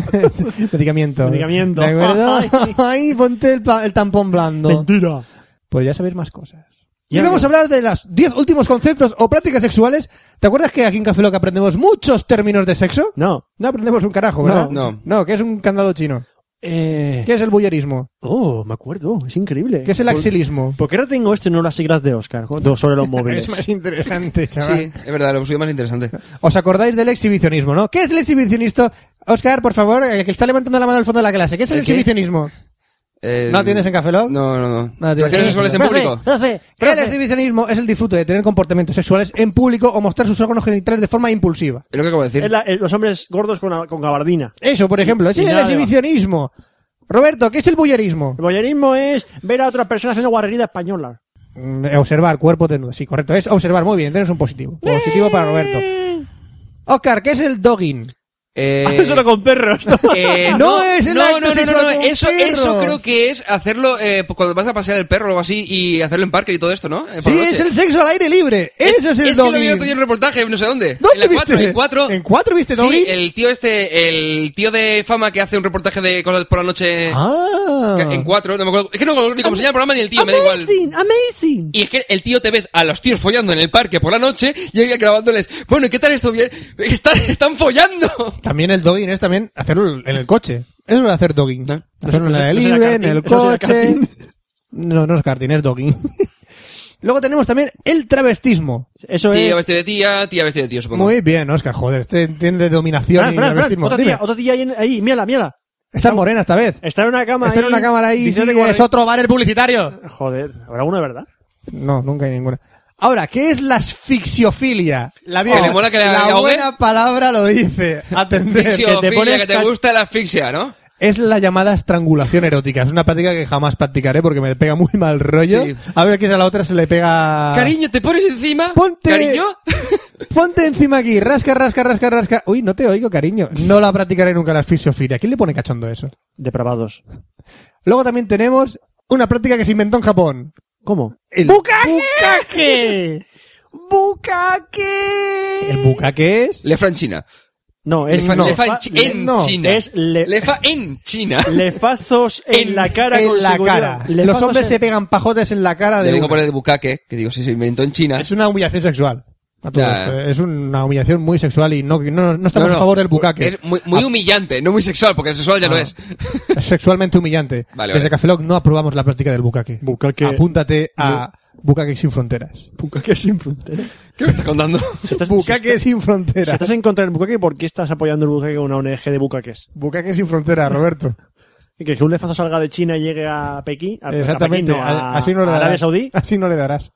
[SPEAKER 2] medicamento.
[SPEAKER 6] Medicamento.
[SPEAKER 2] ¿De acuerdo?
[SPEAKER 6] Ay.
[SPEAKER 2] Ay, ponte el, pa- el tampón blando.
[SPEAKER 6] Mentira.
[SPEAKER 2] Podría saber más cosas. Y
[SPEAKER 6] Ya
[SPEAKER 2] ahora vamos a
[SPEAKER 6] veo.
[SPEAKER 2] hablar de los 10 últimos conceptos o prácticas sexuales. ¿Te acuerdas que aquí en Café Lock aprendemos muchos términos de sexo?
[SPEAKER 6] No.
[SPEAKER 2] No aprendemos un carajo, ¿verdad?
[SPEAKER 1] No. No.
[SPEAKER 2] No, que es un candado chino.
[SPEAKER 6] Eh...
[SPEAKER 2] ¿Qué es el bullerismo?
[SPEAKER 6] Oh, me acuerdo, es increíble.
[SPEAKER 2] ¿Qué es el
[SPEAKER 6] Por-
[SPEAKER 2] axilismo?
[SPEAKER 6] ¿Por qué no tengo esto y no las siglas de Oscar jo- do- sobre los móviles?
[SPEAKER 2] Es más interesante, chaval.
[SPEAKER 1] Sí, es verdad, lo suyo más interesante.
[SPEAKER 2] ¿Os acordáis del exhibicionismo, no? ¿Qué es el exhibicionista? Oscar, por favor, eh, que está levantando la mano al fondo de la clase. ¿Qué es el,
[SPEAKER 1] ¿El qué?
[SPEAKER 2] exhibicionismo?
[SPEAKER 1] Eh,
[SPEAKER 2] ¿No atiendes en Café Lock?
[SPEAKER 1] No, no, no.
[SPEAKER 2] No atiendes.
[SPEAKER 1] ¿Relaciones sexuales en
[SPEAKER 6] Profe,
[SPEAKER 1] público?
[SPEAKER 6] profe,
[SPEAKER 2] El
[SPEAKER 6] profe.
[SPEAKER 2] exhibicionismo es el disfrute de tener comportamientos sexuales en público o mostrar sus órganos genitales de forma impulsiva.
[SPEAKER 1] Es lo que acabo de
[SPEAKER 6] Es
[SPEAKER 1] decir.
[SPEAKER 6] la- eh, los hombres gordos con, con gabardina.
[SPEAKER 2] Eso, por ejemplo, ese
[SPEAKER 6] y
[SPEAKER 2] es el
[SPEAKER 6] nada de-
[SPEAKER 2] exhibicionismo. Roberto, ¿qué es el bullerismo?
[SPEAKER 6] El boyerismo es ver a otras personas haciendo guarrería española.
[SPEAKER 2] Mm, Observar cuerpo desnudo. Sí, correcto. Es observar. Muy bien, tienes un positivo. Positivo para Roberto. Oscar, ¿qué es el dogging?
[SPEAKER 1] Eh,
[SPEAKER 6] Solo con perros.
[SPEAKER 1] Eh,
[SPEAKER 2] No es el acto
[SPEAKER 1] no, no, no, no,
[SPEAKER 2] sexual
[SPEAKER 1] no,
[SPEAKER 2] con
[SPEAKER 1] Eso,
[SPEAKER 2] perros.
[SPEAKER 1] eso creo que es hacerlo eh, cuando vas a pasear el perro o algo así y hacerlo en parque y todo esto, ¿no? Eh, por
[SPEAKER 2] Sí,
[SPEAKER 1] la noche.
[SPEAKER 2] es el sexo al aire libre. Eso es el
[SPEAKER 1] es que lo vi
[SPEAKER 2] dogging.
[SPEAKER 1] otro día en un reportaje, no sé dónde.
[SPEAKER 2] ¿Dónde
[SPEAKER 1] en la 4,
[SPEAKER 2] viste?
[SPEAKER 1] en 4.
[SPEAKER 2] ¿En cuatro viste dogging?
[SPEAKER 1] Sí, el tío este, el tío de fama que hace un reportaje de cosas por la noche
[SPEAKER 2] Ah.
[SPEAKER 1] que- en 4, no me acuerdo. Es que no me acuerdo ni cómo se llama el programa ni el tío, me da igual.
[SPEAKER 11] Amazing, amazing.
[SPEAKER 1] Y es que el tío te ves a los tíos follando en el parque por la noche y ella grabándoles, bueno, ¿y qué tal esto? Bien, están, están follando.
[SPEAKER 2] También el dogging es también hacerlo en el coche. Eso es hacer dogging.
[SPEAKER 1] No.
[SPEAKER 2] Hacerlo en el aire
[SPEAKER 6] eso sería
[SPEAKER 2] libre, en el
[SPEAKER 6] karting, eso sería
[SPEAKER 2] coche. No, no es karting, es dogging. Luego tenemos también el travestismo.
[SPEAKER 6] Eso
[SPEAKER 1] Tía
[SPEAKER 6] es...
[SPEAKER 1] vestido de tía, tía vestido de tío, supongo.
[SPEAKER 2] Muy bien, Oscar, joder, este entiende dominación
[SPEAKER 6] Fran,
[SPEAKER 2] y
[SPEAKER 6] Fran, Fran,
[SPEAKER 2] travestismo.
[SPEAKER 6] otra
[SPEAKER 2] Dime,
[SPEAKER 6] tía, otra tía ahí, en- ahí, mírala, mírala.
[SPEAKER 2] está morena esta vez.
[SPEAKER 6] Está en una cama
[SPEAKER 2] Está en
[SPEAKER 6] ahí,
[SPEAKER 2] una cámara ahí, sí,
[SPEAKER 6] diciendo que
[SPEAKER 2] es
[SPEAKER 6] guarrería-
[SPEAKER 2] otro banner publicitario.
[SPEAKER 6] Joder, ¿habrá uno de verdad?
[SPEAKER 2] No, nunca hay ninguna. Ahora, ¿qué es la asfixiofilia? La,
[SPEAKER 1] Que le mola que le
[SPEAKER 2] la
[SPEAKER 1] ahogue.
[SPEAKER 2] buena palabra lo dice. Atender.
[SPEAKER 1] Asfixiofilia,
[SPEAKER 6] te pones
[SPEAKER 1] que te
[SPEAKER 6] cal-
[SPEAKER 1] gusta la asfixia, ¿no?
[SPEAKER 2] Es la llamada estrangulación erótica. Es una práctica que jamás practicaré porque me pega muy mal rollo.
[SPEAKER 1] Sí.
[SPEAKER 2] A ver qué es a la otra se le pega.
[SPEAKER 1] Cariño, ¿te pones encima?
[SPEAKER 2] Ah. Ponte-
[SPEAKER 1] Cariño.
[SPEAKER 2] Ponte encima aquí. Rasca, rasca, rasca, rasca. Uy, no te oigo, cariño. No la practicaré nunca la asfixiofilia. ¿Quién le pone cachondo eso?
[SPEAKER 6] Depravados.
[SPEAKER 2] Luego también tenemos una práctica que se inventó en Japón.
[SPEAKER 6] ¿Cómo?
[SPEAKER 2] El
[SPEAKER 11] ¡Bucaque! ¡Bucaque!
[SPEAKER 2] ¿El bucaque es?
[SPEAKER 1] Le en China.
[SPEAKER 6] No, es...
[SPEAKER 1] Lefa,
[SPEAKER 2] no.
[SPEAKER 1] lefa en,
[SPEAKER 6] fa-
[SPEAKER 1] chi-
[SPEAKER 6] le-
[SPEAKER 1] en
[SPEAKER 2] no.
[SPEAKER 1] China.
[SPEAKER 6] Es le-
[SPEAKER 1] Lefa en China.
[SPEAKER 6] Lefazos en
[SPEAKER 1] En-
[SPEAKER 6] la cara con
[SPEAKER 2] en la
[SPEAKER 6] seguridad.
[SPEAKER 2] cara.
[SPEAKER 6] Lefazos
[SPEAKER 2] Los hombres
[SPEAKER 6] en-
[SPEAKER 2] se pegan pajotes en la cara
[SPEAKER 1] Le
[SPEAKER 2] de.
[SPEAKER 1] digo
[SPEAKER 2] una.
[SPEAKER 1] por el de bucaque, que digo, si se inventó en China.
[SPEAKER 2] Es una humillación sexual. A todo
[SPEAKER 1] Ah. Ya.
[SPEAKER 2] esto. eh. Es una humillación muy sexual y no, no, no estamos
[SPEAKER 1] No, no.
[SPEAKER 2] a favor del bucaque. Ah.
[SPEAKER 1] Es muy, muy humillante, no muy sexual, porque sexual ya no, es.
[SPEAKER 2] Es sexualmente humillante.
[SPEAKER 1] Vale,
[SPEAKER 2] Desde
[SPEAKER 1] vale.
[SPEAKER 2] Café Lock no aprobamos la práctica del bucaque.
[SPEAKER 6] Bucaque.
[SPEAKER 2] Apúntate a Bucaque sin fronteras.
[SPEAKER 6] Bucaque sin fronteras.
[SPEAKER 1] ¿Qué me estás contando?
[SPEAKER 6] Si estás- si
[SPEAKER 2] Bucaque
[SPEAKER 6] estás-
[SPEAKER 2] sin
[SPEAKER 6] si
[SPEAKER 2] fronteras.
[SPEAKER 6] estás en contra del bucaque, ¿por qué estás apoyando el bucaque con una ONG de bucaques?
[SPEAKER 2] Bucaque sin fronteras, Roberto.
[SPEAKER 6] ¿Y ¿Que que un lefazo salga de China y llegue a Pekín? A,
[SPEAKER 2] Exactamente.
[SPEAKER 6] a Pekín, no, a-
[SPEAKER 2] A- Así no le
[SPEAKER 6] a Arabia
[SPEAKER 2] darás.
[SPEAKER 6] Saudí.
[SPEAKER 2] Así no le darás.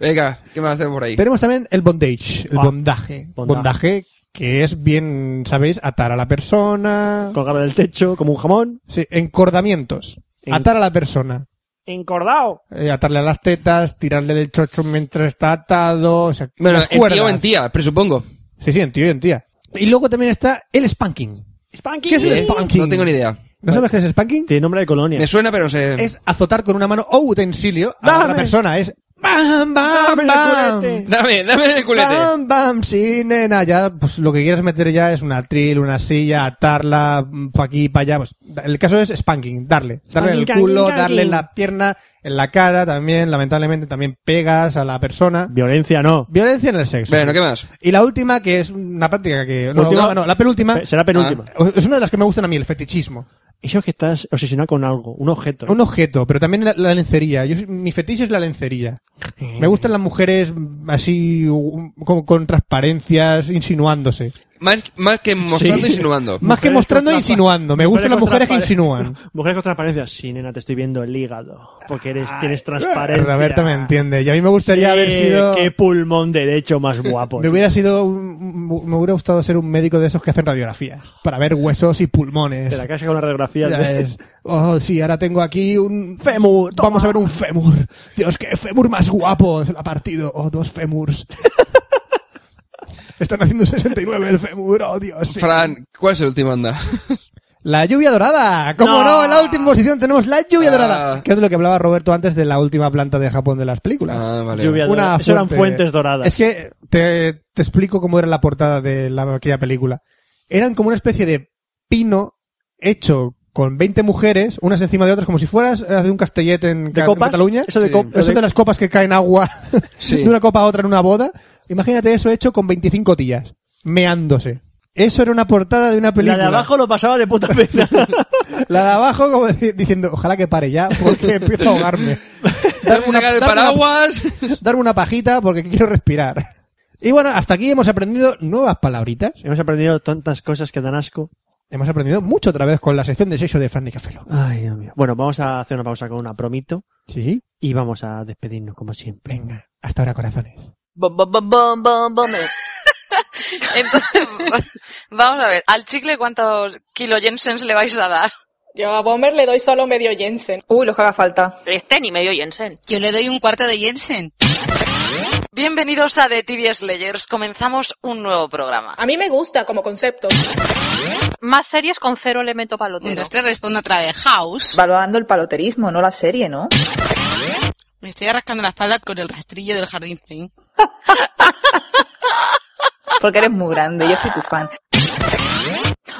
[SPEAKER 1] Venga, ¿qué más tenemos por ahí?
[SPEAKER 2] Tenemos también el bondage, el
[SPEAKER 6] Ah.
[SPEAKER 2] bondaje.
[SPEAKER 6] Bondaje.
[SPEAKER 2] Bondaje que es bien, ¿sabéis? Atar a la persona.
[SPEAKER 6] Colgarlo del techo como un jamón.
[SPEAKER 2] Sí, encordamientos.
[SPEAKER 6] En-
[SPEAKER 2] Atar a la persona.
[SPEAKER 6] Encordado.
[SPEAKER 2] Eh, atarle a las tetas, tirarle del chocho mientras está atado. O sea,
[SPEAKER 1] Bueno,
[SPEAKER 2] las
[SPEAKER 1] en
[SPEAKER 2] cuerdas.
[SPEAKER 1] tío o en tía, presupongo.
[SPEAKER 2] Sí, sí, en tío y en tía. Y luego también está el spanking.
[SPEAKER 6] Spanking.
[SPEAKER 2] ¿Qué es el
[SPEAKER 1] Eh,
[SPEAKER 2] spanking?
[SPEAKER 1] No tengo ni idea.
[SPEAKER 2] ¿No sabes qué es spanking?
[SPEAKER 6] Tiene nombre de colonia.
[SPEAKER 1] Me suena, pero no sé.
[SPEAKER 2] Es azotar con una mano o utensilio a la
[SPEAKER 6] Dame.
[SPEAKER 2] otra persona. Es bam, bam,
[SPEAKER 6] Dame
[SPEAKER 2] bam.
[SPEAKER 6] el culete.
[SPEAKER 1] Dame, dame el culete.
[SPEAKER 2] Bam, bam, sí, nena. Ya, pues lo que quieras meter ya es una tril, una silla, atarla mm, pa' aquí, pa' allá. Pues, da- el caso es spanking, darle. Darle en el
[SPEAKER 6] Spanking,
[SPEAKER 2] culo,
[SPEAKER 6] spanking.
[SPEAKER 2] darle en la pierna, en la cara también. Lamentablemente también pegas a la persona.
[SPEAKER 6] Violencia no.
[SPEAKER 2] Violencia en el sexo.
[SPEAKER 1] Bueno, ¿qué más?
[SPEAKER 2] Y la última, que es una práctica que... No, la
[SPEAKER 6] Última-
[SPEAKER 2] última no, la penúltima.
[SPEAKER 6] Pe- Será penúltima.
[SPEAKER 2] Es una de las que me gustan a mí, el fetichismo.
[SPEAKER 6] Eso es que estás obsesionado con algo, un objeto.
[SPEAKER 2] Un objeto, pero también la, la lencería. Yo, soy- mi fetiche es la lencería. Me gustan las mujeres mm, así, u- con, con transparencias, insinuándose.
[SPEAKER 1] Más, más que mostrando
[SPEAKER 6] Sí.
[SPEAKER 1] e insinuando.
[SPEAKER 2] Más que
[SPEAKER 6] Mujeres
[SPEAKER 2] mostrando, e
[SPEAKER 6] con transpa-
[SPEAKER 2] insinuando. Me gustan las mujeres que
[SPEAKER 6] transparen-
[SPEAKER 2] insinúan.
[SPEAKER 6] Mujeres con transparencia. Sí, nena, te estoy viendo el hígado. Porque eres, tienes transparencia.
[SPEAKER 2] Roberta Ah, me entiende. Y a mí me gustaría
[SPEAKER 6] Sí,
[SPEAKER 2] haber sido...
[SPEAKER 6] Qué pulmón derecho más guapo.
[SPEAKER 2] Me hubiera sido un- un- me hubiera gustado ser un médico de esos que hacen radiografías para ver huesos y pulmones.
[SPEAKER 6] Te la casa con la radiografía.
[SPEAKER 2] Ya
[SPEAKER 6] de-
[SPEAKER 2] ves. Oh, sí, ahora tengo aquí un
[SPEAKER 6] Fémur, toma.
[SPEAKER 2] Vamos a ver un fémur. Dios, qué fémur más guapo. Se lo ha partido. Oh, dos fémurs. Están haciendo 69 el fémur. Oh, Dios. sí.
[SPEAKER 1] Fran, ¿cuál es el último anda?
[SPEAKER 2] La lluvia dorada. Como no?
[SPEAKER 10] No.
[SPEAKER 2] en la última posición tenemos la lluvia
[SPEAKER 10] Ah.
[SPEAKER 2] dorada. Que es de lo que hablaba Roberto antes de la última planta de Japón de las películas.
[SPEAKER 1] Ah,
[SPEAKER 6] Lluvia dorada. Eso eran fuentes doradas.
[SPEAKER 2] Es que te, te explico cómo era la portada de la, aquella película. Eran como una especie de pino hecho con 20 mujeres, unas encima de otras, como si fueras eh, de un castellete en, Ca- en
[SPEAKER 6] copas?
[SPEAKER 2] Cataluña.
[SPEAKER 6] Eso de cop-
[SPEAKER 2] Eso de
[SPEAKER 6] de-
[SPEAKER 2] las copas que caen agua
[SPEAKER 6] Sí.
[SPEAKER 2] de una copa a otra en una boda. Imagínate eso hecho con 25 tías, meándose. Eso era una portada de una película.
[SPEAKER 6] La de abajo lo pasaba de puta pena.
[SPEAKER 2] La de abajo como dici- diciendo, ojalá que pare ya, porque empiezo a ahogarme. Darme una,
[SPEAKER 1] el
[SPEAKER 2] darme una-
[SPEAKER 1] paraguas.
[SPEAKER 2] darme una pajita porque quiero respirar. Y bueno, hasta aquí hemos aprendido nuevas palabritas.
[SPEAKER 6] Hemos aprendido tantas cosas que dan asco.
[SPEAKER 2] Hemos aprendido mucho otra vez con la sección de sexo de Fran y Cafelo.
[SPEAKER 6] Ay, Dios mío. Bueno, vamos a hacer una pausa con una promito.
[SPEAKER 2] Sí.
[SPEAKER 6] Y vamos a despedirnos como siempre.
[SPEAKER 2] Venga, hasta ahora, corazones.
[SPEAKER 14] Bom, bom, bom, bom, bom, bom.
[SPEAKER 15] Entonces, vamos a ver, ¿al chicle cuántos kilo Jensens le vais a dar?
[SPEAKER 5] Yo a Bomber le doy solo medio Jensen. Uy, los que haga falta.
[SPEAKER 15] Este ni medio Jensen.
[SPEAKER 13] Yo le doy un cuarto de Jensen.
[SPEAKER 15] Bienvenidos a The TV Slayers. Comenzamos un nuevo programa.
[SPEAKER 5] A mí me gusta como concepto.
[SPEAKER 15] Más series con cero elemento palotero.
[SPEAKER 5] este
[SPEAKER 13] Un, dos, tres, respondo otra vez. House.
[SPEAKER 5] Valorando el paloterismo, no la serie, ¿no?
[SPEAKER 13] Me estoy arrascando la espalda con el rastrillo del jardín Zen.
[SPEAKER 5] Porque eres muy grande, yo soy tu fan.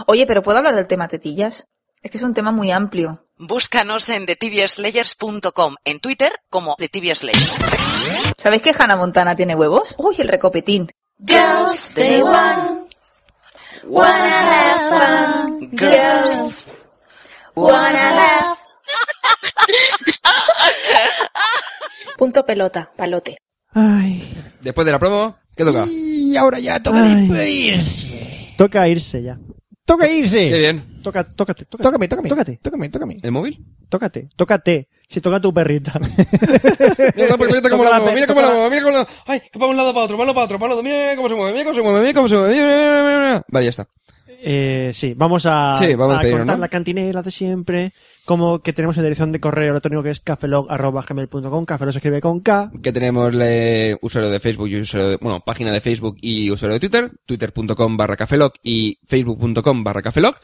[SPEAKER 5] Oye, pero ¿puedo hablar del tema tetillas? Es que es un tema muy amplio.
[SPEAKER 15] Búscanos en TheTVSlayers.com, en Twitter como The TV Slayers.
[SPEAKER 5] ¿Sabéis que Hannah Montana tiene huevos? Uy, el recopetín.
[SPEAKER 15] Girls,
[SPEAKER 5] they
[SPEAKER 15] want,
[SPEAKER 5] wanna have
[SPEAKER 15] fun.
[SPEAKER 5] Girls, wanna have- Punto pelota, palote.
[SPEAKER 1] Después de la promo, ¿qué toca?
[SPEAKER 2] Y ahora ya toca
[SPEAKER 6] despedirse. Toca irse ya.
[SPEAKER 2] Toca irse.
[SPEAKER 1] Qué bien.
[SPEAKER 6] Toca, tócate, tócate.
[SPEAKER 2] Tócame, tócame.
[SPEAKER 6] Tócate.
[SPEAKER 2] Tócame, tócame.
[SPEAKER 1] ¿El móvil?
[SPEAKER 6] Tócate, tócate. Si toca tu perrita.
[SPEAKER 1] Mira cómo la
[SPEAKER 6] Toca la
[SPEAKER 1] muevo,
[SPEAKER 6] pe-
[SPEAKER 1] mira cómo la
[SPEAKER 6] toca la-
[SPEAKER 1] muevo, mira cómo la Ay, que para un lado, para otro, para otro, para otro. Mira cómo se mueve, mira cómo se mueve, mira cómo se mueve. mira, mira, mira, mira. Vale, ya está.
[SPEAKER 6] Eh, sí, vamos a,
[SPEAKER 1] Sí, vamos a despedirnos,
[SPEAKER 6] contar
[SPEAKER 1] ¿no?
[SPEAKER 6] la cantinela de siempre, como que tenemos en la dirección de correo electrónico que es cafelog.gmail.com, cafelog se escribe con K,
[SPEAKER 1] que tenemos eh, usuario de Facebook y usuario de, bueno, página de Facebook y usuario de Twitter, twitter.com barra cafeloc y facebook.com barra cafeloc.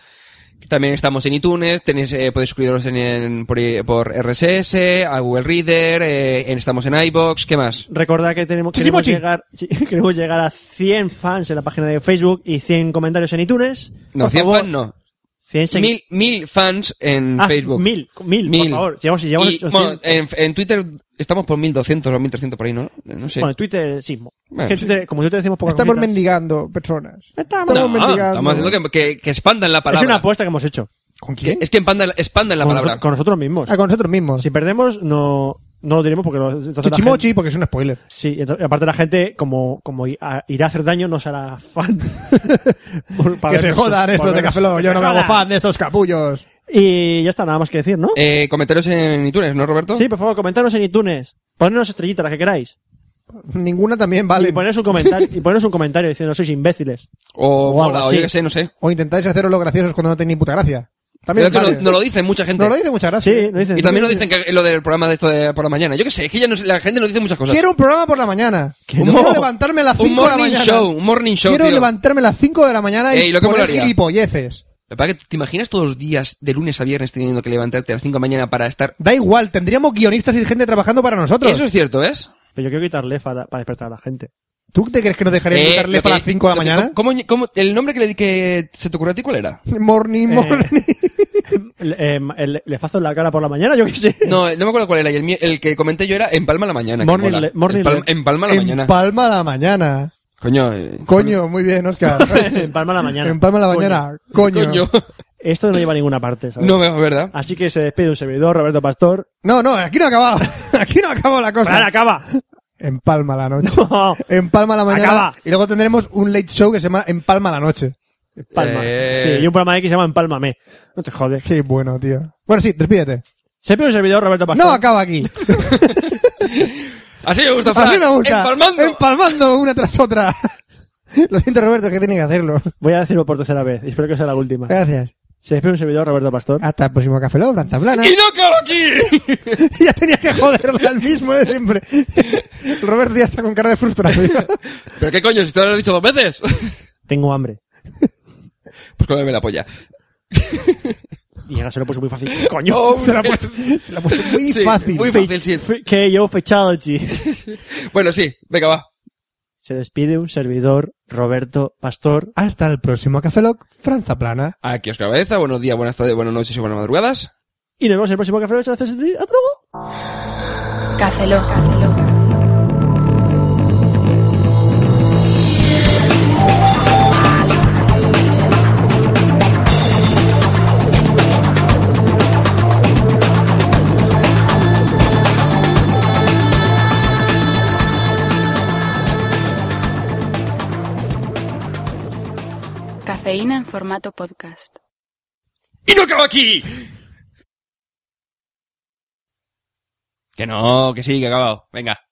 [SPEAKER 1] También estamos en iTunes, tenéis, eh, podéis suscribiros en, en- por, eh, por RSS, a Google Reader, eh, en- estamos en iBox, ¿qué más?
[SPEAKER 6] Recordad que tenemos,
[SPEAKER 1] Sí,
[SPEAKER 6] queremos,
[SPEAKER 1] Mochi.
[SPEAKER 6] llegar, sí, queremos llegar a 100 fans en la página de Facebook y 100 comentarios en iTunes.
[SPEAKER 1] No,
[SPEAKER 6] Por
[SPEAKER 1] 100
[SPEAKER 6] favor,
[SPEAKER 1] fans no.
[SPEAKER 6] 100 segui-
[SPEAKER 1] Mil, mil fans en
[SPEAKER 6] Ah,
[SPEAKER 1] Facebook.
[SPEAKER 6] mil, mil, por favor. Llevamos- llevamos
[SPEAKER 1] Y,
[SPEAKER 6] 800.
[SPEAKER 1] bueno, en, en Twitter estamos por 1200 o 1300 por ahí, ¿no? No sé.
[SPEAKER 6] Bueno, Twitter sí. mo-
[SPEAKER 1] Bueno,
[SPEAKER 6] que
[SPEAKER 1] sí.
[SPEAKER 6] Twitter- como Twitter decimos pocas
[SPEAKER 2] Estamos
[SPEAKER 6] cositas.
[SPEAKER 2] mendigando personas. Estamos
[SPEAKER 1] No,
[SPEAKER 2] mendigando.
[SPEAKER 1] estamos haciendo que, que, que expandan la palabra.
[SPEAKER 6] Es una apuesta que hemos hecho.
[SPEAKER 2] ¿Con
[SPEAKER 1] Que- es que expandan, expandan la
[SPEAKER 6] con,
[SPEAKER 1] palabra.
[SPEAKER 6] noso- con nosotros mismos.
[SPEAKER 2] Ah, con nosotros mismos.
[SPEAKER 6] Si perdemos, no, no lo diremos porque... lo- entonces la
[SPEAKER 2] Chichimochi,
[SPEAKER 6] gente-
[SPEAKER 2] porque es un spoiler.
[SPEAKER 6] Sí, y ento- y aparte la gente, como, como i- a- irá a hacer daño, nos hará fan. Por- para
[SPEAKER 2] que se
[SPEAKER 6] vernos-
[SPEAKER 2] jodan
[SPEAKER 6] para
[SPEAKER 2] estos de
[SPEAKER 6] vernos-
[SPEAKER 2] Café Lock, Yo no me hago
[SPEAKER 6] Jodan.
[SPEAKER 2] fan de estos capullos.
[SPEAKER 6] Y ya está, nada más que decir, ¿no?
[SPEAKER 1] Eh, comentarios en iTunes, ¿no, Roberto?
[SPEAKER 6] Sí, por favor, comentaros en iTunes. Ponednos estrellitas, las que queráis.
[SPEAKER 2] Ninguna también vale.
[SPEAKER 6] Y poneros un comentario, y poneros un comentario diciendo sois imbéciles.
[SPEAKER 1] O,
[SPEAKER 6] O algo
[SPEAKER 1] mola, o
[SPEAKER 6] así.
[SPEAKER 1] yo qué sé, no sé.
[SPEAKER 2] O intentáis haceros los graciosos cuando no tenéis ni puta gracia. También
[SPEAKER 1] Creo que
[SPEAKER 2] vale.
[SPEAKER 1] no, no lo dicen mucha gente.
[SPEAKER 2] No lo dice, ¿eh? muchas gracias.
[SPEAKER 6] Sí, lo dicen.
[SPEAKER 1] y también nos dicen que lo del programa de esto de por la mañana. Yo qué sé, es que ya no sé, la gente nos dice muchas cosas.
[SPEAKER 2] Quiero un programa por la mañana.
[SPEAKER 1] no.
[SPEAKER 2] Quiero levantarme a las
[SPEAKER 1] Un
[SPEAKER 2] 5 de la
[SPEAKER 1] morning
[SPEAKER 2] mañana.
[SPEAKER 1] show, un morning show,
[SPEAKER 2] Quiero
[SPEAKER 1] tío.
[SPEAKER 2] levantarme a las 5 de la mañana y
[SPEAKER 1] Ey, lo que
[SPEAKER 2] poner
[SPEAKER 1] molaría.
[SPEAKER 2] gilipolleces.
[SPEAKER 1] Lo que pasa es que te imaginas todos los días, de lunes a viernes, teniendo que levantarte a las 5 de la mañana para estar.
[SPEAKER 2] Da igual, tendríamos guionistas y gente trabajando para nosotros.
[SPEAKER 1] Eso es cierto, ¿ves?
[SPEAKER 6] Pero yo quiero quitarle para, para despertar a la gente.
[SPEAKER 2] ¿Tú te crees que nos dejarían
[SPEAKER 1] Eh,
[SPEAKER 2] quitarle
[SPEAKER 1] lo que-
[SPEAKER 2] a las 5 de la
[SPEAKER 1] lo que-
[SPEAKER 2] mañana?
[SPEAKER 1] ¿cómo, cómo- el nombre que le di que se te ocurrió a ti cuál era?
[SPEAKER 2] Morning,
[SPEAKER 6] Eh,
[SPEAKER 2] morning.
[SPEAKER 6] Le, eh, le- le fazo en la cara por la mañana, yo qué sé.
[SPEAKER 1] No, no me acuerdo cuál era. Y el, mío- el que comenté yo era En Palma a la mañana. que
[SPEAKER 6] Morning
[SPEAKER 1] mola.
[SPEAKER 6] le- morning
[SPEAKER 1] en, Palma,
[SPEAKER 6] le-
[SPEAKER 1] En Palma a la mañana.
[SPEAKER 2] En Palma a la mañana.
[SPEAKER 1] Coño. eh,
[SPEAKER 2] Coño, muy bien, Oscar.
[SPEAKER 6] en Palma a la mañana.
[SPEAKER 2] En Palma a la mañana. Coño.
[SPEAKER 6] Esto no lleva a ninguna parte, ¿sabes?
[SPEAKER 1] No, es verdad.
[SPEAKER 6] Así que se despide un servidor, Roberto Pastor.
[SPEAKER 2] No, no, aquí no ha acabado. Aquí no ha acabado la cosa.
[SPEAKER 6] Fran, acaba!
[SPEAKER 2] En Palma a la noche.
[SPEAKER 6] No.
[SPEAKER 2] En Palma a la mañana.
[SPEAKER 6] Acaba.
[SPEAKER 2] Y luego tendremos un late show que se llama En Palma a la noche.
[SPEAKER 6] Palma.
[SPEAKER 1] Eh.
[SPEAKER 6] Sí, y un programa X que se llama Empálmame. No te jodes.
[SPEAKER 2] Qué bueno, tío. Bueno, sí, despídete.
[SPEAKER 6] Se despide un servidor, Roberto Pastor.
[SPEAKER 2] No acaba aquí.
[SPEAKER 1] Así me gusta, Fran.
[SPEAKER 2] Así me gusta.
[SPEAKER 1] Empalmando.
[SPEAKER 2] Empalmando una tras otra. Lo siento, Roberto, que tiene que hacerlo.
[SPEAKER 6] Voy a decirlo por tercera vez. y Espero que sea la última.
[SPEAKER 2] Gracias.
[SPEAKER 6] Se despide un servidor, Roberto Pastor.
[SPEAKER 2] Hasta el próximo Café Lock, Franza Plana.
[SPEAKER 1] ¡Y no acabo aquí!
[SPEAKER 2] ya tenía que joderla al mismo de siempre. Roberto ya está con cara de frustrado.
[SPEAKER 1] ¿Pero qué coño? Si te lo he dicho dos veces.
[SPEAKER 6] Tengo hambre.
[SPEAKER 1] Pues cómeme la polla.
[SPEAKER 6] Y ya se lo puso muy fácil.
[SPEAKER 2] Oh.
[SPEAKER 6] ¡Coño!
[SPEAKER 2] Se la ha puesto, se la ha puesto muy
[SPEAKER 1] Oh, Sí,
[SPEAKER 2] fácil.
[SPEAKER 1] Muy fácil, sí.
[SPEAKER 6] Que yo fatality.
[SPEAKER 1] Bueno, sí, venga, va.
[SPEAKER 6] Se despide un servidor, Roberto Pastor.
[SPEAKER 2] Hasta el próximo Café Lock, Franza Plana.
[SPEAKER 1] Aquí os cabeza. Buenos días, buenas tardes, buenas noches y buenas madrugadas.
[SPEAKER 6] Y nos vemos en el próximo Café Lock. Gracias a ti. Hasta luego.
[SPEAKER 14] Café Lock. Café Lock.
[SPEAKER 16] Cafeína en formato podcast.
[SPEAKER 1] ¡Y no acaba aquí! Que no, que sí, que ha acabado. Venga.